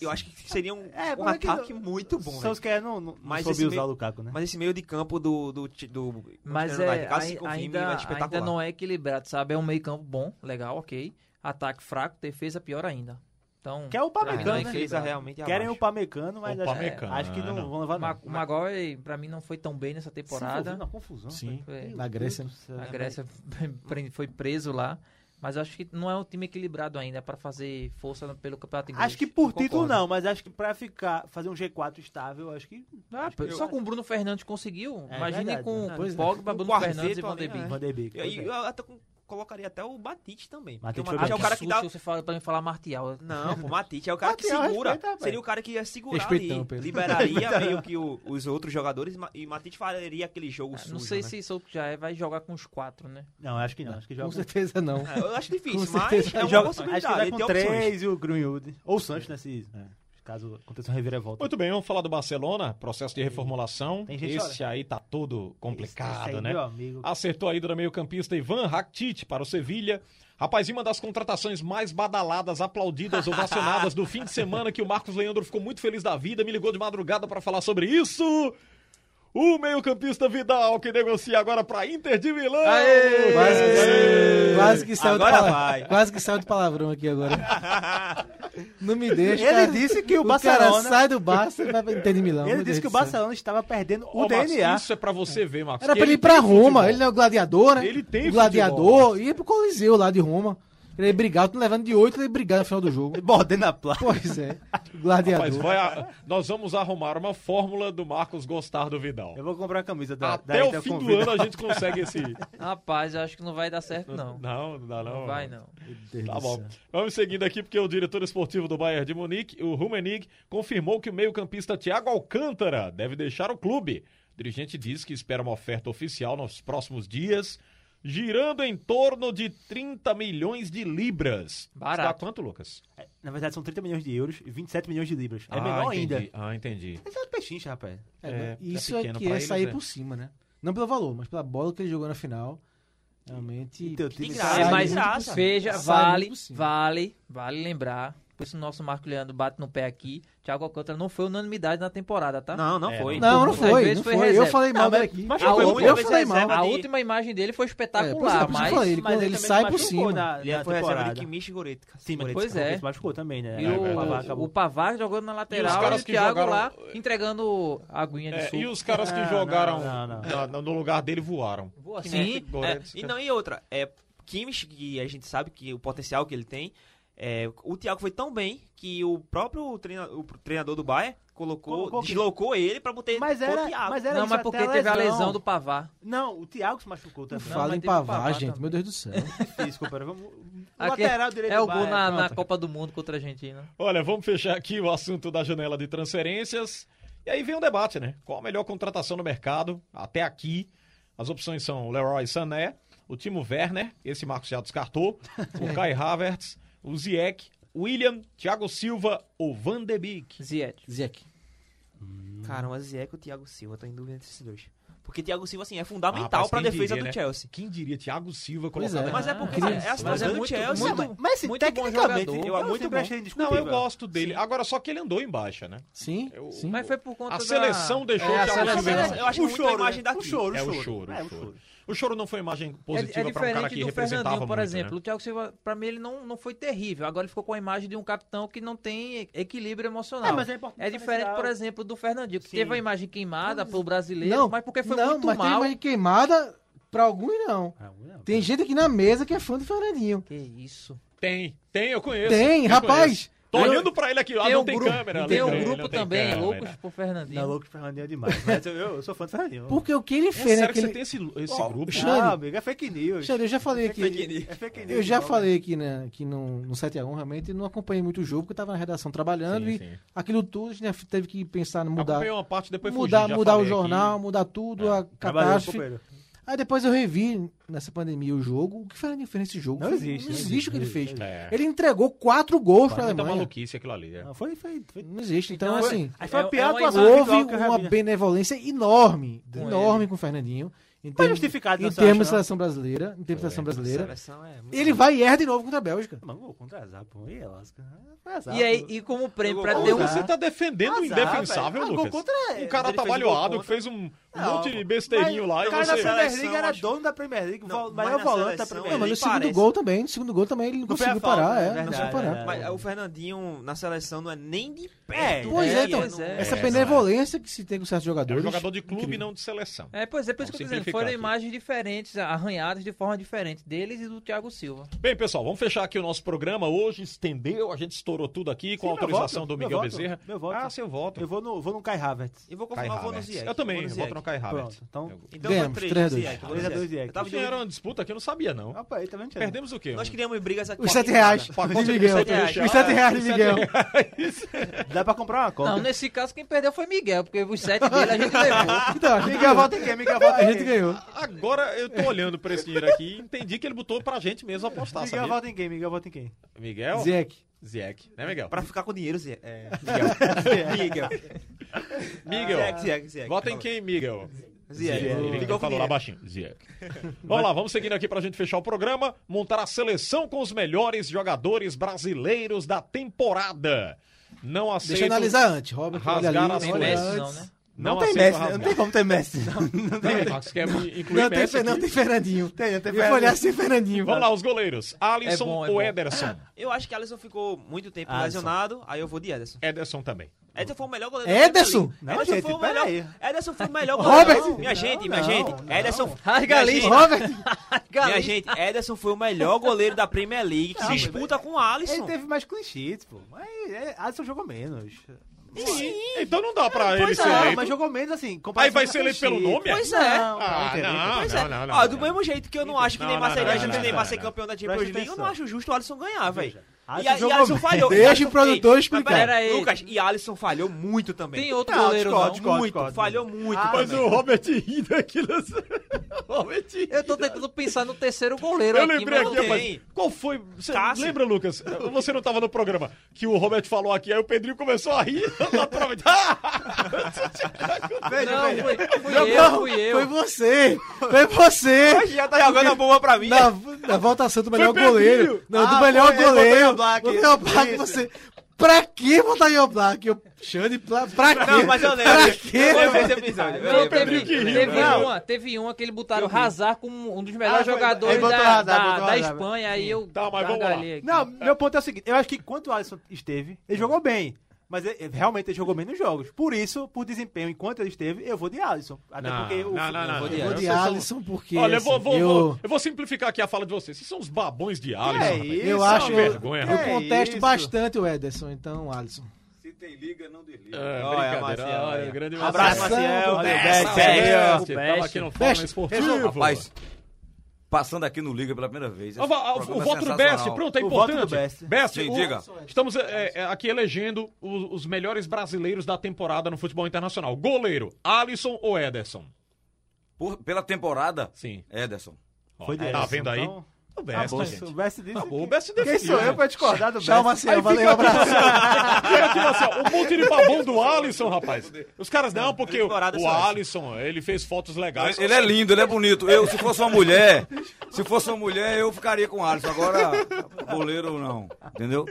S6: eu acho que seria um,
S8: É,
S6: um
S8: mas é que
S6: ataque
S8: não-
S6: muito bom.
S8: Só os
S6: velho.
S8: que é, não, não, não
S6: Mas
S8: soube
S6: esse
S8: usar
S6: meio-
S8: o Lukaku, né?
S6: Mas esse meio de campo do. do, do, do
S9: Mas
S6: Manchester United,
S9: é,
S6: caso se
S9: ai-
S6: confirme, vai
S9: ainda,
S6: ser espetacular.
S9: ainda não é equilibrado, sabe? É um meio campo bom, legal, ok. Ataque fraco, defesa pior ainda. Então,
S8: Quer o
S9: pra mim não
S6: A
S8: Pamecano, né?
S6: defesa realmente é
S8: Querem o
S6: abaixo.
S8: Pamecano, mas
S4: O
S8: acho,
S4: Pamecano.
S8: acho que não vão levar
S9: Ma-
S8: nada.
S9: O Magoy, pra mim, não foi tão bem nessa temporada.
S8: Na confusão. né?
S3: Sim.
S9: É,
S7: Na Grécia.
S9: a Grécia (laughs) pre- foi preso lá. Mas eu acho que não é um time equilibrado ainda pra fazer força no- pelo campeonato inglês.
S8: Acho que por
S9: Concordo.
S8: título não, mas acho que pra ficar, fazer um G4 estável, acho que.
S9: Ah,
S8: acho que
S9: só com o Bruno Fernandes conseguiu.
S8: É
S9: Imagine
S8: verdade,
S9: com,
S8: né?
S9: com
S7: Pois é.
S9: Pogba,
S6: Um
S9: Bruno
S6: quarteto
S9: Fernandes e Van
S6: ali,
S9: de Beek.
S8: Van de Beek,
S6: Eu,
S8: pois é.
S6: eu até con- colocaria até o Batite também.
S8: Matite
S6: Porque o
S8: foi
S6: Matite é o
S8: bem.
S6: cara que dá.
S9: Você fala pra mim falar martial.
S6: Não, pô, Matite é o cara que
S8: Matite,
S6: segura.
S8: respeita, rapaz.
S6: Seria o cara que ia segurar
S7: Respeitão,
S6: ali.
S7: Pedro.
S6: Liberaria meio que o- os outros jogadores e Ma- e Matite faria aquele jogo sujo.
S9: Ah, Não sei
S6: né?
S9: se isso já é, vai jogar com os quatro, né?
S8: Não, acho que não. Acho que
S7: Com
S8: joga com-
S7: certeza não.
S6: É, eu acho difícil,
S7: Com
S6: mas
S7: certeza.
S6: é uma
S8: joga- Acho
S6: possibilidade.
S8: que
S6: Ele
S8: joga
S6: tem
S8: com
S6: opções.
S8: três e o Greenwood. Ou o Santos, né? Se, né, caso aconteça um reviravolta.
S4: Muito bem, vamos falar do Barcelona, processo de reformulação.
S8: Tem gente,
S4: Esse aí tá todo complicado,
S8: Esse aí,
S4: né?
S8: Meu amigo.
S4: Acertou a ida do meio-campista Ivan Rakitic para o Sevilha. Rapaz, e uma das contratações mais badaladas,
S9: (laughs)
S4: aplaudidas, ovacionadas do fim de semana, que o Marcos Leandro ficou muito feliz da vida, me ligou de madrugada para falar sobre isso. O meio-campista Vidal, que negocia agora para Inter de Milão.
S8: É.
S9: Aê!
S7: Quase que,
S4: Aê!
S7: quase que saiu de
S6: Agora
S7: pala-
S6: vai.
S7: Quase que saiu de palavrão
S8: (laughs)
S7: aqui agora. Não me deixa.
S8: Ele
S7: cara.
S8: disse que o
S7: cara
S8: Barcelona-
S7: sai do Barça e vai pra Inter de Milão.
S8: Ele
S7: meu
S8: disse
S7: Deus
S8: que o
S7: do céu.
S8: Barcelona estava perdendo
S4: Ó,
S8: o
S4: Marcos,
S8: DNA.
S4: Isso é para você ver, Marcos.
S7: Era
S4: que
S7: pra ele ir
S4: tem
S7: pra
S4: futebol.
S7: Roma. Ele não é o gladiador, né?
S4: Ele tem
S7: O gladiador. Ia pro Coliseu lá de Roma. Ele ia brigar. Eu tô levando de 8 ele ia brigar no final do
S8: (laughs)
S7: jogo.
S8: Mordendo a placa.
S7: Pois é. O
S4: Rapaz,
S7: gladiador.
S4: vai a- nós vamos arrumar uma fórmula do Marcos gostar do Vidal.
S8: Eu vou comprar a camisa da, da
S7: tá
S4: Até o
S8: Inter
S4: fim
S8: com
S4: do
S8: vida.
S4: ano a gente consegue esse.
S7: (laughs)
S9: Rapaz, eu acho que não vai dar certo, não.
S4: Não, não dá não.
S9: Não vai, não.
S4: Tá bom. Vamos seguindo aqui, porque o diretor esportivo do Bayern de Munique, o Rummenigge, confirmou que o meio-campista Thiago Alcântara deve deixar o clube. O dirigente diz que espera uma oferta oficial nos próximos dias, girando em torno de 30 milhões de libras.
S9: Barato.
S4: Está quanto, Lucas?
S8: É, Na verdade, são 30 milhões de euros e 27 milhões de libras. É menor
S4: entendi.
S8: ainda.
S4: Ah, entendi.
S8: Esse é um pechincha, rapaz.
S7: É,
S4: É, é
S7: isso é,
S4: pequeno
S7: que
S4: pra
S7: é
S4: eles,
S7: sair
S4: é.
S7: por cima, né? Não pelo valor, mas pela bola que ele jogou na final. Realmente.
S8: Então, tem
S6: de
S8: que
S6: graça,
S8: sair.
S6: de
S9: mas
S6: muito graça.
S9: veja,
S7: Sai
S9: vale,
S7: muito por cima.
S9: vale, vale lembrar. Por isso o nosso Marco Leandro bate no pé aqui. Thiago Alcântara não foi unanimidade na temporada, tá?
S6: Não, É, não Ah, foi.
S7: Não, não
S9: Muitas
S7: foi.
S9: vezes
S7: Não
S9: foi
S7: foi. Eu
S9: reserva.
S7: falei mal
S8: mas-
S7: daqui.
S8: mas
S9: A,
S8: foi
S9: última,
S6: muita
S7: eu
S6: vez
S7: falei
S6: reserva
S7: mal.
S9: a
S6: é de-
S9: última imagem dele foi
S7: É, pois é,
S9: espetacular,
S7: por isso que eu
S9: tá mas.
S7: falei, ele-
S8: Mas
S7: quando ele
S8: também
S7: sai
S8: se
S7: por
S8: machucou
S7: cima.
S8: Na,
S6: Ele
S8: na
S6: Ah, foi reserva
S8: temporada.
S6: de Kimmich e Goretzka.
S8: Sim, mas
S9: Pois
S8: pois
S9: é.
S8: é. se machucou também, né?
S9: E
S8: Aí Pavard
S9: o,
S8: acabou.
S9: o Pavar jogando na lateral e,
S4: caras
S9: o
S4: que
S9: Thiago
S4: jogaram-
S9: lá entregando aguinha de
S4: É,
S9: suco.
S4: e os caras que
S8: Não,
S4: jogaram
S8: não, não, não.
S4: na- na- no lugar dele voaram.
S9: Boa, né?
S6: Sim,
S9: sim.
S6: é,
S4: Goretzka.
S6: e não e outra, é Kimmich que a gente sabe que o potencial que ele tem, é, o Thiago foi tão bem que o próprio treina- o treinador do Bayern colocou,
S8: Colocou quem?
S6: deslocou ele pra botar
S8: Mas
S6: pôr o
S8: era,
S6: Thiago.
S8: mas era
S9: Não,
S8: isso
S9: mas
S8: até
S9: porque teve a lesão do Pavar.
S8: Não, o Thiago se machucou também.
S9: Não,
S7: Fala
S9: mas
S7: em
S9: teve o Pavard
S7: pavar, gente.
S9: também.
S7: Meu Deus do céu.
S8: Não, desculpa, vamos... O
S9: Aqui
S8: lateral direito
S9: é o
S8: do
S9: gol
S8: Bayern,
S9: na, na
S8: pronto.
S9: Copa do Mundo contra a Argentina.
S4: Olha, vamos fechar aqui o assunto da janela de transferências. E aí vem um debate, né? Qual a melhor contratação no mercado até aqui? As opções são o Leroy Sané, o Timo Werner, esse Marcos já
S9: (laughs)
S4: descartou, o Kai Havertz, o Zieck, William, Thiago Silva ou Van de Beek.
S9: Ziet.
S7: Zeke.
S6: Caramba, Zieco e o Thiago Silva, tá tô em dúvida entre esses dois. Porque Thiago Silva assim é fundamental
S4: Rapaz,
S6: pra
S4: quem
S6: defesa
S4: diria,
S6: do
S4: né?
S6: Chelsea.
S4: Quem diria Thiago Silva
S7: Pois
S4: colocado?
S7: é.
S4: na-
S6: Mas é porque
S7: incrível.
S6: é a
S9: Mas
S6: situação
S9: é
S6: do
S9: muito-
S6: Chelsea.
S9: muito-
S6: mano.
S8: Mas, assim,
S9: Muito bom
S8: tecnicamente,
S9: jogador.
S8: eu,
S6: É muito
S8: muito
S6: bom.
S8: achei
S4: Não,
S8: indiscutível.
S4: eu gosto dele. Agora só que ele andou em baixa, né?
S7: Sim,
S4: Eu-
S7: sim.
S9: Mas foi por conta
S4: A
S9: da...
S4: seleção deixou
S9: é,
S4: o
S9: a
S4: Thiago
S9: seleção-
S4: Silva. em
S6: Eu acho
S8: O
S6: muito a
S8: choro,
S6: imagem
S8: né?
S6: daqui.
S8: O choro, o
S4: É o
S8: choro.
S4: choro,
S8: É,
S4: o
S8: o
S4: choro.
S8: choro.
S4: O choro não foi uma imagem
S9: É, é
S4: positiva para um cara
S9: diferente
S4: que
S9: do
S4: representava
S9: Fernandinho,
S4: muito,
S9: por
S4: né?
S9: exemplo. O Thiago Silva, pra mim, ele não, não foi terrível. Agora ele ficou com a imagem de um capitão que não tem emocional. emocional.
S8: É, mas é importante também
S9: diferente,
S8: tirar
S9: por
S8: o-
S9: exemplo, do Fernandinho, que
S8: Sim.
S9: teve a imagem queimada pro brasileiro,
S7: Não,
S9: mas porque foi
S7: não,
S9: muito
S7: mas tem
S9: mal.
S7: imagem queimada pra alguns não.
S8: Ah, não.
S7: Tem gente aqui na mesa que é fã do Fernandinho.
S9: Que isso.
S4: Tem, tem, eu conheço.
S7: Tem,
S4: eu
S7: rapaz.
S4: conheço. Tô
S7: Eu-
S4: olhando pra ele aqui, ah,
S9: tem
S4: não
S9: um
S4: tem
S9: grupo,
S4: câmera.
S9: tem
S4: não
S9: um
S4: não
S9: grupo
S4: tem
S9: também,
S4: câmera. né?
S9: loucos por Fernandinho.
S8: Não, louco, o Fernandinho é (laughs) demais. Mas eu, eu sou fã do Fernandinho.
S7: Porque o que ele
S4: É
S7: fez
S4: sério que
S7: naquele.
S4: você tem esse, esse
S7: Ó,
S4: grupo?
S7: Xande,
S10: Ah,
S8: Não, amigo, é fake news.
S7: Xande, eu já falei aqui.
S8: É fake news.
S7: Eu já
S8: Não,
S7: falei aqui, né, que no, no 7 a 1 realmente não acompanhei muito o jogo, porque eu tava na redação trabalhando
S4: Sim,
S7: e
S4: sim.
S7: aquilo tudo a gente né, teve que pensar em mudar.
S4: Acompanhei uma parte, depois
S7: mudar
S4: fugi, já
S7: mudar o
S4: falei
S7: jornal,
S4: aqui.
S7: mudar tudo, a
S8: Trabalhou,
S7: catástrofe.
S8: companheiro.
S7: Aí depois eu revi nessa pandemia o jogo. O que Fernandinho fez nesse jogo?
S8: Não
S7: Foi-
S8: existe,
S7: Não
S8: não
S7: existe o que ele
S8: existe,
S7: fez.
S8: não
S4: É. tá
S7: Ele entregou quatro gols para a
S4: Muita
S7: Alemanha.
S4: maluquice aquilo ali. é.
S8: Não, foi, foi, foi.
S7: Não existe. Então,
S9: Então,
S7: assim,
S8: Aí foi
S9: É-
S8: a pior
S9: é uma
S8: atuação
S9: imagem
S7: houve
S8: individual que eu já
S7: uma
S8: vi, né?
S7: benevolência enorme,
S9: Com
S7: enorme com o Fernandinho. Em termos,
S8: justificado,
S7: em
S8: não, você acha,
S7: termos de
S8: não?
S7: seleção brasileira. Em termos de seleção
S6: A
S7: brasileira.
S6: seleção é muito
S7: Ele vai e erra de novo contra a Bélgica.
S8: Mas gol contra azar, pô. E lasca. É azar,
S9: E aí,
S8: pô.
S9: e como prêmio, pra
S4: Ô,
S9: ter um...
S4: Você tá defendendo o
S8: é. Azar,
S4: indefensável,
S8: velho. Ah, gol
S4: Lucas.
S8: contra-
S4: Um cara
S8: ele fez
S4: atabalhoado
S8: gol
S4: que fez um
S8: Não,
S4: monte de besteirinho
S8: mas
S4: lá e
S8: O cara tá da
S4: você... é
S8: Premier
S6: Seleção,
S8: League era
S6: acho-
S8: dono da Premier League,
S6: Não,
S8: vo-
S6: mas
S8: melhor
S6: na
S8: volante da
S6: seleção,
S8: Premier
S7: Não,
S6: ele
S7: mas no
S8: League.
S7: segundo
S6: parece.
S7: gol também. No segundo gol também ele não
S8: Não foi
S7: conseguiu
S8: a falta,
S7: parar.
S8: é
S7: É, não conseguiu
S8: verdade,
S7: parar.
S8: é
S6: Mas o Fernandinho na seleção não é nem de
S8: É,
S6: perto.
S7: Pois
S6: né?
S7: é, então.
S9: pois é.
S7: Essa
S4: É,
S7: benevolência que se tem com certos
S4: É um
S7: jogadores.
S4: jogador de clube,
S7: incrível.
S4: não de seleção.
S9: É, pois é, por isso que eu tô
S4: Vamos
S9: dizendo. Foram
S4: significado.
S9: imagens diferentes, arranhadas de forma diferente deles e do Thiago Silva.
S4: Bem, pessoal, vamos fechar aqui o nosso programa. Hoje estendeu, a gente estourou tudo aqui com a
S8: Sim, meu
S4: autorização
S8: voto,
S4: do
S8: meu
S4: Miguel
S8: voto,
S4: Bezerra.
S8: meu voto.
S4: Ah, seu voto.
S8: Eu vou no, vou no Kai Havertz.
S6: Eu vou
S4: Kai
S6: confirmar, eu vou no
S4: Havertz.
S6: Ziek.
S4: Eu também, eu vou
S6: trocar.
S4: trocar Havertz.
S8: Pronto, então.
S6: Então
S7: Ganhamos,
S6: foi
S7: 3 a
S6: 3
S7: 2.
S6: Ziek.
S8: 3 a 2 Ziek.
S6: Eu tava
S4: Isso Era uma disputa que eu não sabia,
S7: Ah,
S4: não.
S8: Opa, aí tá vendo? Thiago?
S4: Perdemos o quê?
S6: Nós
S4: Um
S6: criamos brigas aqui.
S7: Os 7 reais
S4: pacote de
S7: de Miguel.
S4: sete reais.
S7: Os 7 reais
S4: Os
S7: de
S4: sete
S7: Miguel.
S4: reais.
S8: Dá pra comprar uma
S9: Não,
S8: Copa.
S9: nesse caso quem perdeu foi Miguel, porque os sete dele a
S6: (laughs)
S9: gente levou.
S7: Então, a gente
S8: Miguel
S7: ganhou.
S8: volta em quem? Miguel volta (laughs)
S7: A
S8: em
S7: gente
S8: quem?
S7: ganhou.
S4: Agora eu tô olhando pra esse dinheiro aqui e entendi que ele botou pra gente mesmo apostar,
S8: Miguel
S4: sabia?
S8: volta em quem? Miguel volta em quem?
S4: Miguel?
S7: Zeke.
S4: Ziek. Né, Miguel?
S6: Pra ficar com dinheiro, Ziek. É, Miguel. Miguel.
S4: Miguel.
S6: Ziek, Ziek, Ziek.
S4: Vota em quem, Miguel?
S6: Ziek.
S4: Ele
S6: Ligou com
S4: falou lá
S6: dinheiro.
S4: baixinho. Ziek. Vamos lá, vamos seguindo aqui pra gente fechar o programa. Montar a seleção com os melhores jogadores brasileiros da temporada. Não aceito...
S7: Deixa eu analisar antes. Robert, olha
S4: Rasgar as
S7: ali.
S9: Tem
S7: olha
S4: coisas.
S9: Messi
S7: antes.
S9: não, né?
S4: Não,
S8: tem
S4: aceito
S8: Messi, né?
S4: rasgar.
S8: Não tem como ter Messi. Não tem
S4: Não, Max, quer incluir
S7: Não tem,
S4: Messi
S7: Fer- não
S4: aqui?
S7: tem Fernandinho.
S8: Tem, tem
S7: Eu vou olhar sem Fernandinho.
S4: Vamos lá, os goleiros. Alisson
S9: É bom, é
S4: ou
S9: bom.
S4: Ederson?
S6: Eu acho que Alisson ficou muito tempo
S8: Alisson.
S6: lesionado, aí eu vou de Ederson.
S4: Ederson também.
S6: Ederson foi o melhor goleiro
S7: Ederson?
S6: da Premier League.
S8: Não,
S6: Ederson
S8: gente,
S6: foi o
S8: pera
S6: melhor.
S8: aí.
S6: Ederson foi o melhor
S7: Robert!
S6: goleiro. Minha gente, minha
S8: não,
S6: gente.
S8: não.
S6: Ederson.
S9: Rasgalista.
S6: Minha gente, Minha
S9: Galista.
S6: gente, Ederson foi o melhor goleiro da Premier League que se disputa com o
S8: Ele
S6: Alisson.
S8: teve mais clean sheets, pô. Mas é, Alisson jogou menos.
S4: Sim, então não dá pra ele
S8: Pois
S4: ser
S8: é,
S4: eleito.
S8: mas jogou menos assim.
S4: Aí
S8: comparado
S4: vai
S8: com
S4: ser
S8: clean
S4: eleito pelo
S8: sheet.
S4: nome? é?
S6: Pois é.
S4: Ah,
S8: Não,
S4: não,
S6: Pois
S4: não,
S6: é.
S4: não, não,
S6: Ó,
S4: não.
S6: do mesmo jeito que eu não acho que
S4: Não,
S6: Neymar
S4: não,
S6: seria
S4: não,
S6: eleito,
S4: não,
S6: o Neymar
S4: não,
S6: ser
S4: não.
S6: campeão da Champions
S8: Presta
S6: League, eu não
S8: atenção.
S6: acho justo o Alisson ganhar, velho. E,
S8: Alisson
S6: a- e
S8: jogou
S6: Alisson
S8: bem.
S6: falhou.
S7: Deixa
S6: Alisson-
S7: o produtor
S6: Ei,
S7: explicar.
S6: mas pera aí.
S9: Pera aí.
S6: Lucas, e Alisson falhou muito também.
S9: Tem outro
S8: Não,
S9: goleiro
S8: discordo,
S9: não.
S8: discordo,
S6: muito,
S8: discordo.
S6: falhou muito
S8: Ah,
S6: também.
S8: mas o
S4: Robert rindo aqui nessa. (laughs) Robert
S9: Eu tô tentando pensar no terceiro goleiro
S4: Eu
S9: aqui,
S4: lembrei
S9: mas
S4: aqui,
S9: não
S4: rapaz.
S9: tem.
S4: Qual foi. Você
S6: Cássio.
S4: lembra, Lucas? Você não tava no programa que o Robert falou aqui, aí o Pedrinho começou a rir (laughs) lá pra frente.
S8: Veja,
S9: Não,
S8: veja.
S9: fui, fui eu, fui eu.
S7: Foi você. Foi você.
S6: Hoje (laughs) já tá jogando a bomba pra mim.
S7: Na, na votação do melhor
S4: Pedrinho.
S7: goleiro. Não, do
S8: Ah,
S7: melhor
S8: foi, eu botei
S7: goleiro.
S8: o Black.
S7: Botei o Black,
S8: Isso.
S7: você. Pra que botar Ian Black? Eu, Xande, pra, pra quê?
S6: Não, mas eu lembro.
S7: Pra quê?
S6: Eu lembro desse episódio. Eu
S9: Não,
S6: lembro, eu
S9: teve,
S4: Pedrinho
S6: lembro.
S4: que
S9: teve um-
S4: riu, né?
S9: uma, teve uma que ele botaram Hazard como um dos melhores
S8: Ah, foi-
S9: jogadores
S8: ele botou
S9: da,
S8: Hazard,
S9: da-
S8: botou
S9: da
S8: Hazard.
S9: Espanha, aí eu
S4: Tá, mas vamos lá.
S9: gargalhei aqui.
S8: Não, meu ponto é o seguinte: eu acho que quanto o Alisson esteve, ele jogou bem. Mas ele- ele realmente ele jogou menos jogos. Por isso, por desempenho, enquanto ele esteve, eu vou de Alisson. Até
S4: Não,
S8: porque o.
S4: não, não, não.
S8: eu vou de
S7: Eu vou
S8: Alisson.
S7: de
S4: são-
S7: Alisson porque.
S4: Olha, eu
S7: assim,
S4: vou, vou-
S7: eu-
S4: vou- eu vou simplificar aqui a fala de vocês. Vocês são uns babões de um Alisson.
S8: É
S4: rapaz.
S8: isso,
S7: Eu acho.
S4: uma
S7: Eu,
S4: vergonha,
S7: eu
S4: rapaz.
S8: É
S7: contesto
S8: isso.
S7: bastante o Ederson, então, Alisson.
S4: É,
S6: Olha,
S4: brincadeira.
S6: Maciel,
S4: Olha,
S6: olha.
S4: grande
S6: Abraço,
S4: Maciel.
S7: é
S6: Maciel. é
S8: Valeu,
S6: Best,
S4: Salve,
S6: sério.
S4: Best. Tava aqui no Fórum
S7: Best.
S4: Esportivo.
S10: Rapaz, passando aqui no Liga pela primeira vez.
S4: Ah,
S10: esse
S4: va- O, o
S10: programa é
S4: voto do Best,
S10: sensacional.
S4: pronto, é
S8: O voto
S4: importante.
S8: do Best.
S10: Sim,
S4: o-
S10: diga.
S4: Estamos é, é, aqui elegendo os, os melhores brasileiros da temporada no futebol internacional. Goleiro, Alisson ou Ederson?
S10: Por- pela temporada, É,
S4: Sim.
S10: Ederson.
S4: Ó,
S8: Foi de
S4: tá
S8: Ederson,
S4: vendo aí?
S8: então-
S4: O
S8: Ah,
S4: Best,
S8: bom,
S4: gente.
S8: o Bess disse.
S4: Acabou, o
S8: que-
S4: Best
S8: Quem
S4: definiu,
S8: sou eu
S4: né?
S8: pra discordar do Bess?
S7: Tchau,
S4: assim,
S7: Marcelo. Valeu, um abraço.
S4: Olha aqui, Marcelo, o monte de babão do Alisson, rapaz. Os caras, não, porque o,
S8: é
S6: temporada
S4: o
S6: só essa.
S4: Alisson, ele fez fotos legais.
S10: Ele é lindo, ele é bonito. Eu, se fosse uma mulher, se fosse uma mulher, eu ficaria com o Alisson. Agora, goleiro não, entendeu?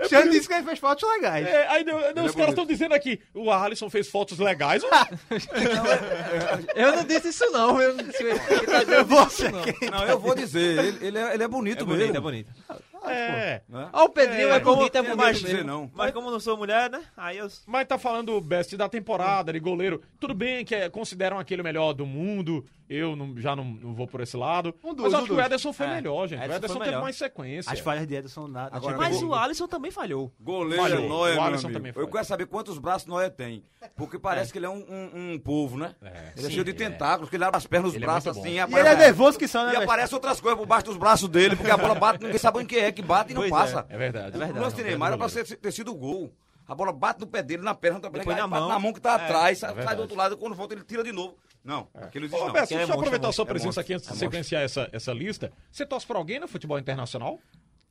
S8: O Xande disse que ele fez fotos legais.
S4: É, aí deu- deu- os
S10: é
S4: caras
S10: bonito.
S4: estão dizendo aqui, o Alisson fez
S8: (laughs)
S4: fotos legais.
S9: Eu não disse isso não. Eu, não disse- ele tá dizendo isso não.
S10: Não, eu vou dizer, ele, ele é, ele é bonito mesmo.
S6: Bonito, é bonito.
S4: é.
S9: Ó, o Pedrinho é,
S10: É,
S9: bonito, é
S10: não
S9: bonito
S10: mais
S9: mesmo.
S10: dizer não.
S6: Mas como eu não sou mulher, né? Aí eu.
S4: Mas tá falando o best da temporada, de goleiro. Tudo bem que é- consideram aquele o melhor do mundo. Eu não- já não, não vou por esse lado.
S8: Um dos,
S4: mas
S8: um
S4: acho que o
S8: dos.
S4: Ederson foi
S6: É,
S4: melhor, gente.
S6: Ederson
S4: o Ederson
S6: foi
S4: teve
S6: melhor.
S4: mais sequência.
S8: As falhas de Ederson na, na
S10: Agora,
S8: Champions
S6: Tipo, Mas
S10: eu-
S6: o Alisson também falhou.
S10: Goleiro
S4: Falhou.
S10: é Noia,
S4: O
S10: meu
S4: Alisson
S10: amigo.
S4: também foi.
S10: Eu quero saber quantos braços Noia tem. Porque parece que ele é um, um, um polvo, né? ele é cheio de tentáculos, que ele abre as pernas, os
S4: Ele é
S10: braços
S4: muito bom.
S10: assim.
S8: E ele é nervoso que são, né?
S10: E
S8: Bess?
S10: aparece outras coisas por baixo dos braços dele, porque a bola bate, ninguém sabe em que é que bate e não passa.
S4: É verdade.
S10: O lance de Neymar era pra ser- ter sido o gol. A bola bate no pé dele, na perna, tá
S6: Depois na
S10: bate
S6: mão.
S10: na mão que tá atrás, sai,
S4: verdade.
S10: sai do outro lado, quando volta ele tira de novo. Não, aquilo existe
S4: Ô,
S10: não.
S4: Bess, deixa eu
S6: monstro,
S4: aproveitar
S6: é
S4: a sua
S10: monstro,
S4: presença
S10: é
S4: aqui antes de
S10: monstro.
S4: sequenciar essa, essa lista. Você torce pra alguém no futebol internacional?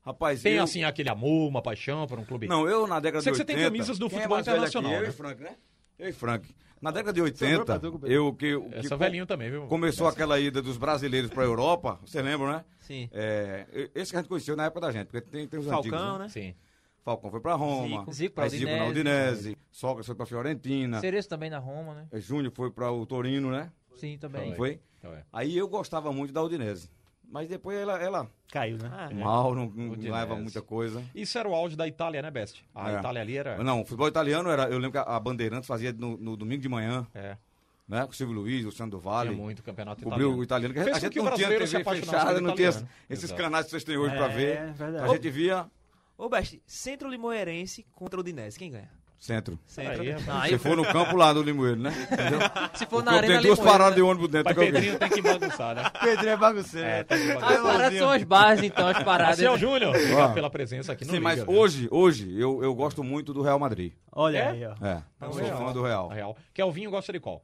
S10: Rapaz,
S4: Tem,
S10: eu...
S4: assim, aquele amor, uma paixão por um clube?
S10: Não, eu na década
S4: Sei
S10: de
S4: que você
S10: 80...
S4: tem camisas do
S10: Quem é
S4: futebol
S10: mais velho
S4: internacional,
S10: aqui?
S4: né?
S10: Eu e Frank, né? Eu e Frank. Na década de 80, eu que... o que
S4: Essa
S10: co-
S4: velhinho também, viu?
S10: Começou aquela ida dos brasileiros pra Europa, você lembra, né?
S6: Sim.
S10: É, esse que a gente conheceu na época da gente, porque tem, tem os antigos,
S6: Falcão, né?
S4: Sim.
S10: Falcão foi pra Roma,
S9: Zico. Zico pra
S10: aí Zico na
S9: Udinese.
S10: Udinese, Sócrates foi pra Fiorentina,
S9: Cerezo também na Roma, né?
S10: eh, Júnior foi pra o Torino, né?
S9: Sim, também.
S10: Não foi?
S4: Então é.
S10: Aí eu gostava muito da Udinese. Mas depois ela, ela
S8: Caiu, né?
S10: mal, não, não
S4: Udinese.
S10: leva muita coisa.
S4: Isso era o auge da Itália, né, Best? A
S10: É.
S4: Itália ali era...
S10: Não, o futebol italiano era. Eu lembro que a a Bandeirantes fazia no, no domingo de manhã.
S4: É.
S10: né? Com o Silvio Luiz, o Sandro Vale.
S4: Tinha muito campeonato
S10: Cobriu o
S4: italiano.
S10: italiano. que a
S4: Fez
S10: gente- a
S4: com
S10: gente
S4: que o
S10: não tinha
S4: brasileiro se
S10: TV
S4: apaixonasse
S10: fechada,
S4: pelo
S10: não tinha
S4: italiano.
S10: esses- esses
S4: Exato.
S10: canais que vocês têm hoje pra
S8: É,
S10: ver.
S8: verdade.
S10: A gente via
S6: Ô, Best, Centro Limoeirense contra o Dinese. Quem ganha?
S10: centro.
S6: Centro.
S4: Aí, rapaz.
S10: Se for no campo lá do Limoeiro, né? (laughs) Entendeu?
S9: Se for na
S10: Porque
S9: arena
S10: tem duas
S9: Limoeiro,
S10: paradas de
S9: né?
S10: ônibus dentro.
S4: Mas
S10: que eu vi.
S4: Pedrinho tem que bagunçar,
S10: (laughs)
S4: né?
S10: Pedrinho é bagunceiro.
S4: É, tem que bagunçar.
S9: Ah, As paradas são as bases, então, as paradas.
S4: Marcel Júnior, obrigado
S10: né? Ó.
S4: pela presença aqui no
S10: Sim,
S4: Liga,
S10: Assim,
S4: né?
S10: mas
S4: viu?
S10: hoje, hoje, eu, eu gosto muito do Real Madrid.
S8: Olha
S4: É?
S8: aí, ó.
S10: É, eu sou fã do
S4: Na
S10: Real.
S4: real. Kelvinho gosta de qual?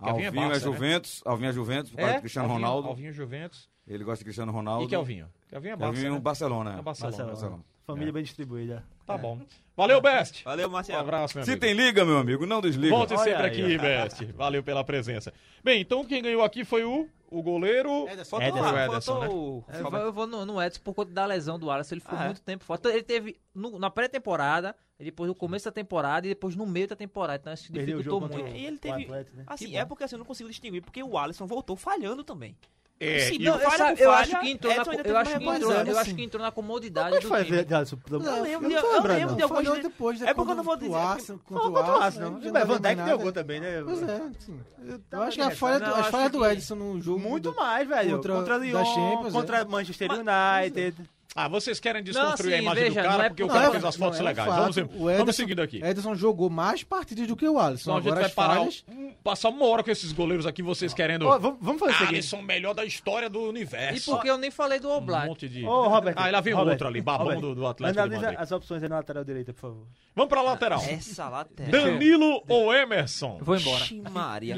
S4: Kelvinho é
S10: Alvinho é
S4: Barça, né?
S10: Juventus, Alvinho é Juventus, por causa do Cristiano
S4: Alvinho-
S10: Ronaldo.
S4: Alvinho Juventus.
S10: Ele gosta de Cristiano Ronaldo.
S4: E Kelvinho? Kelvinho é Barça,
S10: Alvinho
S4: né?
S10: Barcelona.
S4: É
S10: é.
S4: Barcelona.
S10: Barcelona. É.
S8: Família bem distribuída.
S4: Tá bom. Valeu, Best.
S6: Valeu,
S4: Um
S6: Marcelo.
S4: abraço, meu
S10: Se
S4: amigo.
S10: tem liga, meu amigo, não desliga.
S4: Volte
S8: Olha
S4: sempre
S8: aí,
S4: aqui, Best. Valeu pela presença. Bem, então quem ganhou aqui foi o, o goleiro.
S6: Faltou,
S8: Ederson.
S6: ah,
S4: Ederson, né?
S6: faltou
S9: É, Eu vou, eu vou no, no Edson por conta da lesão do Alisson. Ele ficou
S4: Ah, é?
S9: muito tempo fora. Então, Ele teve no- na pré-temporada, e depois no começo da temporada e depois no meio da temporada. Então isso
S8: Perdeu o
S9: dificultou
S8: jogo contra o,
S6: É,
S9: muito.
S6: E ele
S8: com o
S6: teve-
S8: Atlético, né?
S6: Assim, é porque assim, eu não consigo distinguir, porque o Alisson voltou falhando também.
S4: É,
S6: Sim,
S4: e
S6: não,
S4: o-
S9: Eu,
S6: Falha
S9: sabe,
S6: por
S9: eu
S6: falha,
S9: acho que entrou na,
S6: Edson ainda
S9: eu
S6: teve
S9: acho que
S6: mais
S9: entrou,
S7: lesão,
S9: eu acho
S7: sim.
S9: que entrou na comodidade
S8: Mas
S9: do
S8: foi
S9: time.
S8: verdade, isso- pelo-
S6: Eu lembro de-
S7: tô
S6: eu
S7: lembrado,
S6: lembro de
S7: não.
S6: alguns-
S7: Falhou depois, né?
S6: É porque eu não vou
S7: Contra o
S6: dizer-
S7: Arsenal,
S6: Falou
S7: contra o
S6: contra o
S7: Arsenal,
S8: Não,
S7: né? Já
S8: mas Van
S7: lembro
S8: Dijk
S7: nada.
S8: deu gol também, né?
S7: Pois é, assim. Eu
S8: tava
S7: acho que a
S8: interessado.
S7: falha, do,
S9: Não,
S7: as
S9: acho
S7: falhas do
S9: que-
S7: Edson no jogo.
S8: Muito
S7: do-
S8: mais, velho.
S7: Contra-
S8: Contra,
S7: da
S8: Lyon,
S7: Champions,
S8: contra
S7: é.
S8: Manchester United.
S4: Ah, vocês querem desconstruir
S9: Não, assim,
S4: a imagem
S9: veja,
S4: do cara
S9: não é
S4: porque o
S9: por-
S4: cara
S9: não,
S4: fez as
S7: não,
S4: fotos
S7: é um
S4: legais.
S7: fato.
S4: Vamos, em-
S7: O
S4: vamos
S7: Ederson-
S4: seguindo aqui.
S7: Edson jogou mais partidas do que o Alisson.
S4: Então a gente
S7: Agora
S4: vai
S7: as
S4: parar,
S7: falhas.
S4: um- passar uma hora com esses goleiros aqui, vocês querendo.
S8: Ó, vamos, vamos fazer o seguinte.
S4: Alisson, melhor da história do
S9: E
S4: universo.
S9: porque eu nem falei do
S4: Um
S9: Oblak.
S4: monte de.
S8: Ô, Roberto.
S4: Ah, lá vem
S8: Roberto,
S4: outro ali, babão
S8: Roberto,
S4: do, do Atlético de
S8: Analisa
S4: Madrid.
S8: as opções aí na lateral direita, por favor.
S4: Vamos pra lateral.
S6: Essa lateral.
S4: Danilo ou Emerson?
S9: Vou embora.
S6: Ixi, Maria.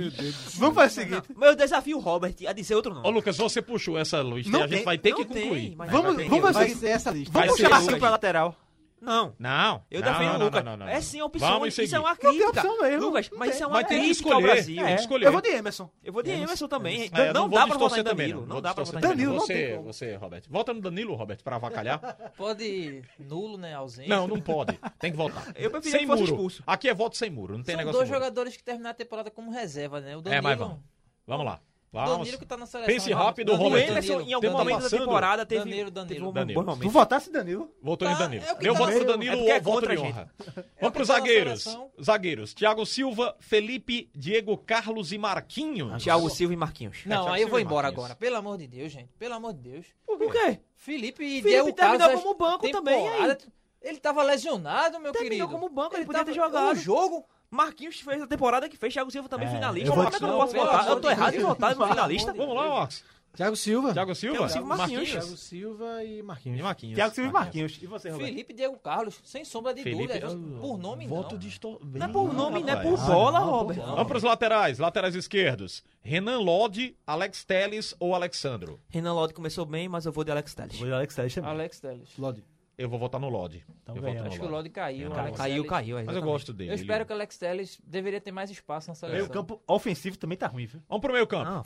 S8: Vamos fazer o seguinte.
S6: Não, mas eu desafio o Robert a dizer outro
S4: Ô,
S6: nome.
S4: Lucas, você puxou essa lista
S8: Não
S4: e a gente
S8: tem-
S4: vai ter
S6: não
S4: que
S6: tem,
S4: concluir.
S6: mas-
S8: Vamos,
S6: Vai ter
S8: vamos
S6: outro.
S8: fazer
S7: Vai ser essa lista.
S4: Vai
S8: Vamos
S4: ser
S8: puxar
S4: isso
S8: aqui
S4: aí.
S8: pra lateral.
S6: Não.
S4: Não.
S6: Eu
S4: não,
S6: defendo
S4: não,
S6: o
S4: não,
S6: Lucas.
S4: não, não, não.
S6: É sim uma opção.
S4: Vamos em
S6: isso é
S4: seguida.
S6: uma
S8: tem
S6: crítica.
S8: opção mesmo,
S6: Lucas,
S8: não
S6: mas isso é uma
S4: Mas tem que
S6: crítica ao
S4: escolher.
S6: Brasil.
S4: É. escolher.
S8: Eu vou de Emerson.
S6: Eu vou de Emerson também. Então,
S4: É, eu
S6: não,
S4: vou
S6: dá pra votar
S4: distorcer
S6: em Danilo.
S4: vou
S6: Não dá pra
S4: distorcer
S6: votar em
S4: também.
S6: Danilo.
S4: Você, você, Roberto. Vota no Danilo, Roberto, pra avacalhar.
S9: Pode nulo, né? Ausente.
S4: não, não pode. Tem que votar.
S6: Eu preferia
S4: sem
S6: que fosse
S4: muro.
S6: expulso.
S4: Aqui é voto sem muro, não tem
S9: São
S4: negócio
S9: dois
S4: de muro.
S9: jogadores que terminaram a temporada como reserva, né? O Danilo,
S4: É, mas vamos. Vamos lá. Vamos.
S9: Danilo que tá na seleção.
S4: Pense
S9: né?
S4: rápido,
S9: Danilo,
S4: Roberto.
S9: Danilo.
S6: Emerson, em algum
S4: Danilo
S6: momento
S4: passando.
S6: da temporada, teve,
S9: Danilo, Danilo.
S6: teve um
S4: Danilo.
S6: bom
S8: Tu
S6: momento.
S8: votasse Danilo.
S4: Votou em
S9: Tá,
S4: Danilo.
S9: é o que
S4: eu
S9: tá
S4: voto no
S9: na-
S6: é
S4: Danilo
S6: porque é
S4: ou voto
S6: contra
S4: de
S6: a gente.
S4: honra.
S9: É o
S4: Vamos
S9: que
S4: pros
S9: tá na
S4: zagueiros.
S9: seleção.
S4: Zagueiros. Thiago Silva, Felipe, Diego Carlos e Marquinhos.
S6: Thiago Silva e Marquinhos.
S9: Não,
S4: Thiago
S9: aí eu vou
S4: Silva e
S9: embora
S4: Marquinhos.
S9: agora. Pelo amor de Deus, gente. Pelo amor de Deus.
S6: Por quê?
S9: Felipe e
S6: Felipe
S9: Diego
S6: terminou
S9: Carlos.
S6: como
S9: as
S6: banco também,
S9: temporada- Ele tava lesionado, meu
S6: Terminou
S9: querido.
S6: como banco, ele podia
S9: tava-
S6: ter jogado.
S9: O jogo.
S6: Marquinhos fez a temporada que fez, Thiago Silva também finalista.
S4: eu vou
S6: Como é que eu não
S4: te-
S6: posso
S4: não,
S6: votar?
S4: pelo
S6: Eu tô errado em
S9: amor de
S6: votar no
S9: Deus.
S6: finalista.
S4: Vamos lá, Max.
S7: Thiago Silva.
S4: Thiago Silva.
S6: Thiago Silva e Marquinhos.
S7: Thiago Silva e Marquinhos.
S4: E Marquinhos.
S8: Thiago Silva e Marquinhos. E você, Roberto?
S9: Felipe e Diego Carlos, sem sombra de
S4: Felipe-
S9: dúvida. Por nome,
S4: Voto
S9: não.
S4: de estou-
S6: Não é por nome, não é por
S4: Rapaz.
S6: bola, Robert.
S4: Vamos pros laterais. Laterais esquerdos. Renan Lodi, Alex Teles ou Alexandro?
S6: Renan Lodi começou bem, mas eu vou de Alex Telles.
S8: Vou de Alex Telles também.
S9: Alex Telles.
S7: Lodi.
S4: Eu vou votar no Lodi.
S8: Então
S4: eu
S8: ganhamos.
S4: voto no
S9: Acho que o
S4: Lodi.
S9: Lodi caiu.
S4: Não,
S9: o Alex
S6: Caiu,
S9: Telles-
S4: Mas
S6: caiu.
S4: eu
S6: exatamente.
S4: gosto dele.
S9: Eu espero
S4: ele-
S9: que o Alex Telles deveria ter mais espaço na seleção.
S8: Meio campo ofensivo também tá ruim, viu?
S4: Vamos pro meio campo.
S6: Não,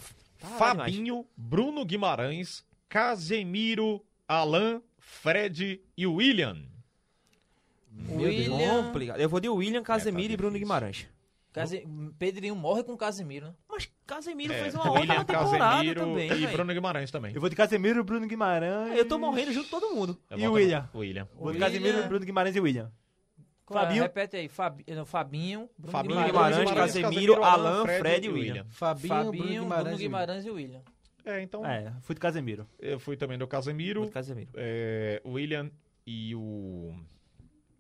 S4: Fabinho, Bruno Guimarães, Casemiro, Alain, Fred e William.
S9: William,
S6: é Complicado. Eu vou de William, Casemiro e Bruno
S4: difícil.
S6: Guimarães.
S9: Case- Pedrinho morre com Casemiro, né?
S6: Mas Casemiro
S4: É,
S6: fez
S4: (laughs)
S6: uma ótima temporada
S4: Casemiro
S6: também.
S4: e
S6: velho.
S4: Bruno Guimarães também.
S8: Eu vou de Casemiro, Bruno Guimarães.
S6: Eu tô morrendo junto com todo mundo.
S4: Eu
S8: E
S4: voto no-
S8: William?
S4: William.
S8: Vou de
S9: William.
S8: Casemiro, Bruno Guimarães e William.
S9: Qual é?
S8: Fabinho.
S9: Repete aí. Fabi... não, Fabinho, Bruno
S4: Fabinho,
S6: Guimarães, Casemiro, Alan, Fred e William.
S7: Fabinho,
S9: Fabinho,
S7: Bruno Guimarães. e William.
S9: e William.
S4: É, então
S8: É, fui de Casemiro.
S4: eu fui também do
S6: Vou
S4: Casemiro,
S6: de Casemiro.
S4: é, William e o...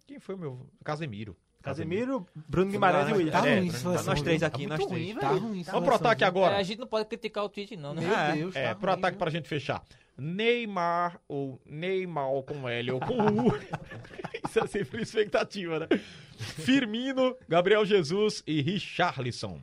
S4: Quem foi o meu... Casemiro.
S8: Casemiro, Bruno Guimarães e William.
S7: Tá
S4: É,
S7: ruim
S4: pra-
S7: essa
S6: Tá
S7: seleção.
S6: nós três
S7: viu?
S6: aqui, nós três.
S7: Tá ruim essa
S4: Vamos pro
S7: seleção,
S4: ataque
S7: viu?
S9: É, a
S4: agora.
S9: gente não pode criticar o Tite, não, né?
S7: Meu Deus,
S4: É,
S7: tá
S4: pro
S7: ruim,
S8: né?
S4: ataque
S7: viu?
S4: pra gente fechar. Neymar ou Neymar com L ou com U.
S8: (laughs)
S4: Isso é sempre uma expectativa, né? Firmino, Gabriel Jesus e Richarlison.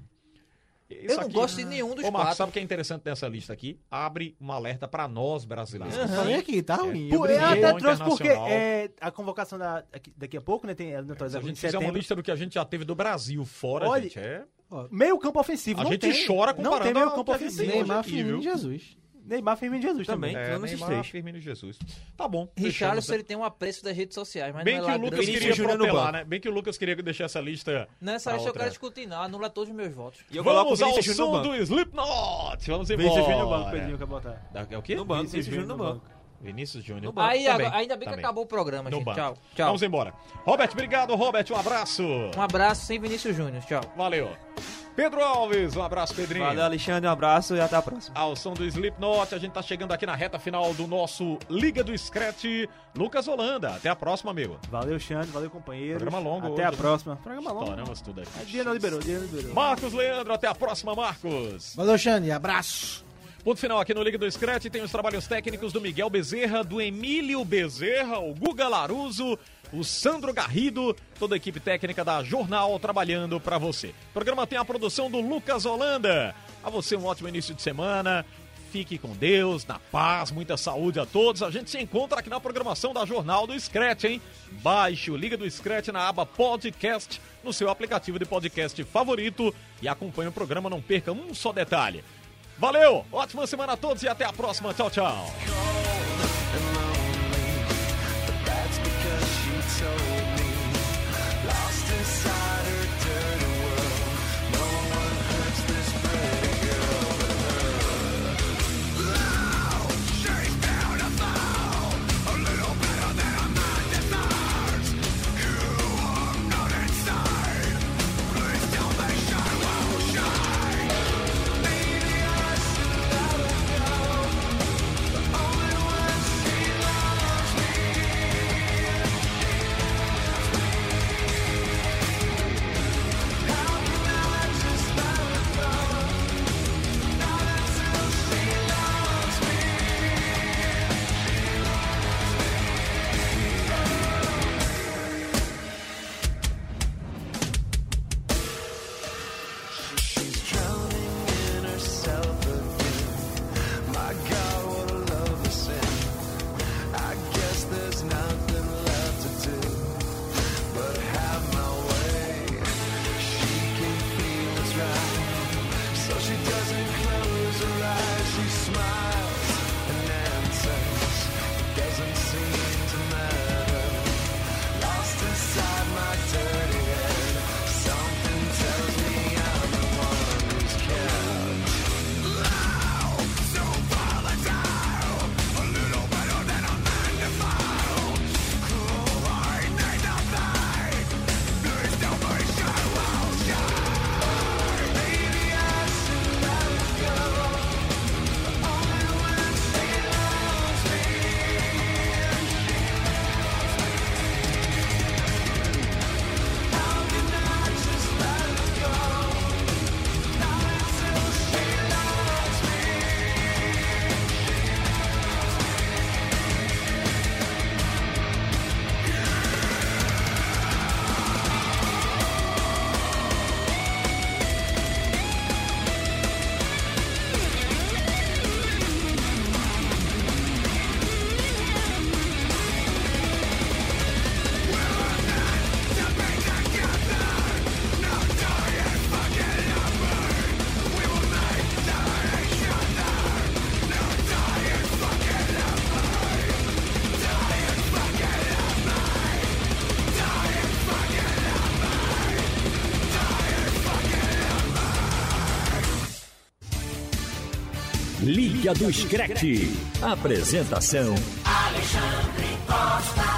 S4: Isso
S9: Eu não
S4: aqui-
S9: gosto de nenhum dos
S4: Ô, Marcos, sabe
S9: quatro.
S4: o que é interessante nessa lista aqui? Abre um alerta pra nós brasileiros.
S7: Eu Falei aqui,
S4: É,
S7: tá ruim.
S8: Pô, eu
S4: Brigou
S8: até trouxe porque
S4: internacional.
S8: é, a convocação da, aqui- daqui a pouco, né? Tem ela não
S4: Se
S8: atualiza
S4: a gente
S8: em
S4: fizer uma
S8: setembro.
S4: lista do que a gente já teve do Brasil fora,
S8: Olha,
S4: gente, é...
S8: Meio campo ofensivo.
S4: A
S8: não
S4: gente
S8: tem,
S4: chora
S8: Não
S4: comparando
S8: tem
S4: ao
S8: meio campo
S4: que é a gente
S8: ofensivo.
S4: tem hoje.
S7: Neymar,
S4: aqui, viu?
S7: Firmino e Jesus.
S8: Neymar, Firmino e Jesus também.
S6: Também.
S4: É,
S6: Então, nesses
S4: Neymar,
S6: três.
S4: Firmino e Jesus. Tá bom. fechamos,
S9: Richarlison,
S4: né?
S9: ele tem um apreço das redes sociais, mas
S4: Bem
S9: não
S4: que
S9: é
S4: o
S9: ladrão.
S4: Lucas queria
S6: Vinícius Júnior no
S4: protelar,
S6: banco.
S4: né? Bem que o Lucas queria deixar essa lista
S9: Nessa
S4: pra
S9: lista é eu
S4: outra.
S9: quero discutir, não. Anula todos os meus votos.
S6: E eu coloco o
S4: Vamos ao
S6: Vinícius Júnior
S4: som
S6: no banco.
S4: do Slipknot. Vamos embora.
S8: Vinícius Júnior no banco, Pedrinho, quer botar.
S4: Da- É o quê?
S6: No banco, Vinícius Júnior no banco.
S4: Vinícius Júnior.
S9: Aí,
S4: Também,
S9: agora- ainda bem que
S4: também.
S9: acabou o programa,
S4: No
S9: gente.
S4: banco.
S9: Tchau, tchau.
S4: Vamos embora. Robert, obrigado, Robert. Um abraço.
S9: Um abraço sem Vinícius Júnior. Tchau.
S4: Valeu. Pedro Alves, um abraço, Pedrinho.
S6: Valeu, Alexandre, um abraço e até a próxima.
S4: Ao som do Slipknot, a gente tá chegando aqui na reta final do nosso Liga do Scratch. Lucas Holanda, até a próxima, amigo.
S11: Valeu, Xande. Valeu, companheiro.
S4: Programa longo
S11: Até a
S4: hoje, né?
S11: próxima. Programa longo.
S4: Estouramos tudo aqui.
S11: A Diana liberou, Diana liberou.
S4: Marcos Leandro, até a próxima, Marcos.
S7: Valeu, Xande. Abraço.
S4: Ponto final aqui no Liga do Scratch. Tem os trabalhos técnicos do Miguel Bezerra, do Emílio Bezerra, o Guga Laruso, o Sandro Garrido, toda a equipe técnica da Jornal trabalhando pra você. O programa tem a produção do Lucas Holanda. A você um ótimo início de semana. Fique com Deus, na paz, muita saúde a todos. A gente se encontra aqui na programação da Jornal do Scratch, hein? Baixe o Liga do Scratch na aba Podcast no seu aplicativo de podcast favorito e acompanhe o programa, não perca um só detalhe. Valeu, ótima semana a todos e até a próxima. Tchau, tchau.
S10: That's because she told me. Lost inside her dirty world. No one hurts this pretty girl. she's beautiful. A little better than a man deserves. You are not insane. Please tell me she won't shine. Maybe I should let her go. Only when she loves me. She's drowning in herself again. My God, what a love is I guess there's nothing left to do but have my way. She can feel it's right, so she doesn't close her eyes. She smiles and answers. It doesn't seem to matter. Lost inside my dirty head, something tells me I'm the one who's kept.
S12: Liga do Screte. Apresentação
S8: Alexandre Costa.